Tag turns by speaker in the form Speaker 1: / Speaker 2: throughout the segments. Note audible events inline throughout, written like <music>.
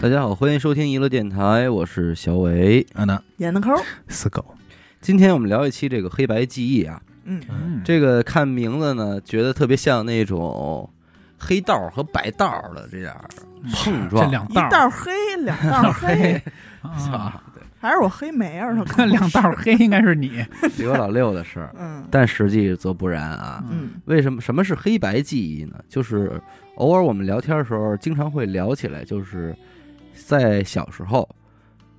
Speaker 1: 大家好，欢迎收听娱乐电台，我是小伟。
Speaker 2: 啊那
Speaker 3: 演的抠儿，
Speaker 2: 死狗，
Speaker 1: 今天我们聊一期这个黑白记忆啊，
Speaker 3: 嗯，
Speaker 2: 嗯
Speaker 1: 这个看名字呢，觉得特别像那种黑道儿和白道儿的这样儿碰
Speaker 2: 这
Speaker 1: 撞。
Speaker 2: 两
Speaker 3: 一
Speaker 2: 道
Speaker 3: 道黑，两道黑，
Speaker 4: <laughs>
Speaker 2: 啊，
Speaker 3: 还是我黑没儿了，可
Speaker 2: 那
Speaker 3: 能
Speaker 2: 两道黑应该是你，
Speaker 1: 刘老六的事儿，
Speaker 3: 嗯
Speaker 1: 但实际则不然啊。
Speaker 3: 嗯
Speaker 1: 为什么什么是黑白记忆呢？就是偶尔我们聊天的时候，经常会聊起来，就是在小时候，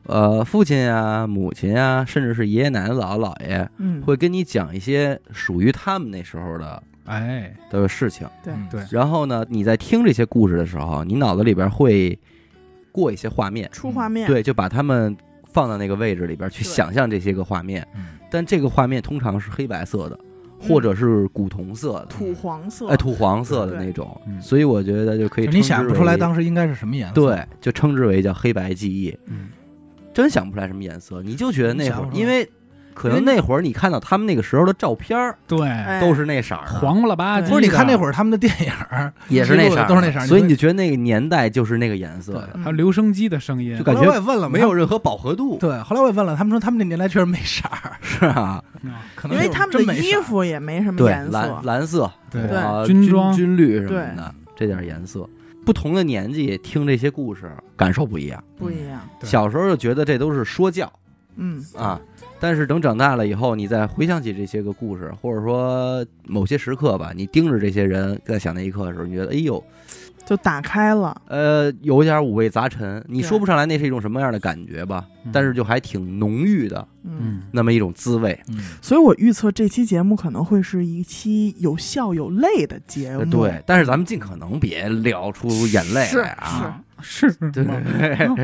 Speaker 1: 呃，父亲啊、母亲啊，甚至是爷爷奶奶、姥姥姥爷，
Speaker 3: 嗯，
Speaker 1: 会跟你讲一些属于他们那时候的
Speaker 2: 哎，
Speaker 1: 的事情。
Speaker 3: 对
Speaker 2: 嗯对，
Speaker 1: 然后呢，你在听这些故事的时候，你脑子里边会过一些画面，
Speaker 3: 出画面，
Speaker 1: 对，就把它们放到那个位置里边去
Speaker 3: 对
Speaker 1: 想象这些个画面。
Speaker 2: 嗯
Speaker 1: 但这个画面通常是黑白色的，或者是古铜色的，
Speaker 3: 嗯土黄色，
Speaker 1: 哎，土黄色的
Speaker 3: 对
Speaker 1: 那种，
Speaker 2: 嗯
Speaker 1: 所以我觉得就可以称
Speaker 2: 就
Speaker 1: 之为。
Speaker 2: 你想不出来当时应该是什么颜色，
Speaker 1: 对，就称之为叫黑白记忆，
Speaker 2: 嗯，
Speaker 1: 真想不出来什么颜色，你就觉得那会
Speaker 2: 想
Speaker 1: 儿
Speaker 2: 不，出来
Speaker 1: 因为可能那会儿你看到他们那个时候的照片儿
Speaker 2: 对，
Speaker 3: 哎
Speaker 1: 都是那色儿的，啊
Speaker 2: 黄不了吧唧
Speaker 3: 对
Speaker 2: 的，
Speaker 3: 不
Speaker 2: 不
Speaker 3: 是你
Speaker 2: 是你
Speaker 3: 看
Speaker 2: 看
Speaker 3: 那
Speaker 2: 那
Speaker 3: 会
Speaker 2: 会儿他们的电影
Speaker 1: 也是那色儿的，
Speaker 2: 都是那色儿，
Speaker 1: 所以你就觉得那个年代就是那个颜色的，
Speaker 3: 嗯
Speaker 2: 还有留声机的声音
Speaker 1: 就，
Speaker 2: 后
Speaker 1: 感
Speaker 2: 来我
Speaker 1: 觉
Speaker 2: 也问了，
Speaker 1: 没有任何饱和度，
Speaker 2: 对，后来我也问了，他们说他们那年代确实没色儿，
Speaker 1: <laughs> 是啊，
Speaker 2: 啊可
Speaker 3: 因
Speaker 2: 能
Speaker 3: 为
Speaker 2: 就是
Speaker 3: 他们
Speaker 2: 真
Speaker 3: 的
Speaker 2: 没
Speaker 3: 衣
Speaker 2: 色儿
Speaker 3: 服也没什么
Speaker 1: 对，
Speaker 3: 颜色
Speaker 1: 蓝，蓝色，
Speaker 2: 对
Speaker 3: 对
Speaker 1: 啊
Speaker 2: 军
Speaker 1: 军
Speaker 2: 装
Speaker 1: 军绿什么
Speaker 3: 对
Speaker 1: 的，这点颜色，不同的年纪听这些故事感受不一样。
Speaker 3: 不一样，
Speaker 2: 对
Speaker 1: 小时候就觉得这都是说教
Speaker 3: 嗯，
Speaker 1: 啊，但是等长大了以后，你再回想起这些个故事，或者说某些时刻吧，你盯着这些人在想那一刻的时候，你觉得哎呦，
Speaker 3: 就打开了，
Speaker 1: 呃，有点五味杂陈，你
Speaker 3: 对
Speaker 1: 说不上来那是一种什么样的感觉吧，
Speaker 2: 嗯
Speaker 1: 但是就还挺浓郁的
Speaker 3: 嗯，
Speaker 4: <laughs>
Speaker 2: 嗯
Speaker 1: 那么一种滋味。
Speaker 2: 嗯
Speaker 3: 所以我预测这期节目可能会是一期有笑有泪的节
Speaker 1: 呃
Speaker 3: 目，
Speaker 1: 对，，但是咱们尽可能别聊出眼泪
Speaker 3: 是嗯
Speaker 1: 来啊。
Speaker 2: 是吗，
Speaker 1: 对
Speaker 2: 啊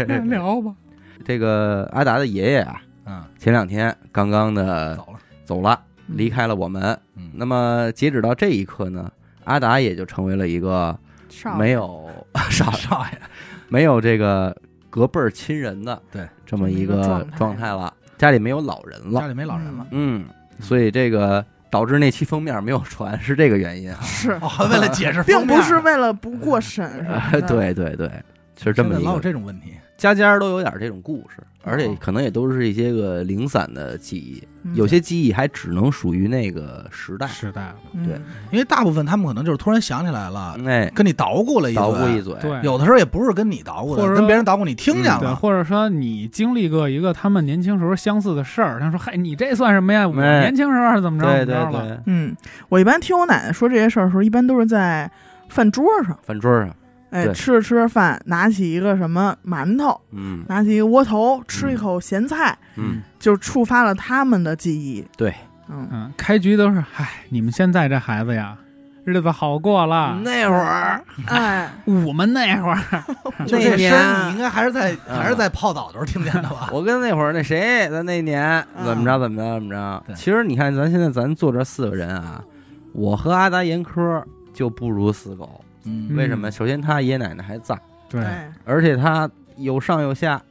Speaker 2: 那聊吧，
Speaker 1: <laughs> 这个阿达的爷爷啊，
Speaker 2: 嗯，
Speaker 1: 前两天刚刚的
Speaker 2: 走了，
Speaker 1: 走了，
Speaker 3: 嗯
Speaker 1: 离开了我们。
Speaker 2: 嗯，
Speaker 1: 那么截止到这一刻呢，阿达也就成为了一个
Speaker 3: 嗯少
Speaker 1: 没
Speaker 2: <laughs>
Speaker 1: 有少
Speaker 2: 少爷，
Speaker 1: 没有这个隔辈儿亲人的
Speaker 2: 对
Speaker 1: 这么一
Speaker 3: 这么一
Speaker 1: 个
Speaker 3: 个状
Speaker 1: 状
Speaker 3: 态
Speaker 1: 态了，家里没有老人
Speaker 2: 家
Speaker 1: 了，
Speaker 2: 里没老人了，
Speaker 1: 嗯，所以这个导致那期封面没有传是这个原因啊，
Speaker 3: 嗯是，
Speaker 2: 哦，为了
Speaker 1: <laughs>
Speaker 2: 解释封
Speaker 3: 并
Speaker 2: 面，啊
Speaker 3: 不是为了不过审，是吧，
Speaker 1: 对对对，是这么
Speaker 2: 现在
Speaker 1: 一
Speaker 2: 老有
Speaker 1: 个，
Speaker 2: 这种问题，
Speaker 1: 家家都有点这种故事，而且
Speaker 3: 哦
Speaker 1: 可能也都是一些个零散的记忆，
Speaker 3: 嗯
Speaker 1: 有些记忆还只能属于那个时代，
Speaker 2: 时代了，
Speaker 3: 嗯
Speaker 1: 对，
Speaker 2: 因为大部分他们可能就是突然想起来了，
Speaker 1: 哎，
Speaker 2: 跟你捣鼓了一
Speaker 1: 捣鼓
Speaker 2: 顿
Speaker 1: 一嘴，
Speaker 4: 对，
Speaker 2: 有的时候也不是跟你捣鼓的，
Speaker 4: 或者说
Speaker 2: 跟别人捣鼓，你听见
Speaker 4: 对，
Speaker 2: 了，
Speaker 4: 或者说你经历过一个他们年轻时候相似的事儿，他说：“嗨，你这算什么呀？我
Speaker 1: 哎
Speaker 4: 年轻时候是怎么着
Speaker 1: 对
Speaker 4: 怎么着
Speaker 1: 对
Speaker 4: 了
Speaker 1: 对，
Speaker 3: 嗯，我一般听我奶奶说这些事儿的时候，一般都是在饭桌上，
Speaker 1: 饭桌上，
Speaker 3: 哎，
Speaker 1: 对
Speaker 3: 吃着吃着饭，拿起一个什么馒头，
Speaker 1: 嗯
Speaker 3: 拿起一个窝头，吃一口咸菜，
Speaker 1: 嗯，
Speaker 3: 就触发了他们的记忆。
Speaker 1: 对，
Speaker 3: 嗯，
Speaker 4: 嗯，开局都是：“嗨，你们现在这孩子呀，日子好过了。
Speaker 1: 那会儿
Speaker 4: <laughs>
Speaker 3: 哎，
Speaker 1: 嗯
Speaker 4: 我们那会儿，
Speaker 2: 就
Speaker 1: 那
Speaker 2: 这
Speaker 1: 年
Speaker 2: 声儿
Speaker 1: 啊
Speaker 2: 你应该还是在
Speaker 1: 嗯
Speaker 2: 还是在泡澡的时候听见的吧？
Speaker 1: 我跟那会儿那谁，咱那年怎么着怎么着怎么着。
Speaker 2: 对
Speaker 1: 其实你看，咱现在咱坐这四个人啊，我和阿达严科就不如死狗。
Speaker 2: 嗯
Speaker 4: 嗯
Speaker 1: 为什么？首先他爷爷奶奶还在，
Speaker 4: 对
Speaker 3: 对，
Speaker 1: 而且他有上有下，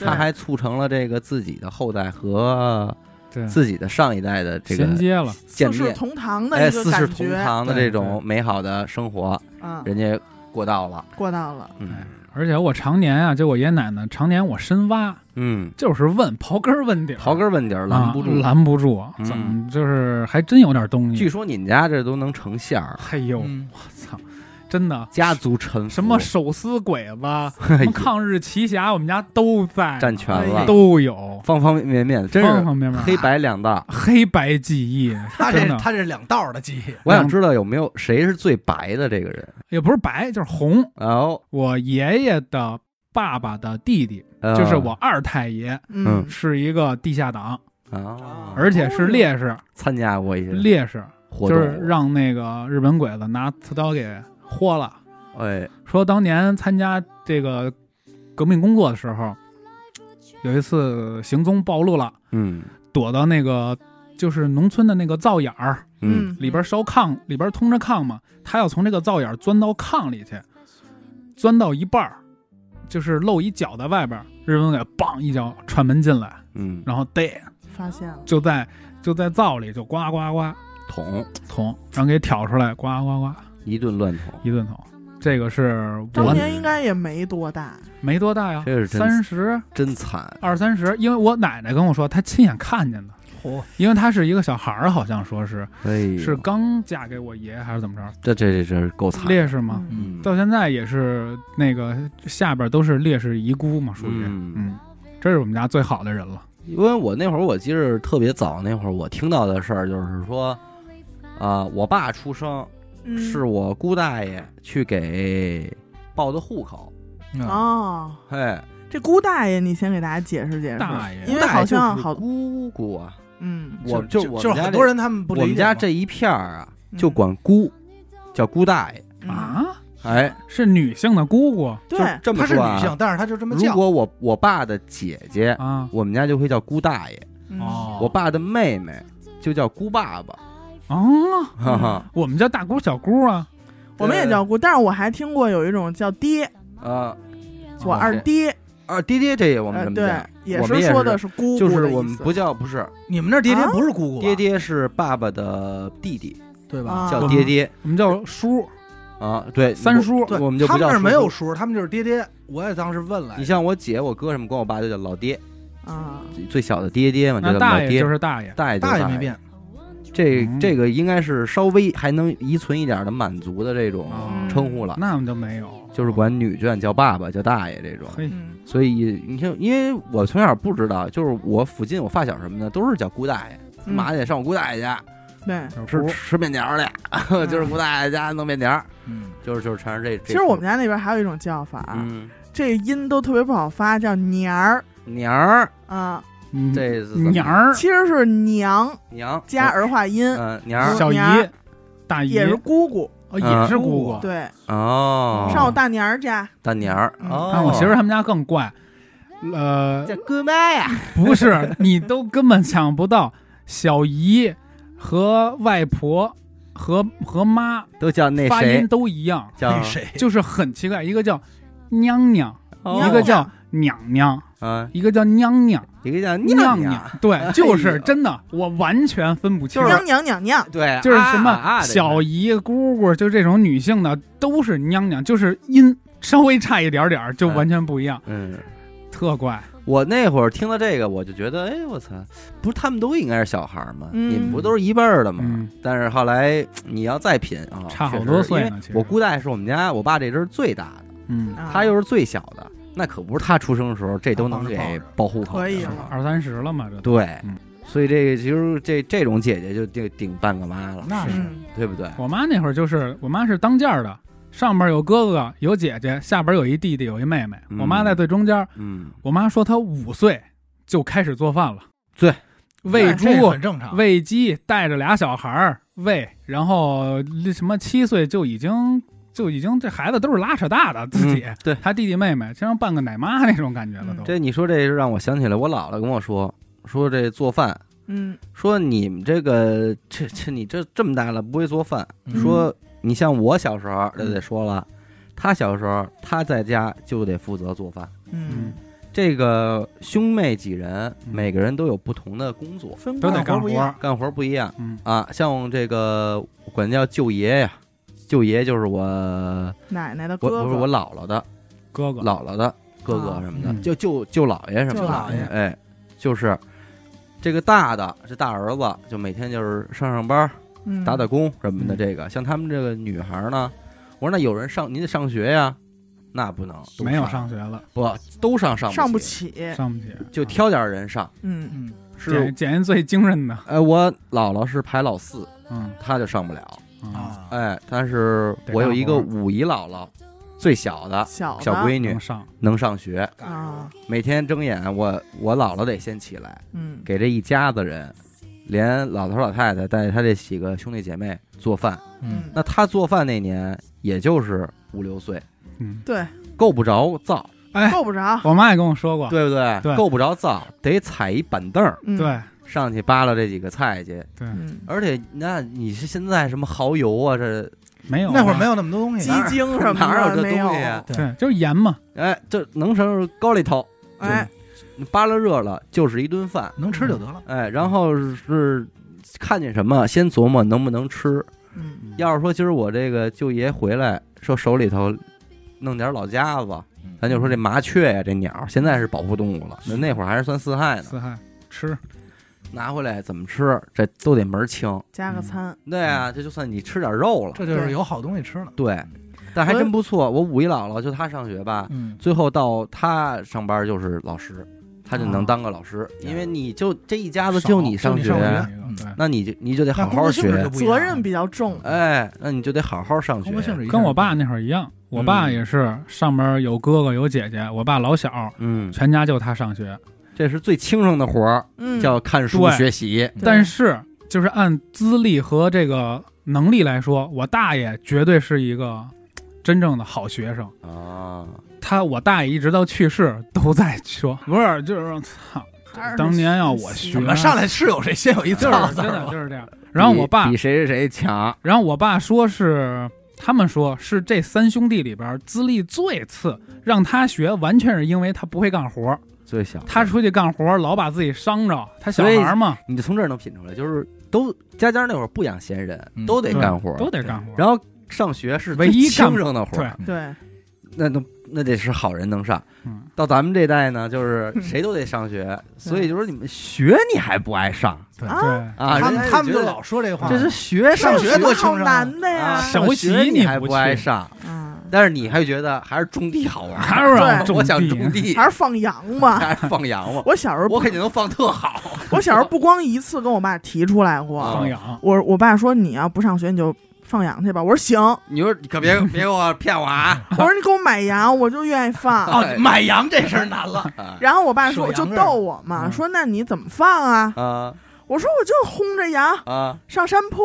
Speaker 3: 对
Speaker 1: 他还促成了这个自己的后代和
Speaker 4: 对，
Speaker 1: 自己的上一代的这个
Speaker 4: 衔接了，
Speaker 1: 见
Speaker 3: 四世
Speaker 1: 面，
Speaker 3: 同堂的
Speaker 1: 哎，
Speaker 3: 一个
Speaker 1: 四世
Speaker 3: 感
Speaker 1: 同
Speaker 3: 觉，
Speaker 1: 堂的
Speaker 4: 对
Speaker 1: 这种美好的生活，
Speaker 3: 嗯，
Speaker 1: 人家过到了。
Speaker 3: 过到了，
Speaker 1: 嗯
Speaker 4: 哎而且我常年啊，就我爷爷奶奶常年我深挖，
Speaker 1: 嗯，
Speaker 4: 就是问刨根儿问底儿，
Speaker 1: 刨根问底儿拦
Speaker 4: 拦
Speaker 1: 不住。
Speaker 4: 拦不住，
Speaker 1: 嗯
Speaker 4: 怎么就是还真有点东
Speaker 1: 据
Speaker 4: 西。
Speaker 1: 说你们家这都能成馅儿，
Speaker 4: 哎呦，
Speaker 2: 嗯
Speaker 4: 我操，真的
Speaker 1: 家族臣服 <laughs>
Speaker 4: 什么手撕鬼子，
Speaker 1: 哎
Speaker 4: 什么抗日奇侠，我们家都在
Speaker 1: 占全了，
Speaker 4: 都有，
Speaker 1: 方方面面，真
Speaker 4: 方
Speaker 1: 是
Speaker 4: 方面面，
Speaker 1: 黑白两道。
Speaker 4: 黑白记忆， <laughs>
Speaker 2: 他
Speaker 4: 真
Speaker 2: 这
Speaker 4: 的
Speaker 2: 他这是两道的记忆，
Speaker 4: 嗯
Speaker 1: 我想知道有没有谁是最白的这个人？
Speaker 4: 也不是白就是红。
Speaker 1: 哦，
Speaker 4: 我爷爷的爸爸的弟弟，
Speaker 1: 呃
Speaker 4: 就是我二太爷，
Speaker 3: 嗯，
Speaker 4: 是一个地下党，
Speaker 1: 啊，
Speaker 4: 而且是烈士，
Speaker 1: 参加过一些
Speaker 4: 烈士
Speaker 1: 活
Speaker 4: 就
Speaker 1: 动，
Speaker 4: 是让那个日本鬼子拿刺刀给豁了。
Speaker 1: 哎，
Speaker 4: 说当年参加这个革命工作的时候，有一次行踪暴露了。
Speaker 1: 嗯
Speaker 4: 躲到那个就是农村的那个灶眼儿
Speaker 1: 嗯，
Speaker 4: 里边烧炕，里边通着炕嘛，他要从这个灶眼儿钻到炕里去，钻到一半儿，就是露一脚在外边儿，日本给梆一脚踹门进来，
Speaker 1: 嗯，
Speaker 4: 然后逮
Speaker 3: 发现了，
Speaker 4: 就在就在灶里就呱呱呱
Speaker 1: 捅
Speaker 4: 捅，然后给挑出来，呱呱呱
Speaker 1: 一顿乱捅，
Speaker 4: 一顿捅，这个是
Speaker 3: 当
Speaker 4: 我
Speaker 3: 年应该也没多大，
Speaker 4: 没多大呀
Speaker 1: 这是，真
Speaker 4: 三十
Speaker 1: 真惨，
Speaker 4: 二三十，因为我奶奶跟我说她亲眼看见的，
Speaker 2: 嚯，
Speaker 4: 因为她是一个小孩儿，好像说是
Speaker 1: 哎呦，
Speaker 4: 是刚嫁给我爷还是怎么着，
Speaker 1: 这这这真是够惨，
Speaker 4: 烈士嘛，
Speaker 3: 嗯
Speaker 1: 嗯
Speaker 4: 到现在也是那个下边都是烈士遗孤嘛，属于
Speaker 1: 嗯
Speaker 4: 嗯，这是我们家最好的人了，
Speaker 1: 因为我那会儿我记着特别早，那会儿我听到的事儿就是说，啊、我爸出生
Speaker 3: 嗯
Speaker 1: 是我姑大爷去给报的户口，
Speaker 2: 嗯
Speaker 3: 哦，
Speaker 1: 嘿，
Speaker 3: 这姑大爷，你先给大家解释解释。
Speaker 4: 大爷
Speaker 3: 因为好
Speaker 1: 姑大爷
Speaker 3: 像
Speaker 1: 就是
Speaker 3: 好
Speaker 1: 姑姑啊，
Speaker 3: 嗯
Speaker 1: 我
Speaker 2: 哦就
Speaker 1: 我
Speaker 2: 就
Speaker 1: 们
Speaker 2: 是
Speaker 1: 家
Speaker 2: 很
Speaker 1: 这
Speaker 2: 多人他们不理
Speaker 1: 我们
Speaker 2: 解
Speaker 1: 家
Speaker 2: 嘛
Speaker 1: 这一片儿啊，
Speaker 3: 嗯
Speaker 1: 就管姑，叫姑大爷，
Speaker 3: 嗯
Speaker 4: 啊，
Speaker 1: 哎，
Speaker 4: 是女性的姑姑
Speaker 1: 就
Speaker 3: 对，
Speaker 1: 这么
Speaker 2: 她是
Speaker 1: 说啊
Speaker 2: 女性，但是她就这么
Speaker 1: 如
Speaker 2: 叫，哦
Speaker 1: 果我我爸的姐姐，
Speaker 4: 啊，
Speaker 1: 我们家就会叫姑大爷；
Speaker 3: 嗯
Speaker 4: 哦
Speaker 1: 哦我爸的妹妹就叫姑爸爸，
Speaker 4: 哦，
Speaker 1: 哈哈
Speaker 4: 我们叫大姑小姑啊，
Speaker 3: 我们也叫姑，但是我还听过有一种叫爹，
Speaker 1: 啊
Speaker 3: 我二爹，
Speaker 1: 啊，爹爹这也我们
Speaker 3: 呃，
Speaker 1: 这么
Speaker 3: 对
Speaker 1: 叫，，
Speaker 3: 也
Speaker 1: 我们也
Speaker 3: 说的
Speaker 1: 是
Speaker 3: 是姑姑
Speaker 1: 就
Speaker 3: 的意思，
Speaker 1: 是我们不叫不是
Speaker 2: 你们那儿爹爹
Speaker 3: 啊
Speaker 2: 不是姑姑吧，
Speaker 1: 爹爹是爸爸的弟弟，
Speaker 2: 对吧？
Speaker 3: 啊
Speaker 1: 叫爹爹
Speaker 4: 我们叫叔
Speaker 1: 啊，对
Speaker 4: 嗯三。叔，
Speaker 2: 对，
Speaker 1: 我们就不
Speaker 2: 他们
Speaker 1: 叫
Speaker 2: 那儿
Speaker 1: 叔
Speaker 2: 没有
Speaker 1: 叔
Speaker 2: 叔，他们就是爹爹。我也当时问来
Speaker 1: 你，像我姐、我哥什么，管我爸就叫老爹，
Speaker 3: 啊，
Speaker 1: 最小的爹爹嘛，就
Speaker 4: 那
Speaker 1: 叫老
Speaker 4: 大爷
Speaker 1: 爹
Speaker 4: 就。是大爷，
Speaker 1: 大爷就
Speaker 2: 大
Speaker 1: 是
Speaker 2: 爷
Speaker 1: 大
Speaker 2: 没
Speaker 1: 爷，
Speaker 2: 变，
Speaker 1: 这
Speaker 4: 嗯
Speaker 1: 这个应该是稍微还能遗存一点的满族的这种
Speaker 4: 哦
Speaker 3: 嗯
Speaker 1: 称呼了，
Speaker 4: 那我们就没有，
Speaker 1: 就是管女眷叫爸爸、叫大爷这种。
Speaker 4: 嘿，
Speaker 3: 嗯
Speaker 1: 所以你看，因为我从小不知道，就是我附近我发小什么的都是叫姑大爷，
Speaker 3: 嗯
Speaker 1: 妈去上我姑大爷家
Speaker 3: 对，
Speaker 4: 小
Speaker 1: 吃
Speaker 4: 姑
Speaker 1: 吃面条去，<laughs>
Speaker 4: 嗯
Speaker 1: 就是姑大爷家弄面条，
Speaker 2: 嗯，
Speaker 1: 就是就是全是这。这
Speaker 3: 其实我们家那边还有一种叫法，
Speaker 4: 啊
Speaker 1: 嗯，
Speaker 3: 这音都特别不好发，叫娘儿
Speaker 1: 娘儿
Speaker 3: 啊，
Speaker 4: 嗯
Speaker 1: 这是怎么
Speaker 4: 娘儿
Speaker 3: 其实是娘
Speaker 1: 娘
Speaker 3: 加儿化音，
Speaker 1: 嗯娘儿
Speaker 4: 小
Speaker 3: 娘儿
Speaker 4: 姨大姨
Speaker 3: 也是姑姑，
Speaker 4: 哦也是姑
Speaker 2: 啊
Speaker 4: 姑，
Speaker 3: 对，
Speaker 1: 哦，
Speaker 3: 上我大娘儿家，
Speaker 1: 大娘儿
Speaker 3: 嗯
Speaker 1: 哦，
Speaker 4: 啊但我媳妇儿他们家更怪，呃，
Speaker 1: 叫姑妈呀，
Speaker 4: 不是，你都根本想不到，小姨和外婆和和妈
Speaker 1: 都叫那
Speaker 4: 发音
Speaker 1: 谁
Speaker 4: 都一样，
Speaker 1: 叫
Speaker 2: 那谁
Speaker 4: 就是很奇怪，一个叫娘娘，
Speaker 1: 哦
Speaker 4: 一个叫娘娘，
Speaker 1: 嗯，
Speaker 4: 一个叫娘娘
Speaker 1: 一个叫
Speaker 4: 娘
Speaker 1: 娘，
Speaker 4: 对，就是
Speaker 1: 哎呦
Speaker 4: 真的，我完全分不清。
Speaker 3: 娘娘娘娘，
Speaker 1: 对，
Speaker 4: 就是
Speaker 1: 啊
Speaker 4: 什
Speaker 1: 啊
Speaker 4: 么
Speaker 1: 的
Speaker 4: 小姨、姑姑，就这种女性的，都是娘娘，就是音稍微差一点点儿，就完全不一样，
Speaker 1: 嗯。
Speaker 4: 特怪。
Speaker 1: 我那会儿听到这个，我就觉得，哎，我操，不是他们都应该是小孩儿吗？
Speaker 3: 嗯
Speaker 1: 你们不都是一辈儿的吗？
Speaker 4: 嗯
Speaker 1: 但是后来你要再品啊，
Speaker 4: 差好
Speaker 1: 确实
Speaker 4: 多岁呢
Speaker 1: 因为
Speaker 4: 其实
Speaker 1: 我姑大爷是我们家我爸这阵儿最大的，
Speaker 4: 嗯，
Speaker 3: 啊
Speaker 1: 他又是最小的，那可不是他出生的时候，这都能
Speaker 2: 他
Speaker 4: 哦
Speaker 2: 帮
Speaker 1: 给
Speaker 2: 着
Speaker 1: 报户口的。
Speaker 3: 可以
Speaker 4: 是
Speaker 3: 了
Speaker 4: 吧啊二三十了嘛，这都
Speaker 1: 对，
Speaker 4: 嗯
Speaker 1: 所以这个其实这这种姐姐就顶顶半个妈了，
Speaker 4: 那是。
Speaker 3: 嗯，
Speaker 1: 对不对？
Speaker 4: 我妈那会儿就是，我妈是当间儿的，上边有哥哥有姐姐，下边有一弟弟有一妹妹，
Speaker 1: 嗯
Speaker 4: 我妈在最中间。
Speaker 1: 嗯，
Speaker 4: 我妈说她五岁就开始做饭了，
Speaker 1: 对，
Speaker 4: 喂猪、
Speaker 2: 这很正常。
Speaker 4: 喂鸡，带着俩小孩儿喂，然后什么七岁就已经就已经这孩子都是拉扯大的自己，
Speaker 1: 嗯对
Speaker 4: 他弟弟妹妹，就像半个奶妈那种感觉了
Speaker 3: 嗯
Speaker 4: 都。
Speaker 1: 这你说这就让我想起来，我姥姥跟我说，说这做饭，
Speaker 3: 嗯，
Speaker 1: 说你们这个这这你这这么大了不会做饭，
Speaker 2: 嗯
Speaker 1: 说你像我小时候
Speaker 4: 嗯
Speaker 1: 就得说了，他小时候他在家就得负责做饭。
Speaker 4: 嗯
Speaker 3: 嗯，，
Speaker 1: 这个兄妹几人，
Speaker 4: 嗯
Speaker 1: 每个人都有不同的工作，
Speaker 3: 分
Speaker 4: 都
Speaker 3: 工
Speaker 4: 得
Speaker 2: 干
Speaker 4: 干
Speaker 2: 活不一
Speaker 4: 活
Speaker 2: 样
Speaker 4: 儿。
Speaker 1: 干活不一样
Speaker 4: 嗯，
Speaker 1: 啊。像这个管叫舅爷呀，舅爷就是我
Speaker 3: 奶奶的
Speaker 1: 我
Speaker 3: 哥
Speaker 1: 不是我
Speaker 3: 哥，
Speaker 1: 姥姥的
Speaker 4: 哥哥
Speaker 1: 姥姥的哥哥什么的，
Speaker 4: 嗯
Speaker 1: 就舅舅姥爷什么
Speaker 3: 舅
Speaker 1: 的，
Speaker 3: 姥爷
Speaker 1: 哎，就是这个大的这大儿子，就每天就是上上班儿。
Speaker 3: 嗯
Speaker 1: 打打工什么的。
Speaker 4: 嗯
Speaker 1: 这个像他们这个女孩儿呢，我说那有人上你得上学呀，那不能，都
Speaker 4: 没有上学了，
Speaker 1: 不都上上
Speaker 3: 上
Speaker 1: 不
Speaker 3: 不
Speaker 1: 起，
Speaker 2: 哎
Speaker 3: 起，
Speaker 4: 上不起，
Speaker 1: 就挑点儿人上。
Speaker 3: 嗯
Speaker 2: 嗯，
Speaker 1: 是
Speaker 4: 捡捡一最精神的。
Speaker 1: 哎，我姥姥是排老四，
Speaker 4: 嗯
Speaker 1: 她就上不了。
Speaker 4: 啊，
Speaker 2: 啊，
Speaker 1: 哎，但是
Speaker 4: 得
Speaker 1: 我有
Speaker 4: 干
Speaker 1: 一个
Speaker 4: 活
Speaker 1: 五姨姥姥，最小的
Speaker 3: 小的
Speaker 1: 小闺女
Speaker 4: 能上
Speaker 1: 能上学，
Speaker 2: 干什
Speaker 3: 啊
Speaker 2: 么，
Speaker 1: 每天睁眼我我姥姥得先起来，
Speaker 3: 嗯，
Speaker 1: 给这一家子人。连老头老太太带着他这几个兄弟姐妹做饭，
Speaker 2: 嗯，
Speaker 1: 那他做饭那年也就是五六岁，
Speaker 4: 嗯，
Speaker 3: 对，
Speaker 1: 够不着灶，
Speaker 4: 哎，
Speaker 3: 够不着，
Speaker 4: 我妈也跟我说过，
Speaker 1: 对不对？
Speaker 4: 啊对
Speaker 1: 够不着灶，得踩一板凳儿
Speaker 3: 嗯，
Speaker 4: 对
Speaker 1: 上去扒拉这几个菜去。
Speaker 4: 对，
Speaker 3: 嗯，
Speaker 1: 而且，那你是现在什么蚝油啊？这
Speaker 4: 没有
Speaker 2: 那会
Speaker 1: 嗯
Speaker 2: 儿
Speaker 4: 啊
Speaker 2: 没有那么多东西，
Speaker 3: 鸡
Speaker 2: 哪儿
Speaker 3: 精什
Speaker 1: 哪
Speaker 3: 么
Speaker 1: 有
Speaker 3: 的
Speaker 1: 这
Speaker 3: 没有
Speaker 1: 东西，啊
Speaker 4: 对，就是盐嘛，
Speaker 1: 哎，这能成高里头，
Speaker 3: 哎，
Speaker 1: 你扒拉热了就是一顿饭。
Speaker 2: 能吃就得了。
Speaker 1: 哎，然后是看见什么先琢磨能不能吃，
Speaker 3: 嗯
Speaker 1: 要是说今儿我这个舅爷回来，说手里头弄点老家子，
Speaker 2: 嗯
Speaker 1: 咱就说这麻雀呀、这鸟现在是保护动物了，那那会儿还是算四害呢，
Speaker 4: 四害吃，
Speaker 1: 拿回来怎么吃，这都得门儿清。
Speaker 3: 加个餐，
Speaker 1: 对啊，这就算你吃点肉了，
Speaker 2: 这就是有好东西吃了。
Speaker 1: 对，但还真不错。我五一姥姥就她上学吧，
Speaker 2: 嗯，
Speaker 1: 最后到她上班就是老师，她就能当个老师，因为你就这一家子就你
Speaker 4: 少
Speaker 1: 上
Speaker 4: 就
Speaker 1: 学，
Speaker 4: 上
Speaker 2: 学
Speaker 4: 对。
Speaker 1: 那你就你就得好
Speaker 2: 那
Speaker 1: 好
Speaker 2: 工作性质
Speaker 1: 学
Speaker 2: 就，不一样
Speaker 3: 责
Speaker 2: 了
Speaker 3: 任比较重。
Speaker 1: 哎，那你就得好好上学
Speaker 2: 工。作性质一下
Speaker 4: 跟我爸那会儿一样，我
Speaker 1: 嗯
Speaker 4: 爸也是上面有哥哥有姐姐，我爸老小，
Speaker 1: 嗯，
Speaker 4: 全家就他上学。
Speaker 1: 这是最轻松的活儿，
Speaker 3: 嗯，
Speaker 1: 叫看书
Speaker 4: 对
Speaker 1: 学习。
Speaker 3: 对
Speaker 4: 但是就是按资历和这个能力来说，我大爷绝对是一个真正的好学生。
Speaker 1: 啊，
Speaker 4: 他我大爷一直到去世都在说，不是 <laughs> 就是操，
Speaker 3: 还是
Speaker 4: 当年要我
Speaker 3: 习
Speaker 4: 学
Speaker 2: 怎么上来是有谁先有一字
Speaker 4: 就
Speaker 2: 儿
Speaker 4: 是
Speaker 2: 字
Speaker 4: 真
Speaker 2: 儿
Speaker 4: 的
Speaker 2: 吧？
Speaker 4: 就是这样。然后我 <laughs> 爸
Speaker 1: 比比谁谁谁强，
Speaker 4: 然后我爸说是他们说是这三兄弟里边资历最次，让他学完全是因为他不会干活，
Speaker 1: 最小。
Speaker 4: 他出去干活老把自己伤着，他小孩嘛
Speaker 1: 你就从这儿能品出来，就是都家家那会儿不养闲人，
Speaker 2: 嗯
Speaker 1: 都得
Speaker 4: 对
Speaker 1: 干活儿，
Speaker 4: 都得干活。
Speaker 1: 然后上学是
Speaker 4: 唯一
Speaker 1: 最轻
Speaker 4: 干
Speaker 1: 松的活儿，
Speaker 4: 对，
Speaker 3: 对，
Speaker 1: 那都那得是好人能上。
Speaker 4: <laughs> 嗯，
Speaker 1: 到咱们这代呢，就是谁都得上学，所以就是你们学你还不爱上
Speaker 3: 啊
Speaker 4: 对，
Speaker 1: 啊？人家
Speaker 2: 他们
Speaker 1: 就
Speaker 2: 他们
Speaker 1: 觉
Speaker 2: 就
Speaker 1: 得
Speaker 2: 老说这话，
Speaker 1: 这是学
Speaker 2: 上学
Speaker 3: 有什么好
Speaker 2: 多轻松啊
Speaker 3: 难的呀
Speaker 1: 啊，，
Speaker 4: 小
Speaker 1: 上
Speaker 4: 习
Speaker 1: 啊学
Speaker 4: 你
Speaker 1: 还
Speaker 4: 不
Speaker 1: 不爱
Speaker 4: 去
Speaker 1: 上，
Speaker 3: 嗯，
Speaker 1: 但是你还觉得还是种地好玩儿，
Speaker 4: 还是
Speaker 3: 对
Speaker 4: 种
Speaker 1: <laughs> 我想
Speaker 4: 地
Speaker 1: 种地，
Speaker 3: 还是放羊吧。
Speaker 1: 还是放羊吧，
Speaker 3: 我小时候不，
Speaker 1: 我肯定能放特好。
Speaker 3: <laughs> 我小时候不光一次跟我爸提出来
Speaker 1: 啊
Speaker 3: 过，
Speaker 4: 放养。
Speaker 3: 我我爸说你要不上学你就放羊去吧，我
Speaker 1: <laughs>
Speaker 3: 说行，
Speaker 1: 你说你可别别给我骗我啊！
Speaker 3: 我说你给我买羊，我就愿意
Speaker 1: <laughs>
Speaker 3: 放。
Speaker 1: 啊
Speaker 2: 哦买羊这事儿难
Speaker 1: <laughs>
Speaker 2: 了，
Speaker 1: 啊
Speaker 3: 然后我爸说
Speaker 2: 说
Speaker 3: 就
Speaker 2: 羊这儿
Speaker 3: 逗我嘛，
Speaker 4: 嗯
Speaker 3: 说那你怎么放啊？
Speaker 1: <laughs> 啊
Speaker 3: 我说我就轰着羊
Speaker 1: 啊！
Speaker 3: 上山坡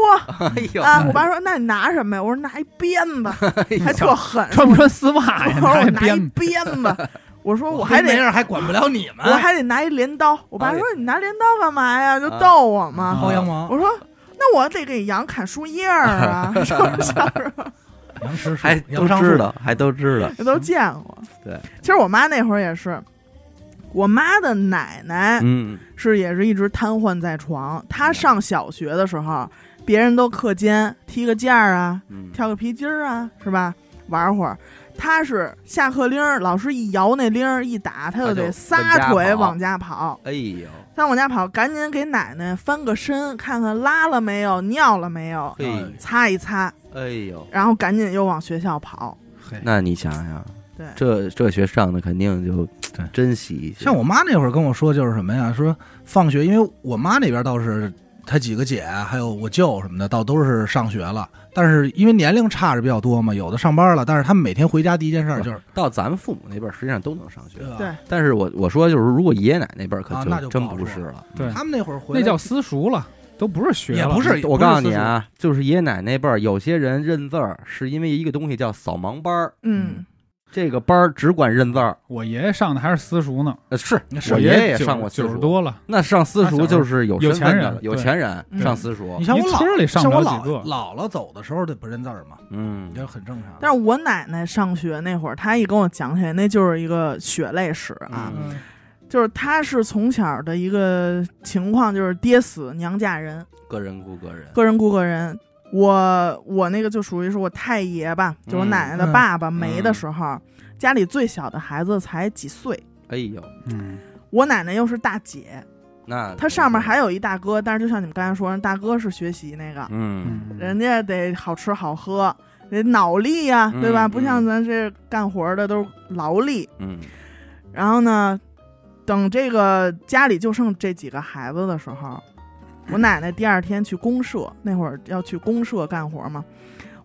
Speaker 1: 哎呦，
Speaker 3: 啊。我爸说那你拿什么呀？我说拿一鞭子，
Speaker 1: 哎呦
Speaker 3: 还特 <laughs> 狠。
Speaker 4: 穿不穿丝袜
Speaker 3: <laughs> 我
Speaker 4: 哎呀？
Speaker 3: 说我
Speaker 4: 还
Speaker 3: 拿一
Speaker 4: 编
Speaker 3: 鞭子，我说我
Speaker 2: 我
Speaker 3: 还
Speaker 2: 没
Speaker 3: 得
Speaker 2: 人还啊管不了你们
Speaker 3: 我，还得拿一镰刀。我爸
Speaker 1: 哎
Speaker 3: 说你拿镰刀干嘛呀？就
Speaker 1: 啊
Speaker 3: 逗我嘛。
Speaker 2: 薅羊毛，
Speaker 3: 我说那我得给羊砍树叶儿啊，是不是？
Speaker 2: 羊吃
Speaker 1: 还都知道，还都知道。
Speaker 3: 这都见过。
Speaker 1: 对，
Speaker 3: 其实我妈那会儿也是，我妈的奶奶
Speaker 1: 嗯，
Speaker 3: 是也是一直瘫痪在床。她上小学的时候，别人都课间踢个毽儿啊，
Speaker 1: 嗯
Speaker 3: 跳个皮筋儿啊，是吧？玩会儿。她是下课铃儿，老师一摇那铃儿一打，她
Speaker 1: 她
Speaker 3: 就
Speaker 1: 就
Speaker 3: 得
Speaker 1: 往
Speaker 3: 撒
Speaker 1: 家
Speaker 3: 腿
Speaker 1: 跑
Speaker 3: 往家跑，
Speaker 1: 哎呦，
Speaker 3: 撒往家跑，赶紧给奶奶翻个身，看看拉了没有，尿了没有，
Speaker 1: 嘿，
Speaker 3: 擦一擦，
Speaker 1: 哎呦，
Speaker 3: 然后赶紧又往学校跑。嗯
Speaker 4: 嘿
Speaker 1: 那你想想，
Speaker 3: 对，
Speaker 1: 这这学上的肯定就
Speaker 2: 对
Speaker 1: 珍惜一些。
Speaker 2: 像我妈那会儿跟我说就是什么呀？说放学，因为我妈那边倒是她几个姐还有我舅什么的，倒都是上学了。但是因为年龄差着比较多嘛，有的上班了，但是他们每天回家第一件事儿就是，呃
Speaker 1: 到咱们父母那辈儿，实际上都能上学，
Speaker 2: 吧
Speaker 3: 对
Speaker 1: 但是我我说就是，如果爷爷奶奶那辈儿，可
Speaker 2: 啊那就不
Speaker 1: 真
Speaker 2: 好
Speaker 1: 不
Speaker 2: 说
Speaker 1: 是了。嗯
Speaker 4: 对，
Speaker 2: 他们那会儿回
Speaker 4: 那
Speaker 2: 来
Speaker 4: 叫私塾了，都不是学
Speaker 2: 也
Speaker 4: 了，
Speaker 2: 不是
Speaker 1: 我告诉你啊，就是爷爷奶奶那辈儿，有些人认字儿是因为一个东西叫扫盲班儿，
Speaker 3: 嗯，
Speaker 1: 这个班儿只管认字儿。
Speaker 4: 我爷爷上的还是私塾呢，
Speaker 1: 呃，是
Speaker 2: 是
Speaker 1: 我
Speaker 4: 我
Speaker 1: 爷
Speaker 4: 爷
Speaker 1: 也
Speaker 4: 九
Speaker 1: 上过私
Speaker 4: 九十
Speaker 1: 塾，
Speaker 4: 多了，
Speaker 1: 那上私
Speaker 4: 他
Speaker 1: 塾
Speaker 4: 小时
Speaker 1: 就
Speaker 4: 候
Speaker 1: 是有
Speaker 4: 有
Speaker 1: 身份
Speaker 4: 钱
Speaker 1: 的
Speaker 4: 人
Speaker 1: 了有
Speaker 4: 对
Speaker 1: 钱人
Speaker 3: 嗯
Speaker 1: 上私塾
Speaker 2: 你，像我
Speaker 4: 一
Speaker 2: 姥
Speaker 4: 村里上
Speaker 2: 像
Speaker 4: 不
Speaker 2: 我
Speaker 4: 了几
Speaker 2: 姥
Speaker 4: 个
Speaker 2: 姥姥走的时候就不认字儿嘛，
Speaker 1: 嗯
Speaker 2: 也很正常。
Speaker 3: 但是我奶奶上学那会儿，她一跟我讲起来，那就是一个血泪史啊，
Speaker 1: 嗯
Speaker 3: 就是她是从小的一个情况，就是爹死娘嫁人，
Speaker 1: 个人顾个人，
Speaker 3: 个人雇个人。我我那个就属于是我太爷吧，就我
Speaker 1: 嗯
Speaker 3: 奶奶的
Speaker 2: 嗯
Speaker 3: 爸爸没的
Speaker 1: 嗯
Speaker 3: 时候，家里最小的孩子才几岁，
Speaker 1: 哎呦，
Speaker 4: 嗯，
Speaker 3: 我奶奶又是大姐，
Speaker 1: 那
Speaker 3: 她上面还有一大哥，但是就像你们刚才说，人大哥是学习那个，
Speaker 1: 嗯
Speaker 4: 嗯
Speaker 3: 人家得好吃好喝，得脑力呀、对吧？
Speaker 1: 嗯
Speaker 3: 不像
Speaker 1: 嗯
Speaker 3: 咱这干活的都是劳力，
Speaker 1: 嗯
Speaker 3: 然后呢，等这个家里就剩这几个孩子的时候，我奶奶第二天去公社，那会儿要去公社干活嘛，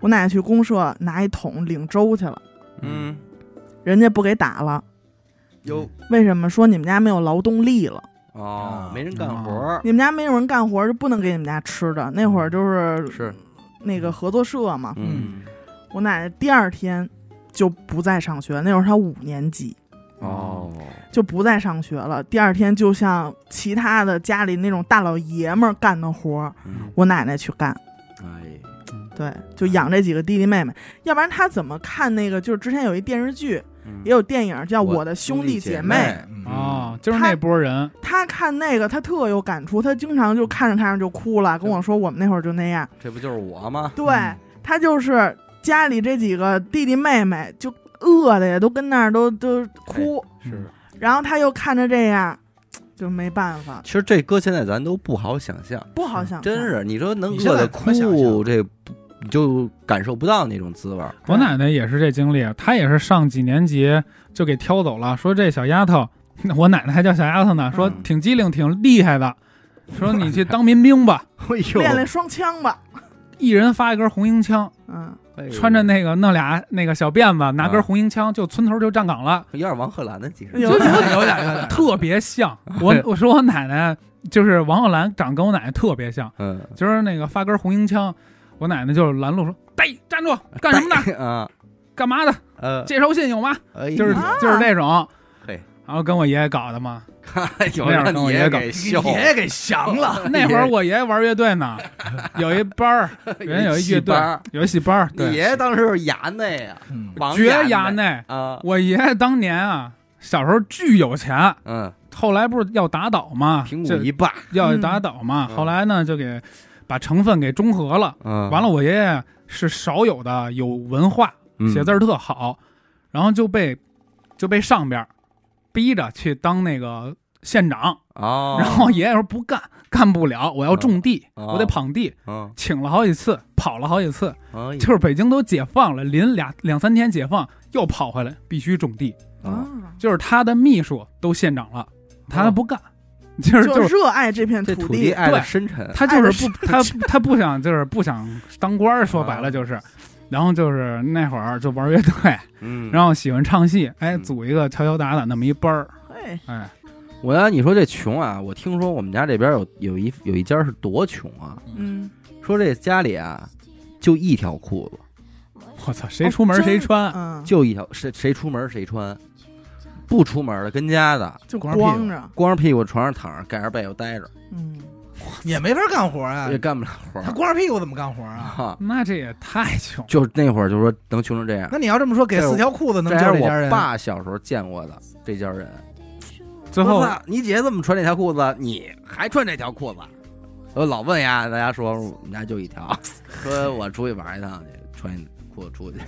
Speaker 3: 我奶奶去公社拿一桶领粥去了，
Speaker 1: 嗯，
Speaker 3: 人家不给打了，
Speaker 1: 有
Speaker 3: 为什么？说你们家没有劳动力了，
Speaker 1: 哦
Speaker 2: 啊，
Speaker 1: 没人干活儿
Speaker 3: 你们家没有人干活就不能给你们家吃的。那会儿
Speaker 4: 嗯
Speaker 3: 就是
Speaker 1: 是，
Speaker 3: 那个合作社嘛，
Speaker 1: 嗯
Speaker 3: 我奶奶第二天就不再上学，那会儿她五年级。
Speaker 4: 嗯
Speaker 1: 哦，
Speaker 3: 就不再上学了。第二天就像其他的家里那种大老爷们儿干的活儿，
Speaker 1: 嗯
Speaker 3: 我奶奶去干，
Speaker 1: 哎，
Speaker 3: 对，就养这几个弟弟妹妹。要不然她怎么看那个？就是之前有一电视剧
Speaker 1: 嗯
Speaker 3: 也有电影叫《
Speaker 1: 我
Speaker 3: 我的兄弟姐妹》，
Speaker 1: 妹
Speaker 2: 嗯
Speaker 4: 哦，就是那波人，
Speaker 3: 他看那个他特有感触，他经常就看着看着就哭了，跟我说我们那会儿就那样。
Speaker 1: 这不就是我吗？
Speaker 3: 对、他就是家里这几个弟弟妹妹就饿的呀，都跟那儿都都哭，
Speaker 2: 嗯
Speaker 4: 是
Speaker 3: 然后他又看着这样，就没办法，
Speaker 1: 其实这歌现在咱都不好想象，
Speaker 4: 啊
Speaker 3: 不好想象
Speaker 1: 真是你说能
Speaker 2: 你现
Speaker 1: 饿
Speaker 2: 在
Speaker 1: 的
Speaker 2: 怎么想象
Speaker 1: 哭，这不你就感受不到那种滋味
Speaker 4: <laughs>
Speaker 1: 儿。
Speaker 4: 我奶奶也是这经历，啊她也是上几年级就给挑走了，说这小丫头， <laughs> 我奶奶还叫小丫头呢，说
Speaker 1: 嗯
Speaker 4: 挺机灵，挺厉害的，说你去当民兵吧，
Speaker 1: 哎
Speaker 3: 练练双枪吧，
Speaker 4: 一人发一根红缨枪，
Speaker 3: 嗯，
Speaker 1: 哎呦
Speaker 4: 穿着那个弄俩那个小辫子，拿根
Speaker 1: 啊
Speaker 4: 红缨枪，就村头就站岗了，
Speaker 1: 有点王鹤兰的精 <laughs> 神，
Speaker 3: 有
Speaker 4: 就
Speaker 3: 点
Speaker 4: 是有点有点特别像。我我说我奶奶就是王鹤兰长跟我奶奶特别像，
Speaker 1: 嗯，
Speaker 4: 就是那个发根红缨枪，我奶奶就是拦路说：“呆，站住， <laughs> 干什么呢？
Speaker 1: 呢？ <laughs> 啊，
Speaker 4: 干嘛的？
Speaker 1: 呃，
Speaker 4: 介绍信有吗？”
Speaker 1: 哎
Speaker 4: 就是
Speaker 1: 呀
Speaker 4: 就是那种，
Speaker 1: 嘿，
Speaker 4: 然后跟我爷爷搞的嘛。
Speaker 1: 有
Speaker 4: 那样
Speaker 1: 让哎
Speaker 4: 跟
Speaker 1: 你
Speaker 4: 我
Speaker 1: 爷
Speaker 4: 爷搞
Speaker 1: 给笑
Speaker 2: 爷爷给
Speaker 4: <laughs>
Speaker 2: 降了，
Speaker 1: 哎
Speaker 4: 那会儿我爷爷玩乐队
Speaker 1: <laughs>
Speaker 4: 呢，有一班儿，人有一
Speaker 1: 戏
Speaker 4: 乐队
Speaker 1: 班儿，
Speaker 4: 有一戏班儿，
Speaker 1: 你
Speaker 4: 对，
Speaker 1: 爷爷当时是衙内呀，
Speaker 2: 嗯
Speaker 1: 王
Speaker 4: 绝衙
Speaker 1: 衙
Speaker 4: 内。
Speaker 1: 啊，
Speaker 4: 我爷爷当年啊，小时候巨有钱，
Speaker 1: 嗯，
Speaker 4: 后来不是要打倒嘛，
Speaker 1: 平
Speaker 4: 就
Speaker 1: 谷一霸，
Speaker 4: 要打倒嘛，
Speaker 1: 嗯
Speaker 4: 后来呢就给把成分给中和了。
Speaker 1: 嗯，
Speaker 4: 完了，我爷爷是少有的有文化，
Speaker 1: 嗯
Speaker 4: 写字儿特好，然后就被就被上边儿逼着去当那个县长。
Speaker 1: 哦，
Speaker 4: <laughs> 然后爷爷说不干，干不了，我要种地，
Speaker 1: 哦
Speaker 4: 我得捧地，
Speaker 1: 嗯，
Speaker 4: 请了好几次，跑了好几次，
Speaker 1: 哎
Speaker 4: 就是北京都解放了，临俩两三天解放又跑回来，必须种地。
Speaker 1: 啊，
Speaker 3: 啊，
Speaker 4: 就是他的秘书都县长了，他
Speaker 1: 哦
Speaker 4: 不干， <laughs> 就是
Speaker 3: 就
Speaker 4: 就是
Speaker 3: 热爱这片
Speaker 1: 这
Speaker 3: 土
Speaker 1: 土地爱的
Speaker 4: 对
Speaker 1: 深沉，
Speaker 4: 他就是不他他不想就是不想当官儿，说白
Speaker 1: 啊
Speaker 4: 了就是。然后就是那会儿就玩乐队，
Speaker 1: 嗯，
Speaker 4: 然后喜欢唱戏，哎，
Speaker 1: 嗯
Speaker 4: 组一个敲敲打打那么一班儿，
Speaker 3: 嘿，
Speaker 4: 哎，
Speaker 1: 我要你说这穷啊，我听说我们家这边有有一有一家是多穷啊，
Speaker 3: 嗯，
Speaker 1: 说这家里啊就一条裤子，
Speaker 4: 我操，谁出门谁穿，
Speaker 3: 嗯，
Speaker 1: 就一条，谁谁出门谁穿，不出门的跟家的，
Speaker 3: 就
Speaker 2: 光着屁股
Speaker 3: 光着，
Speaker 1: 光着屁股床上躺着，盖着被窝待着，
Speaker 3: 嗯，
Speaker 2: 也没法干活啊
Speaker 1: 也，干不了活 <laughs>
Speaker 2: 他
Speaker 1: 儿
Speaker 2: 光着屁股怎么干活
Speaker 4: <laughs>
Speaker 2: 啊？
Speaker 1: 哈。
Speaker 4: 那这也太穷。
Speaker 1: 就那会儿就说能穷成这样，
Speaker 2: 那你要这么说，给
Speaker 1: 这
Speaker 2: 四条裤子能
Speaker 1: 这
Speaker 2: 救
Speaker 1: 是
Speaker 2: 家
Speaker 1: 我
Speaker 2: 人？
Speaker 1: 爸小时候见过的这家人。
Speaker 4: 最后
Speaker 1: 我操你姐怎么穿这条裤子？你还穿这条裤子？我老问呀，大家说我们家就一条，说我出去玩一趟去，穿一裤子出去。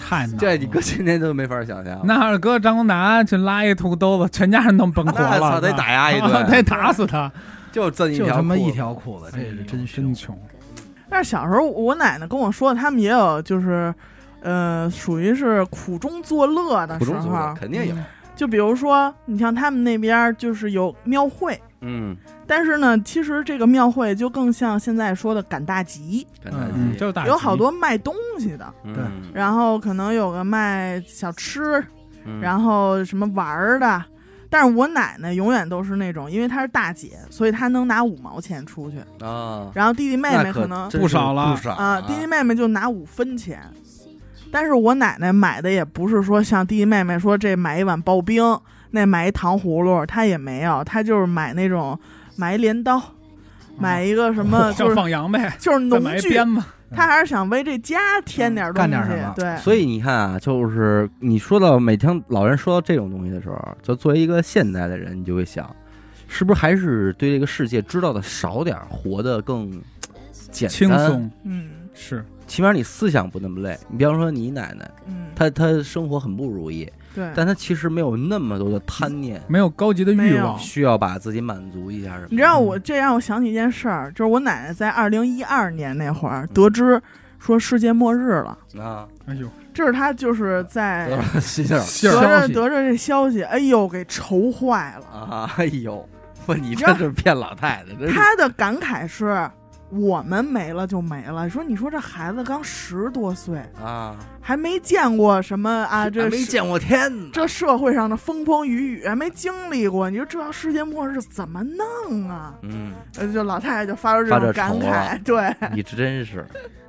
Speaker 4: 太难了。
Speaker 1: 这你搁今天都没法想象。
Speaker 4: 那二哥张宏达去拉一土兜子，全家人都崩溃
Speaker 1: 那
Speaker 4: 了，
Speaker 1: 操得打压一
Speaker 4: <laughs> 得
Speaker 1: 顿，
Speaker 4: 打死他，
Speaker 1: 就这一
Speaker 2: 就
Speaker 1: 条裤子，哎
Speaker 2: 他妈一条裤子，这是
Speaker 4: 真真
Speaker 2: 真凶。
Speaker 4: 穷。
Speaker 3: 但是小时候我奶奶跟我说，他们也有就是，呃，属于是苦中作乐的
Speaker 1: 苦
Speaker 3: 时
Speaker 1: 中作乐
Speaker 3: 候，
Speaker 1: 肯定有。
Speaker 3: 就比如说，你像他们那边儿就是有庙会，
Speaker 1: 嗯，
Speaker 3: 但是呢，其实这个庙会就更像现在说的赶大集，
Speaker 1: 肯德
Speaker 4: 嗯，
Speaker 1: 基，
Speaker 4: 就是大
Speaker 3: 有好
Speaker 4: 集
Speaker 3: 多卖东西的，
Speaker 1: 嗯，
Speaker 3: 然后可能有个卖小吃，
Speaker 1: 嗯
Speaker 3: 然后什么玩儿的。但是我奶奶永远都是那种，因为她是大姐，所以她能拿五毛钱出去，
Speaker 1: 啊，
Speaker 3: 然后弟弟妹
Speaker 1: 那
Speaker 3: 妹
Speaker 1: 可
Speaker 3: 可能
Speaker 1: 真
Speaker 4: 不
Speaker 1: 是
Speaker 4: 少了
Speaker 1: 不少
Speaker 3: 啊、弟弟妹妹就拿五分钱。但是我奶奶买的也不是说像弟弟妹妹说这买一碗刨冰，那买一糖葫芦，她也没有，她就是买那种买一镰刀，买一个什么
Speaker 4: 嗯
Speaker 3: 就是、
Speaker 4: 放羊呗，
Speaker 3: 就是
Speaker 4: 再
Speaker 3: 农
Speaker 4: 买一
Speaker 3: 具，
Speaker 4: 鞭子，
Speaker 3: 她还是想为这家添点东西，
Speaker 2: 干点什么
Speaker 3: 对，
Speaker 1: 所以你看啊，就是你说到每天老人说到这种东西的时候，就作为一个现代的人，你就会想，是不是还是对这个世界知道的少点儿，活得更简单，
Speaker 4: 轻，松
Speaker 3: 嗯
Speaker 4: 是
Speaker 1: 起码你思想不那么累。你比方说你奶奶，
Speaker 3: 嗯，
Speaker 1: 她她生活很不如意，
Speaker 3: 对。
Speaker 1: 但她其实没有那么多的贪念，
Speaker 4: 没有高级的
Speaker 3: 没
Speaker 4: 欲
Speaker 3: 有
Speaker 4: 望。
Speaker 1: 需要把自己满足一下什么的。
Speaker 3: 你知道我这让我想起一件事儿，就是我奶奶在二零一二年那会儿得知说世界末日了，
Speaker 1: 啊，
Speaker 4: 哎呦，
Speaker 3: 这是她就是在
Speaker 1: 得了心眼儿
Speaker 4: 信
Speaker 3: 得
Speaker 4: 儿
Speaker 3: 着得着这消息，哎呦给愁坏了。
Speaker 1: 啊！哎呦，不，你
Speaker 3: 知道
Speaker 1: 这是骗老太太，真是
Speaker 3: 她的感慨是：我们没了就没了。说你说这孩子刚十多岁，
Speaker 1: 啊
Speaker 3: 还没见过什么啊，这
Speaker 1: 还没
Speaker 3: 是
Speaker 1: 见过天呢。
Speaker 3: 这社会上的风风雨雨还没经历过，你说这要世界末日怎么弄啊？
Speaker 1: 嗯，
Speaker 3: 呃，就老太太就发出这
Speaker 1: 发
Speaker 3: 种
Speaker 1: 这
Speaker 3: 感
Speaker 1: 愁啊
Speaker 3: 慨，对，
Speaker 1: 你真是。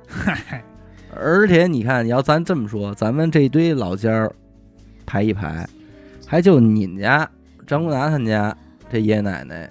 Speaker 4: 嗨，
Speaker 1: <laughs> 而且你看，你要咱这么说，咱们这一堆老家儿排一排，还就你们家张公达他们家这爷爷奶奶，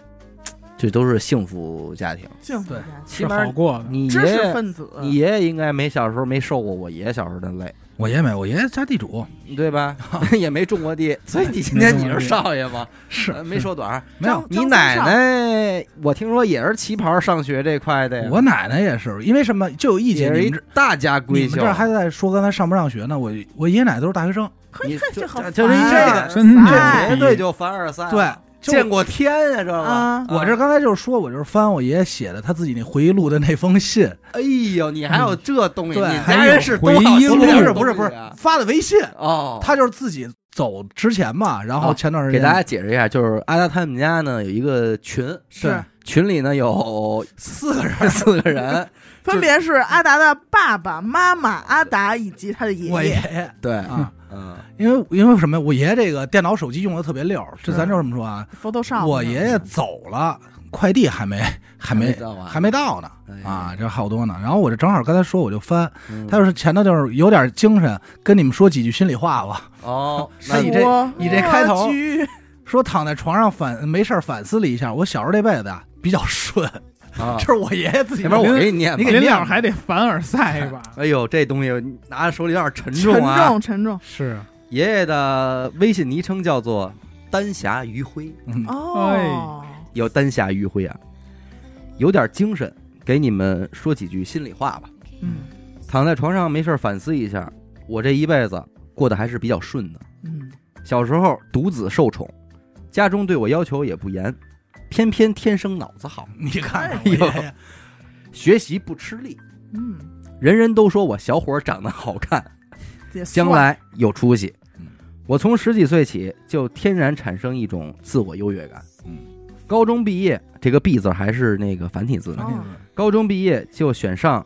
Speaker 1: 这都是幸福家庭。
Speaker 3: 幸福
Speaker 4: 对
Speaker 3: 家庭
Speaker 1: 起
Speaker 4: 是
Speaker 1: 码
Speaker 4: 好过的。
Speaker 1: 你
Speaker 3: <laughs> 知
Speaker 1: 爷
Speaker 3: 识
Speaker 1: 爷，
Speaker 3: 分子，
Speaker 1: 你爷爷应该没小时候没受过我爷爷小时候的累，
Speaker 2: 我爷爷没，我爷爷家地主
Speaker 1: 对 <laughs> 吧？也没种过地， <laughs> 所以你今天你是少爷吗？
Speaker 2: 是
Speaker 1: 呃没说短儿。
Speaker 2: 没有。
Speaker 3: 张
Speaker 1: 你奶奶，我听说也是旗袍上学这块的呀，
Speaker 2: 我奶奶也是，因为什么就有一姐，
Speaker 1: 也
Speaker 2: 你
Speaker 1: 是一
Speaker 2: 们这
Speaker 1: 大家啊
Speaker 2: 你
Speaker 1: 闺
Speaker 2: 们
Speaker 1: 秀
Speaker 2: 这。儿还在说刚才上不上学呢？我我爷爷奶奶都是大学生，
Speaker 3: 嘿
Speaker 1: 你
Speaker 3: 嘿
Speaker 1: 就
Speaker 3: 好
Speaker 1: 就是
Speaker 3: 烦
Speaker 1: 这
Speaker 3: 啊
Speaker 1: 个
Speaker 4: 真的
Speaker 3: 哎
Speaker 1: 绝对就凡尔赛，
Speaker 2: 嗯对，，就嗯
Speaker 1: 见过天呀，这个。
Speaker 3: 啊，
Speaker 2: 我这刚才就是说，我就是翻我爷爷写的他自己那回忆录的那封信，
Speaker 1: 哎呦，你还有这东西，
Speaker 2: 嗯
Speaker 1: 你
Speaker 2: 对
Speaker 1: 家人是
Speaker 4: 还有
Speaker 1: 多好
Speaker 4: 回忆
Speaker 1: 心
Speaker 4: 录
Speaker 2: 不
Speaker 1: 眼
Speaker 2: 是
Speaker 1: 儿
Speaker 2: 不
Speaker 1: 的
Speaker 2: 是不是不
Speaker 1: 东
Speaker 2: 是
Speaker 1: 西啊
Speaker 2: 发的微信，
Speaker 1: 哦，
Speaker 2: 他就是自己走之前嘛，然后
Speaker 1: 哦
Speaker 2: 前段时
Speaker 1: 给
Speaker 2: 间
Speaker 1: 大家解释一下，就是阿达他们家呢有一个群，
Speaker 3: 是
Speaker 1: 群里呢有四个人，四个人，
Speaker 3: 分别是阿达的爸爸妈妈、阿达以及他的
Speaker 2: 对
Speaker 3: 爷
Speaker 2: 我爷
Speaker 3: 爷。
Speaker 2: 爷
Speaker 1: 对，
Speaker 2: 啊，
Speaker 1: 嗯，
Speaker 2: 因为因为什么？我爷爷这个电脑手机用的特别溜儿，这
Speaker 3: 是
Speaker 2: 咱就这么说啊，
Speaker 3: Photoshop，
Speaker 2: 我爷爷走了，快递还没还没
Speaker 1: 到啊，
Speaker 2: 还没到呢
Speaker 1: 哎呀
Speaker 2: 啊，，这好多呢。然后我这正好刚才说我就翻，
Speaker 1: 嗯
Speaker 2: 他要是前头就是有点精神，跟你们说几句心里话吧。
Speaker 1: 哦，那
Speaker 2: 那你这你这开头
Speaker 3: 蜗居
Speaker 2: 说躺在床上反没事儿反思了一下，我小时候这辈子啊比较顺，
Speaker 1: 啊
Speaker 2: 这，是我爷爷自己
Speaker 1: 要不然我给你念吧，
Speaker 2: 你给
Speaker 4: 临
Speaker 2: 念
Speaker 4: 了
Speaker 2: 吧
Speaker 4: 还得凡尔赛一把，
Speaker 1: 哎呦，这东西拿在手里有点沉
Speaker 3: 沉
Speaker 1: 重啊。
Speaker 3: 重沉重
Speaker 4: 是
Speaker 1: 爷爷的微信昵称叫做“丹霞余晖”，
Speaker 2: 嗯
Speaker 3: 哦，
Speaker 1: 有丹霞余晖啊，有点精神，给你们说几句心里话吧。
Speaker 3: 嗯
Speaker 1: 躺在床上没事儿反思一下，我这一辈子过得还是比较顺的。
Speaker 3: 嗯，
Speaker 1: 小时候独子受宠，家中对我要求也不严，偏偏天生脑子好，
Speaker 2: 你看看
Speaker 1: 哎
Speaker 2: 我
Speaker 1: 呦
Speaker 2: 爷爷，
Speaker 1: 学习不吃力。
Speaker 3: 嗯，
Speaker 1: 人人都说我小伙儿长得好看，
Speaker 3: 也
Speaker 1: 将
Speaker 3: 算
Speaker 1: 来有出息
Speaker 2: 嗯。
Speaker 1: 我从十几岁起就天然产生一种自我优越感。
Speaker 2: 嗯，
Speaker 3: 哦
Speaker 1: 高中毕业，这个“毕”字还是那个繁体字呢。
Speaker 3: 哦
Speaker 1: 高中毕业就选上，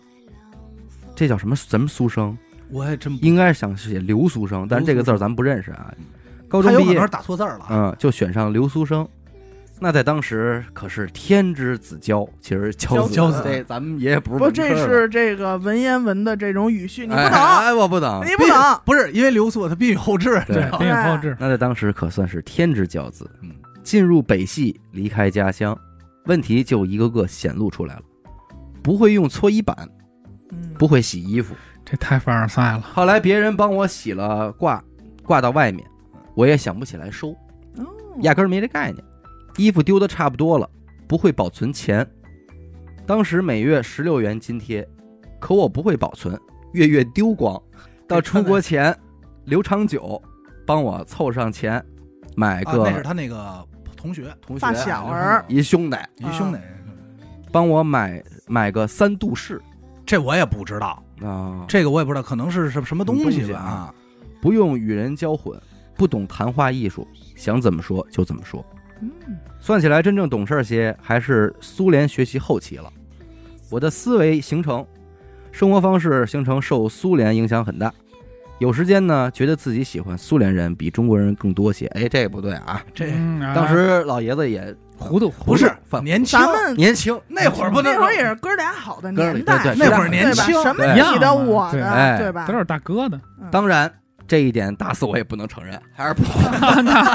Speaker 1: 这叫什么什么苏生？
Speaker 2: 我还真不
Speaker 1: 应该想写留苏生，但是这个字儿咱不认识啊。高中
Speaker 2: 他有
Speaker 1: 毕
Speaker 2: 可
Speaker 1: 业
Speaker 2: 能是打错字儿了啊。
Speaker 1: 嗯，就选上留苏生。那在当时可是天之子骄，其实骄
Speaker 2: 骄子
Speaker 1: 这咱们也不是
Speaker 3: 不，
Speaker 1: 文科的
Speaker 3: 这是这个文言文的这种语序，你不
Speaker 1: 哎
Speaker 3: 懂，
Speaker 1: 哎，我不懂。
Speaker 3: 你不懂，
Speaker 2: 不是因为留宿他必须后置，
Speaker 1: 对
Speaker 4: 对，边有后置，
Speaker 1: 那在当时可算是天之骄子
Speaker 2: 嗯，
Speaker 1: 进入北戏，离开家乡，问题就一个个显露出来了。不会用搓衣板，
Speaker 3: 嗯
Speaker 1: 不会洗衣服。
Speaker 4: 这太凡尔赛了。
Speaker 1: 后来别人帮我洗了挂，挂到外面，我也想不起来收。
Speaker 3: 哦
Speaker 1: 压根儿没这概念。衣服丢的差不多了，不会保存钱。当时每月十六元津贴，可我不会保存，月月丢
Speaker 2: <laughs>
Speaker 1: 光。到出国前，刘长久帮我凑上钱，买
Speaker 2: 啊，
Speaker 1: 个
Speaker 2: 那是他那个同学啊
Speaker 1: 同
Speaker 3: 发
Speaker 1: 学
Speaker 3: 小儿
Speaker 1: 一兄弟
Speaker 2: 一
Speaker 3: 嗯
Speaker 2: 兄弟，
Speaker 1: 帮我买买个三度式
Speaker 2: 这我也不知道，
Speaker 1: 啊，
Speaker 2: 这个我也不知道，可能是什什么东西吧啊。
Speaker 1: 不用与人交混，不懂谈话艺术，想怎么说就怎么说。
Speaker 3: 嗯
Speaker 1: 算起来，真正懂事儿些还是苏联学习后期了。我的思维形成、生活方式形成受苏联影响很大。有时间呢，觉得自己喜欢苏联人比中国人更多些。哎，这不对啊！
Speaker 2: 这
Speaker 4: 嗯啊
Speaker 1: 当时老爷子也
Speaker 4: 糊涂，
Speaker 2: 不是
Speaker 1: 犯
Speaker 2: 年轻
Speaker 3: 咱，们
Speaker 1: 年轻，
Speaker 2: 那会儿不能
Speaker 3: 那会儿
Speaker 2: <laughs>
Speaker 3: 也是哥俩好的年代
Speaker 1: 哥，儿对
Speaker 2: 那会儿
Speaker 3: 对吧
Speaker 2: 年轻，
Speaker 3: 什么
Speaker 1: 对
Speaker 3: 你的我
Speaker 4: 一样
Speaker 1: 嘛
Speaker 2: 哎
Speaker 3: 的，
Speaker 1: 对
Speaker 3: 对吧
Speaker 4: 都？是大哥的，
Speaker 1: 当然这一点大四我也不能承认，还
Speaker 4: <laughs>
Speaker 1: 是不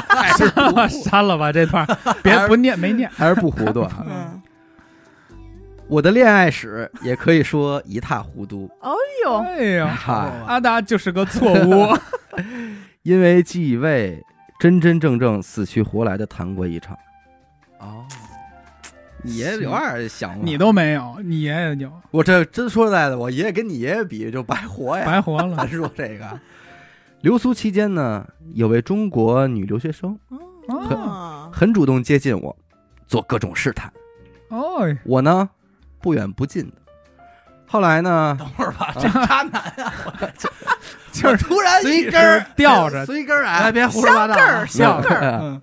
Speaker 1: 还是不
Speaker 4: 删了吧这段儿，别不念没念。
Speaker 1: 还是不糊涂啊！
Speaker 3: 嗯，
Speaker 1: 我的恋爱史也可以说一塌糊涂，
Speaker 3: 哎呦，
Speaker 4: 哎
Speaker 1: <laughs>
Speaker 4: 呀，
Speaker 1: 嗨，
Speaker 4: 阿达就是个错误，
Speaker 1: 因为继位，真真正正死去活来的谈过一场。哦，你爷爷有点想法
Speaker 4: 你都没有，你爷爷有，
Speaker 1: 我这真说实在的，我爷爷跟你爷爷比就白活呀。
Speaker 4: 白 <laughs> 活了
Speaker 1: 咱。说这个，留苏期间呢，有位中国女留学生
Speaker 2: 嗯
Speaker 3: 哦
Speaker 1: 很主动接近我，做各种试探。
Speaker 4: 哦，
Speaker 1: 我呢，不远不近的。后来呢，
Speaker 2: 等会儿吧，这渣男
Speaker 4: 就是
Speaker 1: 哦
Speaker 2: 突然一根儿
Speaker 4: 吊着
Speaker 2: 随根儿哎，别胡说八道啊，
Speaker 4: 香
Speaker 3: 根儿
Speaker 2: 嗯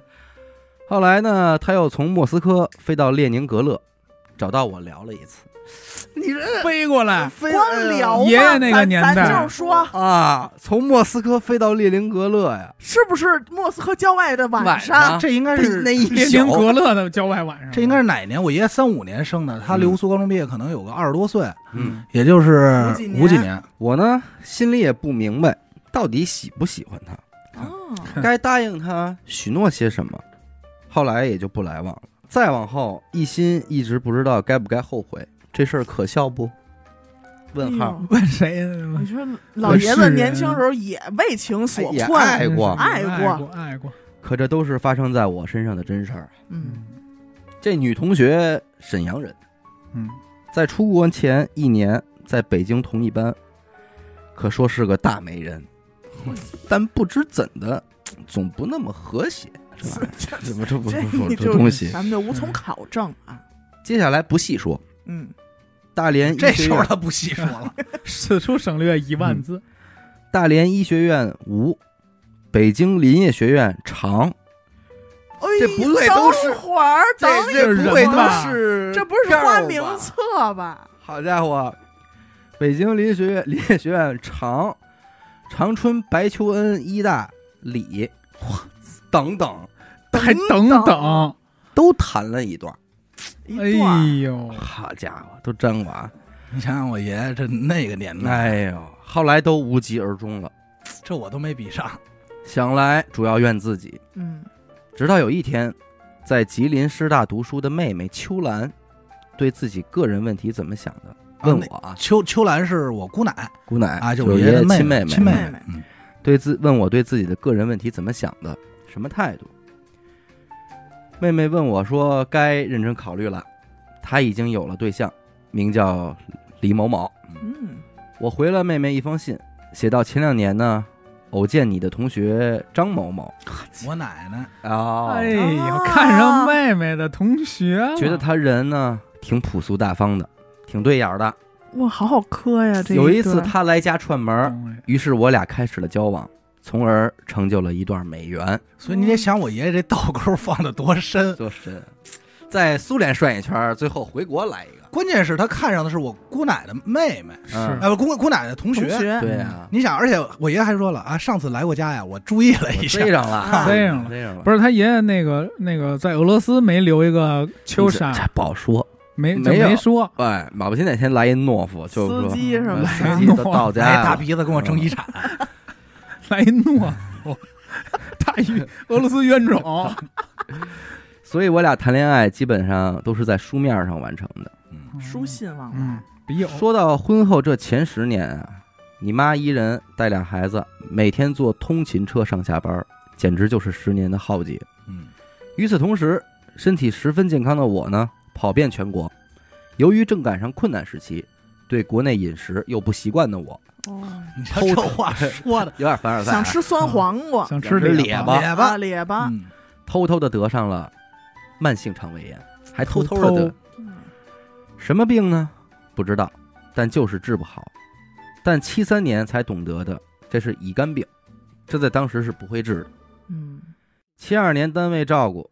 Speaker 1: 后来呢，他又从莫斯科飞到列宁格勒，找到我聊了一次。你这
Speaker 4: 飞过来，
Speaker 1: 飞
Speaker 3: 光聊嘛
Speaker 4: 爷爷那个年代
Speaker 3: 呃咱咱就说，
Speaker 1: 啊，从莫斯科飞到列宁格勒呀，
Speaker 3: 是不是莫斯科郊外的晚
Speaker 1: 晚上
Speaker 3: 上？
Speaker 2: 这应该是嗯
Speaker 1: 那一宿
Speaker 4: 列宁格勒的郊外晚上，
Speaker 2: 这应该是哪年？我爷爷三五年生的，他留苏高中毕业可能有个二十多岁，
Speaker 1: 嗯，
Speaker 2: 也就是
Speaker 3: 五几年
Speaker 2: 嗯五几年。
Speaker 1: 我呢心里也不明白，到底喜不喜欢他，
Speaker 3: 哦
Speaker 1: 该答应他许诺些什么，后来也就不来往了。再往后，一心一直不知道该不该后悔，这事儿可笑不？问
Speaker 3: 哎
Speaker 1: 号，
Speaker 3: 呦
Speaker 4: 问谁呢？
Speaker 3: 你说老爷
Speaker 4: 我是
Speaker 3: 子
Speaker 4: 人
Speaker 3: 年轻时候也为情所
Speaker 1: 哎也
Speaker 3: 困，
Speaker 1: 爱过
Speaker 4: 爱
Speaker 3: 爱
Speaker 4: 过，爱过。
Speaker 1: 可这都是发生在我身上的真事儿。
Speaker 3: 嗯，
Speaker 1: 这女同学沈阳人，
Speaker 4: 嗯，
Speaker 1: 在出国前一年在北京同一班，可说是个大美人，但不知怎的，总不那么和谐，是吧？怎么这不
Speaker 3: 这
Speaker 1: 不
Speaker 3: 你
Speaker 1: 这
Speaker 3: 就
Speaker 1: 东西？嗯
Speaker 3: 咱们就无从考证啊。
Speaker 1: 接下来不细说。
Speaker 3: 嗯，
Speaker 1: 大连医
Speaker 2: 这
Speaker 1: 学
Speaker 2: 事儿
Speaker 1: 院，
Speaker 2: 他不细说 <laughs> 了。
Speaker 4: 此处省略一万字。
Speaker 1: 大连医学院无，北京林业学院长，
Speaker 3: 哎
Speaker 1: 这
Speaker 3: 呦
Speaker 1: 不对都是
Speaker 3: 等会儿，等一
Speaker 4: 这不会都
Speaker 1: 是
Speaker 3: 这不是花名册吧？
Speaker 1: 好家伙，北京林学院林 <laughs> 业学院长，长春白求恩医大理，等等
Speaker 4: 还等等，
Speaker 1: 都谈了一段。
Speaker 3: 一
Speaker 4: 哎
Speaker 3: 段儿
Speaker 4: 呦，
Speaker 1: 好家伙，都沾过啊！
Speaker 2: 你想想我爷爷这那个年代，
Speaker 1: 哎呦，后来都无疾而终了。
Speaker 2: 这我都没比上。
Speaker 1: 想来主要怨自己。
Speaker 3: 嗯，
Speaker 1: 直到有一天，在吉林师大读书的妹妹秋兰，对自己个人问题怎么想的，问我啊，
Speaker 2: 秋秋兰是我姑奶
Speaker 1: 姑奶
Speaker 2: 啊，就
Speaker 1: 就是
Speaker 2: 我
Speaker 1: 爷
Speaker 2: 爷的
Speaker 1: 亲
Speaker 2: 妹
Speaker 1: 妹，
Speaker 2: 亲妹
Speaker 3: 妹妹
Speaker 2: 妹。嗯
Speaker 1: 对自问我对自己的个人问题怎么想的，什么态度。妹妹问我说：“该认真考虑了，她已经有了对象，名叫李某某。
Speaker 3: 嗯，”
Speaker 1: 我回了妹妹一封信，写到前两年呢，偶见你的同学张某某
Speaker 2: 我奶奶
Speaker 3: 哦
Speaker 1: 啊，
Speaker 4: 哎呦，看上妹妹的同学了，
Speaker 1: 觉得他人呢挺朴素大方的，挺对眼儿的。
Speaker 3: 哇，好好磕呀！这
Speaker 1: 有
Speaker 3: 一
Speaker 1: 一次
Speaker 3: 对儿
Speaker 1: 他来家串门儿，
Speaker 4: 懂了
Speaker 1: 于是我俩开始了交往，从而成就了一段美缘。
Speaker 2: 所以你得想我爷爷这倒钩放的多深。
Speaker 1: 多深，在苏联涮一圈儿，最后回国来一个。
Speaker 2: 关键是他看上的是我姑奶奶妹妹，
Speaker 1: 嗯
Speaker 4: 是
Speaker 2: 哎，不姑姑奶奶同
Speaker 3: 同
Speaker 2: 学。
Speaker 3: 学，
Speaker 1: 对啊，
Speaker 2: 你想，而且我爷爷还说了啊，上次来过家呀，我注意了一下
Speaker 1: 追，上了，
Speaker 3: 啊
Speaker 4: 追上了
Speaker 1: 追上了。
Speaker 4: 不是他爷爷那个那个在俄罗斯没留一个秋
Speaker 1: 这
Speaker 4: 莎，
Speaker 1: 这不好说。
Speaker 4: 没就
Speaker 1: 没有
Speaker 4: 没说，
Speaker 1: 哎，马不停哪天来一懦夫，就
Speaker 3: 司
Speaker 1: 是说嗯
Speaker 3: 机什么
Speaker 1: 司
Speaker 3: 的
Speaker 1: 机都到
Speaker 2: 来
Speaker 1: 家
Speaker 2: 哎大
Speaker 1: 了，
Speaker 2: 鼻子跟我争遗产，
Speaker 4: 莱诺夫，大
Speaker 1: <laughs>
Speaker 4: 于俄罗斯冤种，
Speaker 1: 所以我俩谈恋爱基本上都是在书面上完成的。
Speaker 3: 书信往
Speaker 4: 嗯
Speaker 3: 来，，
Speaker 4: 笔友
Speaker 1: 说到婚后这前十年啊，你妈一人带俩孩子，每天坐通勤车上下班儿，简直就是十年的浩劫。
Speaker 2: 嗯，
Speaker 1: 与此同时，身体十分健康的我呢，跑遍全国。由于正赶上困难时期，对国内饮食又不习惯的我，
Speaker 3: 哦，
Speaker 2: 嗯你瞧这话说的，
Speaker 1: 有点凡尔嗯赛啊、
Speaker 3: 想吃酸黄瓜，
Speaker 4: 想吃
Speaker 1: 想吃
Speaker 4: 列
Speaker 1: 列巴
Speaker 4: 巴，
Speaker 2: 咧
Speaker 3: 啊，
Speaker 2: 吧，
Speaker 3: 列巴，
Speaker 2: 嗯
Speaker 1: 偷偷的得上了慢性肠胃炎，还偷偷
Speaker 4: 偷
Speaker 1: 的得
Speaker 4: 偷
Speaker 3: 嗯
Speaker 1: 什么病呢？不知道，但就是治不好。但七三年才懂得的，这是乙肝病，这在当时是不会治的。
Speaker 3: 嗯，
Speaker 1: 七二年单位照顾，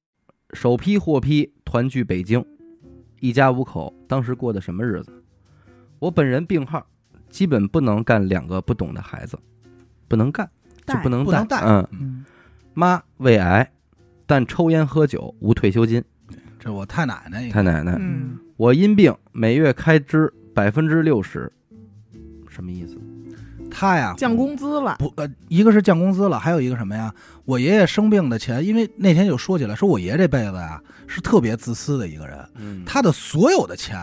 Speaker 1: 首批获批团聚北京，一家五口当时过的什么日子？我本人病号，基本不能干两个不懂的孩子，不能干就
Speaker 3: 带
Speaker 1: 不能
Speaker 2: 不能带
Speaker 1: 嗯，
Speaker 4: 嗯，
Speaker 1: 妈胃癌，但抽烟喝酒无退休金。
Speaker 2: 这我太奶奶应该
Speaker 1: 太奶奶，
Speaker 3: 嗯，
Speaker 1: 我因病每月开支百分之六十，什么意思？
Speaker 2: 她呀
Speaker 3: 降工资了，
Speaker 2: 不呃，一个是降工资了，还有一个什么呀？我爷爷生病的钱，因为那天就说起来，说我爷这辈子呀是特别自私的一个人，
Speaker 1: 嗯
Speaker 2: 他的所有的钱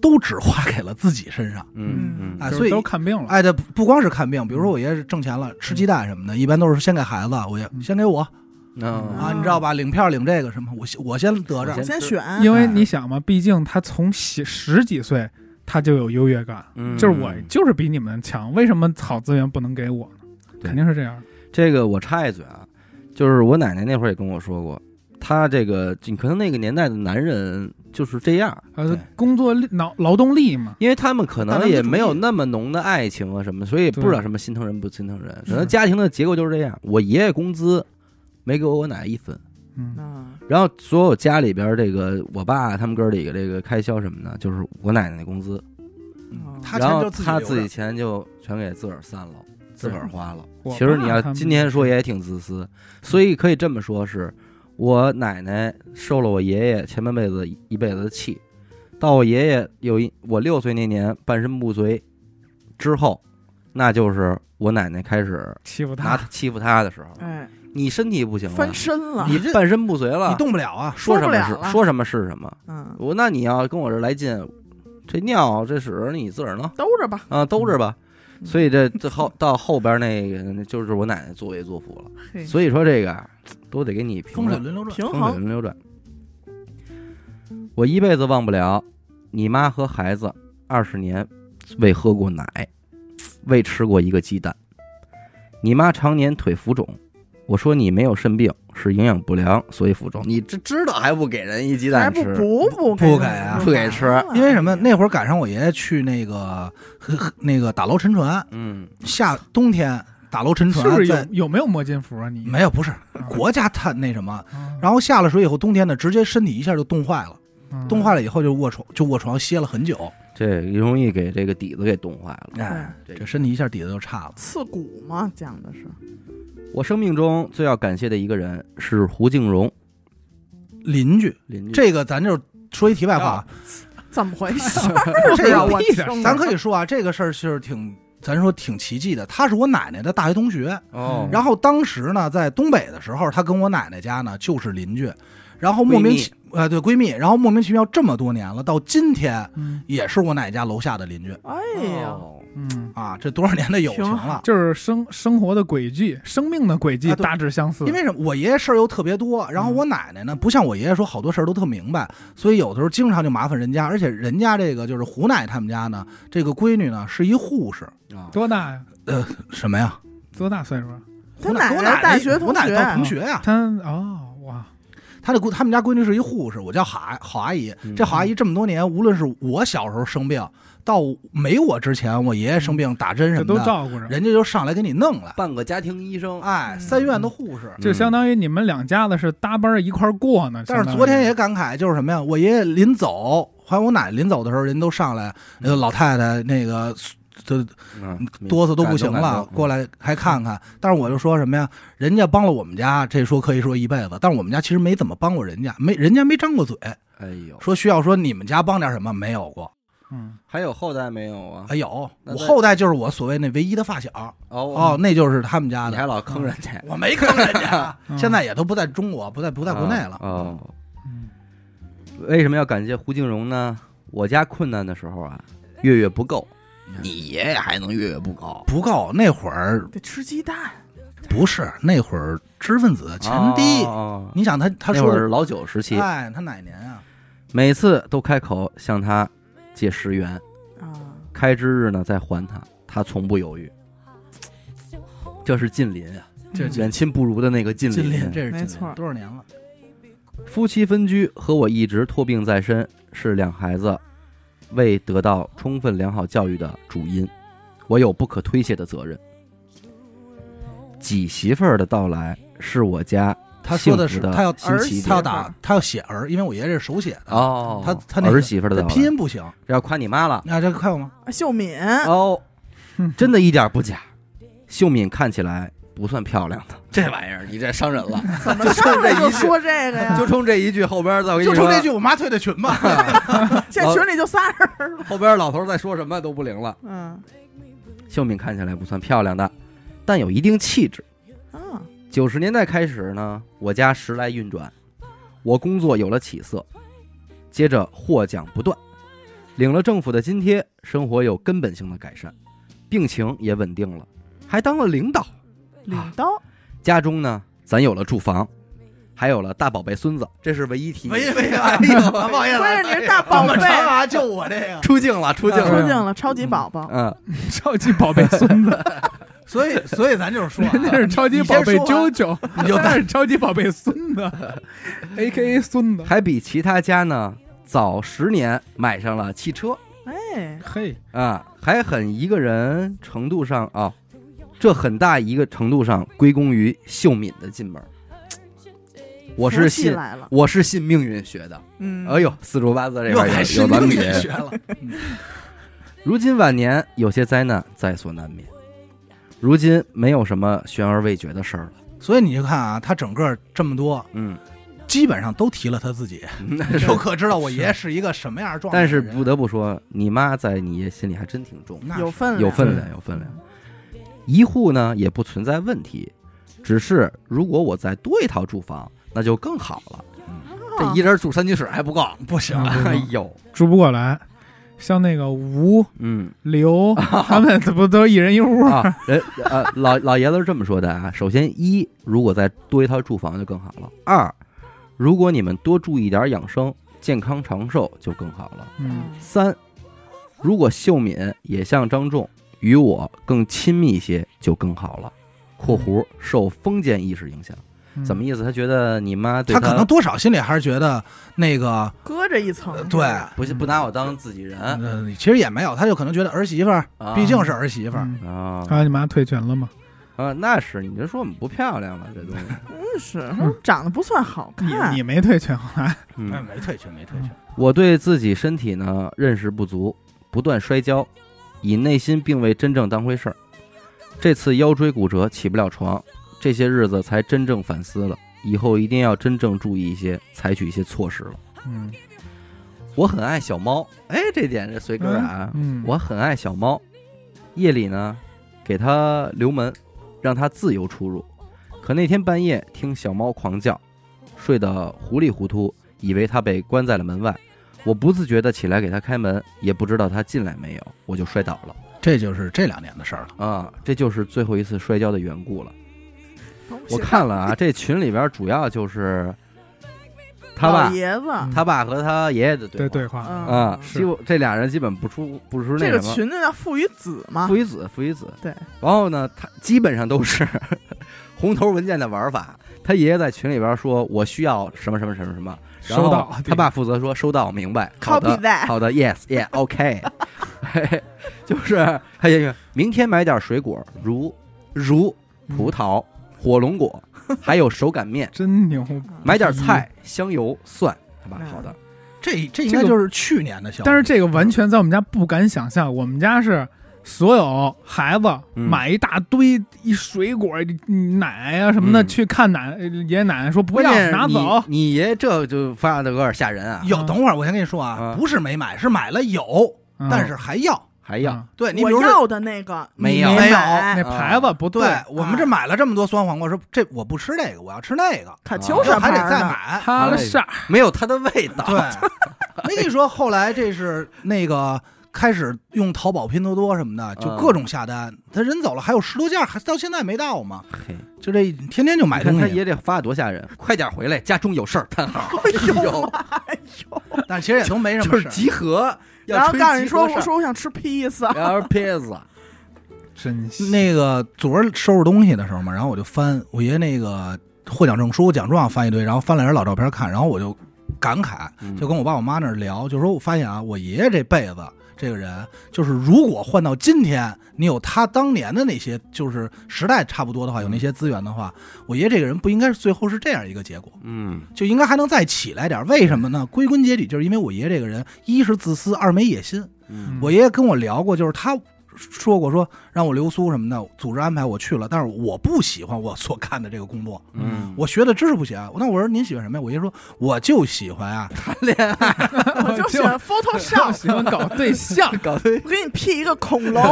Speaker 2: 都只花给了自己身上。
Speaker 1: 嗯嗯，嗯
Speaker 4: 就
Speaker 2: 啊
Speaker 4: 是
Speaker 2: 所以
Speaker 4: 都看病了，
Speaker 2: 哎，这不不光是看病，比如说我爷爷挣钱了，吃鸡蛋什么的，一般都是先给孩子，我爷
Speaker 4: 嗯
Speaker 2: 先给我
Speaker 1: 那
Speaker 2: 啊，你知道吧？领票领这个什么，我先我先得着
Speaker 1: 嗯我
Speaker 3: 我。先选，
Speaker 4: 因为你想嘛，毕竟他从十十几岁他就有优越感，
Speaker 1: 嗯
Speaker 4: 就是我就是比你们强，为什么好资源不能给我呢？
Speaker 1: 对
Speaker 4: 肯定是这样的，
Speaker 1: 这个我插一嘴啊，就是我奶奶那会儿也跟我说过，她这个你可能那个年代的男人就是这样，
Speaker 4: 呃
Speaker 2: 对，
Speaker 4: 工作力劳劳动力嘛，
Speaker 1: 因为他们可
Speaker 2: 大
Speaker 1: 能
Speaker 2: 男子
Speaker 1: 也
Speaker 2: 主义
Speaker 1: 没有那么浓的爱情啊什么，所以也不知道什么心疼人不心疼人，可能家庭的结构就是这样。我爷爷工资没给我我奶奶一分，
Speaker 4: 嗯，
Speaker 3: 嗯，
Speaker 1: 然后所有家里边这个我爸他们哥儿几个这个开销什么的，就是我奶奶那工资，
Speaker 3: 哦
Speaker 2: 嗯他钱
Speaker 1: 嗯然后
Speaker 2: 就自己
Speaker 1: 他
Speaker 2: 留
Speaker 1: 自己
Speaker 2: 着
Speaker 1: 钱就全给自个儿散了，自个儿花了。
Speaker 4: 我
Speaker 1: 其实你
Speaker 4: 爸
Speaker 1: 要
Speaker 4: 他们
Speaker 1: 今天说也挺自私，所以可以这么说是，我奶奶受了我爷爷前半辈子一辈子的气，到我爷爷有一我六岁那年半身不遂之后，那就是我奶奶开始
Speaker 4: 欺负
Speaker 1: 拿
Speaker 4: <laughs> 他，
Speaker 1: 她欺负她的时候，
Speaker 3: 哎，
Speaker 1: 你身体不行了
Speaker 3: 翻，身了，
Speaker 1: 你半身不遂了，
Speaker 2: 你动不了啊，
Speaker 1: 说什么
Speaker 3: 说不了
Speaker 1: 是
Speaker 3: 了
Speaker 1: 说什么是什么。
Speaker 3: 嗯，
Speaker 1: 我那你要跟我这来劲，这尿这屎你自个儿弄
Speaker 3: 兜着吧，
Speaker 1: 啊，兜着吧。
Speaker 3: 嗯
Speaker 1: 所以这这后到后边那个就是我奶奶作威作福了。
Speaker 3: 嘿，
Speaker 1: 所以说这个都得给你评
Speaker 2: 风水
Speaker 1: 论，
Speaker 2: 轮流转。
Speaker 3: 平
Speaker 1: 风水
Speaker 3: 衡，
Speaker 1: 轮流转。我一辈子忘不了你妈和孩子二十年未喝过奶，未吃过一个鸡蛋。你妈常年腿浮肿，我说你没有肾病，是营养不良所以浮肿。你这知道还不给人一鸡
Speaker 3: 还
Speaker 1: 蛋
Speaker 3: 不
Speaker 1: 吃？
Speaker 3: 补补给
Speaker 2: 不给啊
Speaker 1: 不给吃
Speaker 3: 啊
Speaker 2: 因为什么？那会儿赶上我爷爷去那个呵呵那个打捞沉船，
Speaker 1: 嗯，
Speaker 2: 夏冬天打捞沉
Speaker 4: 是不
Speaker 2: 船
Speaker 4: 是有
Speaker 2: 在
Speaker 4: 有没有摸金符啊？你
Speaker 2: 没有不
Speaker 1: 嗯
Speaker 2: 是
Speaker 4: 啊
Speaker 2: 国家探那什么，
Speaker 4: 啊
Speaker 2: 然后下了水以后，冬天呢直接身体一下就冻坏了，
Speaker 4: 嗯
Speaker 2: 冻坏了以后就卧床就卧床歇了很久，
Speaker 1: 这容易给这个底子给冻坏了。
Speaker 2: 哎，
Speaker 1: 这
Speaker 2: 这身体一下底子就差了。
Speaker 3: 刺骨嘛，讲的是，
Speaker 1: 我生命中最要感谢的一个人是胡静荣
Speaker 2: 邻居，
Speaker 1: 邻居。
Speaker 2: 这个咱就说一题外话啊，
Speaker 3: 怎么回
Speaker 2: <laughs>
Speaker 3: 事儿
Speaker 2: 这
Speaker 3: 啊？
Speaker 2: 有
Speaker 3: 我
Speaker 4: 屁的
Speaker 3: 听着
Speaker 2: 咱可以说啊，这个事儿是挺咱说挺奇迹的。他是我奶奶的大学同学，
Speaker 1: 哦，
Speaker 2: 然后当时呢，在东北的时候，她跟我奶奶家呢就是邻居，然后莫名其呃对闺蜜，然后莫名其妙这么多年了，到今天
Speaker 4: 嗯
Speaker 2: 也是我奶奶家楼下的邻居
Speaker 3: 哎呀，
Speaker 1: 哦
Speaker 4: 嗯，
Speaker 2: 啊，这多少年的友情
Speaker 3: 挺好
Speaker 2: 了。
Speaker 4: 就是生生活的轨迹、生命的轨迹
Speaker 2: 啊对
Speaker 4: 大致相似，
Speaker 2: 因为什么？我爷爷事儿又特别多，然后我奶奶呢，不像我爷爷说好多事儿都特明白，所以有的时候经常就麻烦人家。而且人家这个就是胡奶他们家呢，这个闺女呢是一护士，
Speaker 1: 哦
Speaker 4: 多大呀？
Speaker 2: 什么呀？
Speaker 4: 多大岁数啊？
Speaker 3: 他
Speaker 2: 胡
Speaker 3: 奶
Speaker 2: 奶跟我
Speaker 3: 奶
Speaker 2: 奶
Speaker 3: 大学同啊
Speaker 2: 我奶奶
Speaker 3: 学
Speaker 2: 同学呀、
Speaker 4: 他哦哇，
Speaker 2: 他的闺他们家闺女是一护士，我叫好阿好阿姨
Speaker 1: 嗯。
Speaker 2: 这好阿姨这么多年，无论是我小时候生病，到没我之前，我爷爷生病打针
Speaker 4: 这
Speaker 2: 什
Speaker 4: 都
Speaker 2: 么的，
Speaker 4: 照顾着，
Speaker 2: 人家就上来给你弄来。
Speaker 1: 半个家庭医生，
Speaker 2: 哎，
Speaker 3: 嗯
Speaker 2: 三院的护士。
Speaker 4: 就相当于你们两家子是搭班儿一块儿过呢。
Speaker 2: 嗯但是
Speaker 4: 相当于
Speaker 2: 昨天也感慨，就是什么呀？我爷爷临走，还有我奶奶临走的时候，人都上来，
Speaker 4: 嗯
Speaker 2: 呃，老太太那个这
Speaker 1: 嗯
Speaker 2: 哆嗦都不行了，过
Speaker 1: 来
Speaker 4: 嗯
Speaker 2: 来还看看。但是我就说什么呀？人家帮了我们家，这说可以说一辈子，但是我们家其实没怎么帮过人家，没人家没张过嘴，
Speaker 1: 哎呦，
Speaker 2: 说需要说你们家帮点什么没有过。
Speaker 4: 嗯，
Speaker 1: 还有后代没有啊？
Speaker 2: 哎有，
Speaker 1: 那
Speaker 2: 我
Speaker 1: 在
Speaker 2: 后代就是我所谓那唯一的发小哦，，那就是他们家
Speaker 1: 你还
Speaker 2: 的。
Speaker 1: 老坑人家，
Speaker 2: 我没坑人
Speaker 1: <laughs>
Speaker 2: 家，
Speaker 4: 嗯
Speaker 2: 现在也都不在中国，不在不
Speaker 1: 不
Speaker 2: 在国内了。
Speaker 1: 哦，
Speaker 4: 嗯 <laughs>
Speaker 1: 为什么要感谢胡静荣呢？我家困难的时候啊，月月不够，哦你爷爷还能月月不够，
Speaker 2: 不够，那会儿
Speaker 3: 得吃鸡蛋，
Speaker 2: 不是那会儿知识分子钱低，
Speaker 1: 哦哦哦
Speaker 2: 你想他他
Speaker 1: 那
Speaker 2: 说
Speaker 1: 会
Speaker 2: 的
Speaker 1: 儿老九时期，
Speaker 2: 哎，他哪年啊？
Speaker 1: 每次都开口向他借十元，
Speaker 3: 啊，
Speaker 1: 开之日呢再还他，他从不犹豫。这是近邻啊，
Speaker 2: 这
Speaker 1: 远亲不如的那个近
Speaker 2: 近
Speaker 1: 邻
Speaker 2: 邻，这是近
Speaker 3: 没
Speaker 2: 邻
Speaker 3: 错
Speaker 2: 多少年了？
Speaker 1: 夫妻分居和我一直托病在身，是两孩子未得到充分良好教育的主因，我有不可推卸的责任。几媳妇儿的到来是我家
Speaker 2: 他说的
Speaker 1: 幸
Speaker 2: 是
Speaker 1: 福的
Speaker 2: 他要
Speaker 1: 新
Speaker 3: 儿
Speaker 1: 起
Speaker 3: 媳
Speaker 2: 他
Speaker 1: 点
Speaker 2: 要
Speaker 3: 妇
Speaker 2: 打他要写儿，因为我爷爷是手写的，
Speaker 1: 哦，
Speaker 2: 他他那个
Speaker 1: 儿媳妇儿的
Speaker 2: 这
Speaker 1: 到
Speaker 2: 拼
Speaker 1: 来，
Speaker 2: 音不行。
Speaker 1: 要夸你妈了
Speaker 2: 那这快吗？
Speaker 3: 啊秀
Speaker 2: <laughs>
Speaker 3: 敏，
Speaker 1: 哦，
Speaker 4: 嗯
Speaker 1: 真的一点不假。秀敏看起来不算漂亮 <laughs> 的，这玩意儿你这伤人了，
Speaker 3: 怎么上来就说这个呀？
Speaker 1: 冲这一句，后边再我
Speaker 2: 就冲这句，我妈退的群吧。
Speaker 3: 现在群里就仨人了，
Speaker 1: <laughs> 后边老头再说什么都不灵了。
Speaker 3: 嗯
Speaker 1: 秀敏看起来不算漂亮的，但有一定气质。
Speaker 3: 啊，
Speaker 1: 九十年代开始呢，我家时来运转，我工作有了起色，接着获奖不断，领了政府的津贴，生活有根本性的改善，病情也稳定了，还当了领导。
Speaker 3: 领
Speaker 2: 啊
Speaker 3: 刀，
Speaker 1: 家中呢，咱有了住房，还有了大宝贝孙子，这是唯一提。
Speaker 2: 喂喂，哎
Speaker 1: <laughs>
Speaker 2: 呦，不好意思，
Speaker 3: 关键你是大
Speaker 2: <laughs>
Speaker 3: 宝贝，
Speaker 2: 啊，就我这个。
Speaker 1: 出镜了，出镜
Speaker 3: 出
Speaker 1: <laughs> 了。
Speaker 3: 镜了，超级宝宝，
Speaker 1: 嗯，
Speaker 4: 超级宝贝孙
Speaker 2: <laughs>
Speaker 4: 子，
Speaker 2: 所以，所以咱就是说、啊，
Speaker 4: 人家是超级宝贝
Speaker 2: 你先说
Speaker 4: 啾
Speaker 2: 完
Speaker 4: 啾，
Speaker 2: 你就
Speaker 4: 他是超级宝贝孙子，A K A 孙子。
Speaker 1: 还比其他家呢早十年买上了汽车
Speaker 3: 哎，
Speaker 4: 嘿，
Speaker 1: 啊，还很一个人程度上啊、这很大一个程度上归功于秀敏的进门儿。我
Speaker 3: 福
Speaker 1: 是
Speaker 3: 气
Speaker 1: 信，
Speaker 3: 来了，
Speaker 1: 我是信命运学的。
Speaker 3: 嗯，
Speaker 1: 哎呦，四柱八字 <laughs> 这
Speaker 2: 又
Speaker 1: 块儿
Speaker 2: 开
Speaker 1: 有
Speaker 2: 始
Speaker 1: 有咱
Speaker 2: 英
Speaker 1: 们
Speaker 2: 语
Speaker 1: 也
Speaker 2: 学了。
Speaker 1: 如今晚年有些灾难在所难免，如今没有什么悬而未决的事儿了。
Speaker 2: 所以你就看啊，他整个这么多，
Speaker 1: 嗯，
Speaker 2: 基本上都提了他自
Speaker 1: <laughs>
Speaker 2: 己，就可知道我爷爷是一个什么样的状态
Speaker 1: 但
Speaker 2: 的
Speaker 1: 是
Speaker 2: 人。
Speaker 1: 不得不说，你妈在你爷心里还真挺重，
Speaker 2: 那
Speaker 3: 有分量
Speaker 1: 有分量，有分量。一户呢也不存在问题，只是如果我再多一套住房，那就更好了。这一人住三居室还不够，
Speaker 2: 不行
Speaker 4: 啊 <laughs>
Speaker 1: 哎呦，
Speaker 4: 住不过来。像那个吴
Speaker 1: 嗯 <laughs>
Speaker 4: 刘他们，这不都一人一屋？
Speaker 1: 啊，人呃老老爷子是这么说的啊。首先一，如果再多一套住房就更好了；二，如果你们多注意点养生，健康长寿就更好了。
Speaker 4: 嗯，
Speaker 1: 三，如果秀敏也像张仲与我更亲密些，就更好了。（括弧受封建意识影响）
Speaker 4: 嗯
Speaker 1: 怎么意思？他觉得你妈 <laughs> 对啊
Speaker 2: 他可能多少心里还是觉得那个，
Speaker 3: 搁着一层
Speaker 2: 呃，
Speaker 3: 是
Speaker 2: 对，
Speaker 3: 吧
Speaker 1: 不不拿我当自己人啊？
Speaker 2: 呃，其实也没有，他就可能觉得儿媳妇儿毕竟是儿媳妇儿，
Speaker 4: 嗯
Speaker 1: 啊
Speaker 4: 还有你妈退群了吗？
Speaker 1: 啊，那是你就说我们不漂亮了，这东西。
Speaker 3: 真
Speaker 2: 嗯
Speaker 3: 是嗯长得不算好
Speaker 4: 你
Speaker 3: 看
Speaker 4: 你。没退群啊后
Speaker 1: <laughs>
Speaker 4: 来，
Speaker 1: 嗯
Speaker 2: 哎， <laughs> 没退群，没退群，
Speaker 1: 我对自己身体呢认识不足，不断摔跤，以内心并未真正当回事儿。这次腰椎骨折起不了床，这些日子才真正反思了，以后一定要真正注意一些，采取一些措施了。
Speaker 4: 嗯
Speaker 1: 我很爱小猫，哎，这点这随哥啊，
Speaker 4: 嗯，
Speaker 1: 我很爱小猫。夜里呢，给它留门，让它自由出入。可那天半夜听小猫狂叫，睡得糊里糊涂，以为它被关在了门外。我不自觉地起来给它开门，也不知道它进来没有，我就摔倒了
Speaker 2: 这就是这两年的事儿了。
Speaker 1: 啊！这就是最后一次摔跤的缘故了。
Speaker 3: 都不
Speaker 1: 我
Speaker 3: 行
Speaker 1: 看了啊，这群里边主要就是他
Speaker 3: 老
Speaker 1: 爸、
Speaker 3: 爷子，
Speaker 4: 嗯
Speaker 1: 他爸和他爷爷的
Speaker 4: 对
Speaker 1: 对
Speaker 4: 对话，
Speaker 1: 话
Speaker 3: 嗯
Speaker 1: 啊，
Speaker 4: 是
Speaker 1: 基本这俩人基本不出不出那
Speaker 3: 这
Speaker 1: 什
Speaker 3: 个
Speaker 1: 么。
Speaker 3: 群就叫父与子嘛
Speaker 1: 父。与子，父与子。
Speaker 3: 啊对，
Speaker 1: 然后呢，他基本上都是 <laughs> 红头文件的玩法。他爷爷在群里边说：“我需要什么什么什么什么。”然后
Speaker 4: 收到。
Speaker 1: 他爸负责说：“收到，明白。”好的
Speaker 3: Copy，
Speaker 1: <laughs>
Speaker 3: that
Speaker 1: 好的，yes，yeah，OK。嘿嘿 <laughs> 就是他爷爷明天买点水果，如如
Speaker 4: 嗯，
Speaker 1: 葡萄、火龙果，还有手擀面
Speaker 4: 真牛，
Speaker 1: 买点菜、香油、蒜。他爸好的，
Speaker 2: 这这应该就是去年的消息，
Speaker 4: 但是这个完全在我们家不敢想象，我们家是。所有孩子
Speaker 1: 嗯
Speaker 4: 买一大堆一水果、一奶啊什么的，
Speaker 1: 嗯
Speaker 4: 去看奶呃爷爷奶奶说不
Speaker 1: 关键
Speaker 4: 要
Speaker 1: 是
Speaker 4: 拿
Speaker 1: 你
Speaker 4: 走，
Speaker 1: 你爷这就发的有点吓人啊，
Speaker 2: 有，等会儿我先跟你说
Speaker 1: 啊
Speaker 2: 啊，不是没买，是买了有，
Speaker 4: 嗯
Speaker 2: 但是还要。
Speaker 1: 还要嗯
Speaker 4: 嗯
Speaker 2: 对你比
Speaker 3: 我
Speaker 2: 如说，
Speaker 3: 要的那个
Speaker 1: 没
Speaker 3: 你
Speaker 1: 有
Speaker 2: 没有
Speaker 3: 买
Speaker 4: 那牌子不
Speaker 2: 对我
Speaker 1: 啊
Speaker 2: 们这买了这么多酸黄瓜，说这我不吃这个，我要吃那个，
Speaker 3: 可
Speaker 1: 啊
Speaker 3: 秋
Speaker 1: 不是
Speaker 3: 啥
Speaker 2: 还
Speaker 3: 牌
Speaker 2: 得
Speaker 3: 儿
Speaker 2: 再
Speaker 3: 的
Speaker 2: 买。
Speaker 4: 哈了事儿，
Speaker 1: 没有它的味道。<laughs>
Speaker 4: <laughs>
Speaker 2: 对，没跟你说，后来这是那个开始用淘宝、拼多多什么的，就
Speaker 1: 嗯
Speaker 2: 各种下单。他人走了，还有十多件儿，还到现在没到嘛。
Speaker 1: 嘿
Speaker 2: 就这天天就买
Speaker 1: 你看
Speaker 2: 东
Speaker 1: 他
Speaker 2: 西，
Speaker 1: 爷这发多吓人！快点回来，家中有事儿。叹号， <laughs> 哎呦，
Speaker 2: 但其实也都没什
Speaker 1: 就
Speaker 2: 么
Speaker 1: 是
Speaker 2: 事儿。
Speaker 1: 集合，
Speaker 3: 然
Speaker 1: 要
Speaker 3: 后
Speaker 1: 吹
Speaker 3: 告诉
Speaker 1: 集
Speaker 3: 你说，
Speaker 1: 合
Speaker 3: 我
Speaker 1: 上，
Speaker 3: 说我想吃披
Speaker 1: <laughs>
Speaker 3: 萨，
Speaker 1: 然后披萨，
Speaker 4: 真
Speaker 2: 那个昨儿收拾东西的时候嘛，然后我就翻我爷爷那个获奖证书、奖状翻一堆，然后翻了点老照片看，然后我就感慨，
Speaker 1: 嗯
Speaker 2: 就跟我爸我妈那儿聊，就说我发现啊，我爷爷这辈子这个人，就是如果换到今天，你有他当年的那些，就是时代差不多的话，有
Speaker 1: 嗯
Speaker 2: 那些资源的话，我爷爷这个人不应该是最后是这样一个结果，
Speaker 1: 嗯
Speaker 2: 就应该还能再起来点儿。为什么呢？归根结底，就是因为我爷爷这个人，一是自私，二没野心。
Speaker 1: 嗯
Speaker 2: 我爷爷跟我聊过，就是他说过说让我留苏什么的，组织安排我去了，但是我不喜欢我所干的这个工作，
Speaker 1: 嗯，
Speaker 2: 我学的知识不行。那我说您喜欢什么呀？我爷爷说我就喜欢啊，
Speaker 3: 我就喜
Speaker 4: <laughs>
Speaker 3: 欢
Speaker 2: <laughs>
Speaker 3: Photoshop，
Speaker 4: 喜欢搞对象，
Speaker 1: 搞对
Speaker 3: <laughs> 我给你 P 一个恐龙，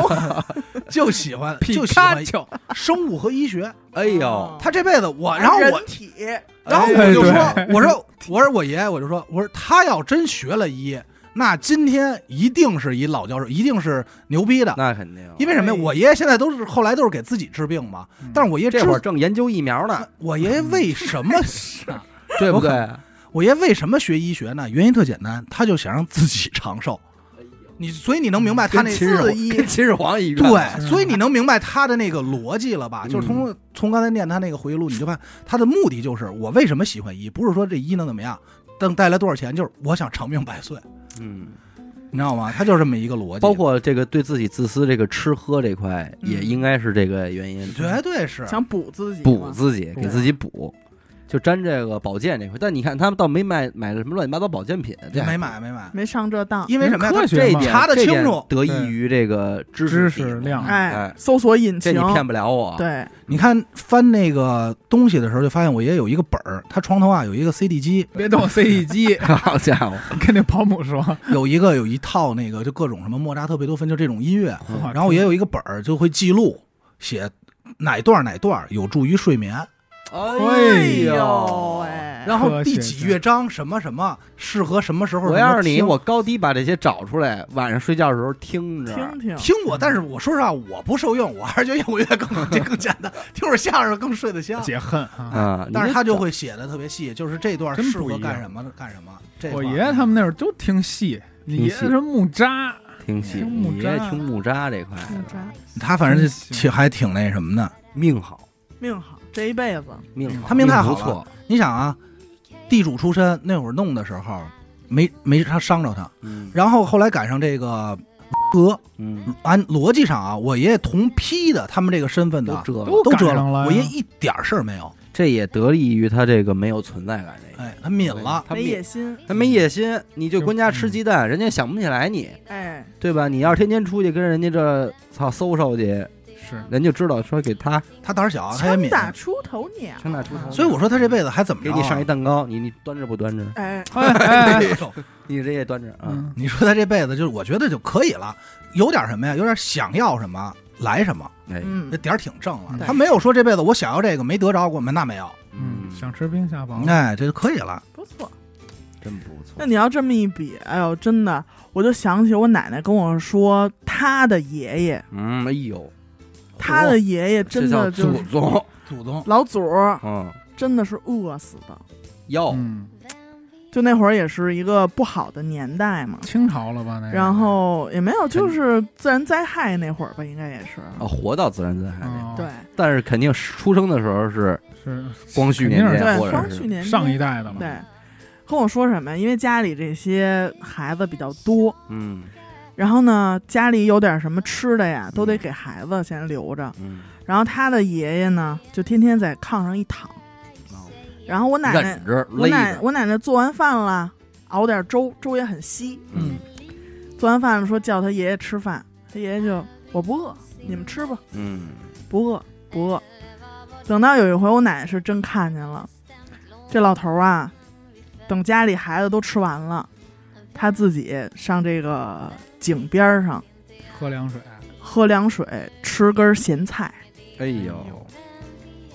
Speaker 2: <laughs> 就喜欢
Speaker 4: 皮
Speaker 2: 就喜
Speaker 4: 卡
Speaker 2: 欢
Speaker 4: 丘，
Speaker 2: 生物和医学。
Speaker 1: <laughs> 哎呦，
Speaker 2: 他这辈子我，然后我
Speaker 3: 哦哎人，体
Speaker 2: 然后我就
Speaker 4: 哎
Speaker 3: <laughs>
Speaker 2: 说，我说我说我爷爷，我就说我说他要真学了医，那今天一定是一老教授，一定是牛逼的。
Speaker 1: 那肯定，
Speaker 2: 因为什么呀？
Speaker 3: 哎嗯
Speaker 2: 我爷爷现在都是后来都是给自己治病嘛，
Speaker 1: 嗯
Speaker 2: 但是我爷爷
Speaker 1: 这
Speaker 2: 之
Speaker 1: 会儿正研究疫苗呢，
Speaker 2: 我爷爷为什么
Speaker 1: <laughs> 对不对？
Speaker 2: 我爷为什么学医学呢？原因特简单，他就想让自己长寿。
Speaker 3: 哎
Speaker 2: 你所以你能明白他那
Speaker 1: 跟秦始
Speaker 3: 自
Speaker 1: 皇
Speaker 3: 医
Speaker 1: 跟秦始皇一个，
Speaker 2: 对，所以你能明白他的那个逻辑了吧？
Speaker 1: 嗯
Speaker 2: 就是从从刚才念他那个回忆录，你就看他的目的就是我为什么喜欢医，不是说这医能怎么样，能带来多少钱，就是我想长命百岁，
Speaker 1: 嗯，
Speaker 2: 你知道吗？他就是这么一个逻辑，
Speaker 1: 包括这个对自己自私，这个吃喝这块
Speaker 3: 嗯
Speaker 1: 也应该是这个原因，
Speaker 2: 绝对是
Speaker 3: 想补自己嘛，
Speaker 1: 补自己，
Speaker 3: 对
Speaker 1: 给自己补。就沾这个保健这块，但你看他们倒没买买什么乱七八糟保健品，这
Speaker 2: 没买没买，
Speaker 3: 没上这
Speaker 1: 啊
Speaker 3: 当。
Speaker 2: 因为什么呀？
Speaker 4: 科
Speaker 2: 他
Speaker 1: 这
Speaker 4: 学
Speaker 1: 一
Speaker 4: 嘛
Speaker 1: 点
Speaker 2: 查得
Speaker 1: 这
Speaker 2: 清
Speaker 1: 点
Speaker 2: 楚
Speaker 1: 得益
Speaker 4: 对
Speaker 1: 于这个知
Speaker 4: 知
Speaker 1: 识底
Speaker 4: 识
Speaker 1: 子
Speaker 4: 量
Speaker 3: 哎
Speaker 1: 哎，
Speaker 3: 搜索引
Speaker 1: 这
Speaker 3: 擎
Speaker 1: 你，骗不了哎我。，
Speaker 3: 对，
Speaker 2: 你看翻那个东西的时候，就发现我爷有一个本儿，他床头啊有一个
Speaker 1: <laughs>
Speaker 2: CD 机，
Speaker 4: 别动 CE 机，
Speaker 1: <laughs> 好家伙，
Speaker 4: 跟那保姆说，
Speaker 1: 嗯
Speaker 2: 有一个有
Speaker 1: 啊
Speaker 2: 一套那个就各种什么莫扎特、贝多芬就这种音乐，然后也有一个本儿就会记录。写哪段哪段有助于睡眠，
Speaker 4: 哎
Speaker 3: 呦喂、
Speaker 1: 哎
Speaker 2: 然后
Speaker 4: 科
Speaker 2: <laughs> 第
Speaker 4: 学
Speaker 2: 几
Speaker 4: 家
Speaker 2: 乐章什么什么适合什么时候什么
Speaker 1: 我
Speaker 2: 听。
Speaker 1: 要是你，我高低把这些找出来，晚上睡觉的时候听着。
Speaker 3: 听听，
Speaker 2: 听我，但是我说实话，我不受用，我还是觉得摇滚乐更好，这更简单，听会儿相声更睡得香。
Speaker 4: 解恨啊！
Speaker 1: 啊，你
Speaker 2: 但是他就
Speaker 1: 找
Speaker 2: 会写的特别细，就是这段
Speaker 4: 真
Speaker 2: 适
Speaker 4: 不
Speaker 2: 合
Speaker 4: 一
Speaker 2: 干
Speaker 4: 样
Speaker 2: 什么干什么。这
Speaker 4: 我
Speaker 2: 块儿
Speaker 4: 爷爷他们那会儿都听戏，你
Speaker 1: 听
Speaker 4: 爷爷
Speaker 1: 戏
Speaker 4: 是木渣，
Speaker 1: 听戏，
Speaker 4: 听木
Speaker 1: 你
Speaker 4: 渣
Speaker 1: 爱听木渣这块的，
Speaker 3: 木渣
Speaker 2: 他反正
Speaker 4: 真
Speaker 2: 是
Speaker 4: 行
Speaker 2: 挺还挺那什么的。
Speaker 1: 命好，
Speaker 3: 命好，这一辈子
Speaker 1: 命好，
Speaker 2: 他命太好
Speaker 1: 不
Speaker 2: 了
Speaker 1: 错，
Speaker 2: 你想啊，地主出身那会儿弄的时候，没没他伤着他，
Speaker 1: 嗯
Speaker 2: 然后后来赶上这个哥，
Speaker 1: 嗯，
Speaker 2: 按逻辑上啊，我爷爷同批的他们这个身份
Speaker 1: 都
Speaker 2: 的啊
Speaker 1: 这了
Speaker 4: 都
Speaker 2: 都折
Speaker 4: 赶上了呀
Speaker 2: 我爷一点儿事儿没有，
Speaker 1: 这也得利于他这个没有存在感这个，
Speaker 2: 哎，他抿了。
Speaker 1: 他
Speaker 3: 没
Speaker 1: 没
Speaker 3: 野心，
Speaker 1: 他没野心，你就
Speaker 4: 就
Speaker 1: 光家吃鸡蛋，人家想不起来你，
Speaker 3: 哎，
Speaker 1: 对吧？你要是天天出去跟人家这操搜搜去，
Speaker 4: 是
Speaker 1: 人就知道说给啊他
Speaker 2: 他胆儿小，他也
Speaker 3: 枪
Speaker 2: 抿。
Speaker 3: 打出头鸟，
Speaker 1: 枪打出头鸟
Speaker 2: 所以我说他这辈子还怎么
Speaker 1: 给
Speaker 2: 着啊？
Speaker 1: 你上一蛋糕，你你端着不端着？
Speaker 3: 哎，
Speaker 4: <laughs> 哎
Speaker 1: <laughs>
Speaker 4: 哎
Speaker 1: 啊
Speaker 4: 哎
Speaker 2: 这种
Speaker 1: 你这也端着啊，
Speaker 4: 嗯
Speaker 2: 你说他这辈子就是，我觉得就可以了，有点什么呀？有点想要什么来什么，
Speaker 1: 哎，
Speaker 3: 嗯
Speaker 2: 这，点儿挺正了。
Speaker 4: 对
Speaker 2: 他没有说这辈子我想要这个没得着过，没那没有，
Speaker 4: 嗯，想吃冰下房，
Speaker 2: 哎，这就可以了。
Speaker 3: 不错。
Speaker 1: 真不错
Speaker 3: 那，你要这么一比，哎呦，真的，我就想起我奶奶跟我说，她的爷爷，
Speaker 1: 嗯，哎呦，
Speaker 3: 她的爷爷
Speaker 1: 这
Speaker 3: 真
Speaker 1: 叫
Speaker 3: 的就
Speaker 1: 祖
Speaker 3: 是
Speaker 1: 宗，
Speaker 2: 祖宗
Speaker 3: 老祖儿，
Speaker 1: 嗯，
Speaker 3: 真的是饿死的。
Speaker 1: 要
Speaker 4: 嗯，
Speaker 3: 就那会儿也是一个不好的年代嘛，
Speaker 4: 清朝了吧
Speaker 1: 哎
Speaker 4: 那个？哦
Speaker 3: 然后也没有，就是自然灾害那会儿吧，应该也是。
Speaker 1: 啊，活到自然灾害里，
Speaker 4: 哦
Speaker 3: 对
Speaker 1: 但是肯定是出生的时候是
Speaker 4: 是
Speaker 1: 光绪
Speaker 4: 肯
Speaker 1: 年
Speaker 4: 定
Speaker 1: 间
Speaker 4: 是
Speaker 1: 或
Speaker 3: 对，
Speaker 1: 者
Speaker 3: 光
Speaker 1: 是
Speaker 3: 绪年间
Speaker 4: 上一代的嘛，
Speaker 3: 对，跟我说什么？因为家里这些孩子比较多，
Speaker 1: 嗯
Speaker 3: 然后呢，家里有点什么吃的呀，都得
Speaker 1: 嗯
Speaker 3: 给孩子先留着。
Speaker 1: 嗯，
Speaker 3: 然后他的爷爷呢，就天天在炕上一躺。然后我奶奶
Speaker 1: 忍，着
Speaker 3: 我
Speaker 1: 勒
Speaker 3: 奶
Speaker 1: 着，
Speaker 3: 我奶奶做完饭了，熬点粥，粥也很稀。
Speaker 1: 嗯
Speaker 3: 做完饭了说叫他爷爷吃饭，他爷爷就我不饿，你们吃吧，
Speaker 1: 嗯，
Speaker 3: 不饿不饿。等到有一回我奶奶是真看见了，这老头儿啊，等家里孩子都吃完了，他自己上这个井边儿上
Speaker 4: 喝凉水，
Speaker 3: 喝凉水，吃根咸菜，
Speaker 1: 哎
Speaker 4: 哎
Speaker 1: 呦，，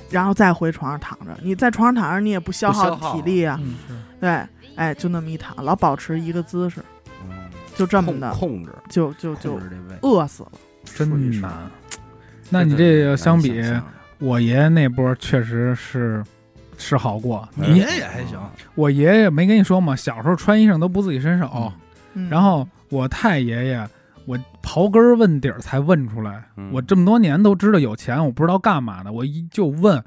Speaker 3: 然后再回床上躺着。你在床上躺着，你也不消
Speaker 1: 不消
Speaker 3: 耗
Speaker 1: 耗
Speaker 3: 体力啊，
Speaker 4: 嗯是
Speaker 3: 对，哎，就那么一躺，老保持一个姿势，
Speaker 1: 嗯
Speaker 3: 就这么
Speaker 1: 控
Speaker 3: 的，
Speaker 1: 控制
Speaker 3: 就就
Speaker 1: 控
Speaker 3: 就呃
Speaker 1: 制这位，
Speaker 3: 饿死了。
Speaker 4: 真难。那你这个相比我爷爷那波，确实是是好过。
Speaker 1: 嗯
Speaker 2: 你爷爷还行，
Speaker 4: 我爷爷没跟你说吗？小时候穿衣裳都不自己伸手，
Speaker 1: 嗯
Speaker 3: 嗯、
Speaker 4: 然后我太爷爷，我刨根儿问底儿才问出来。
Speaker 1: 嗯
Speaker 4: 我这么多年都知道有钱，我不知道干嘛的，我一就问，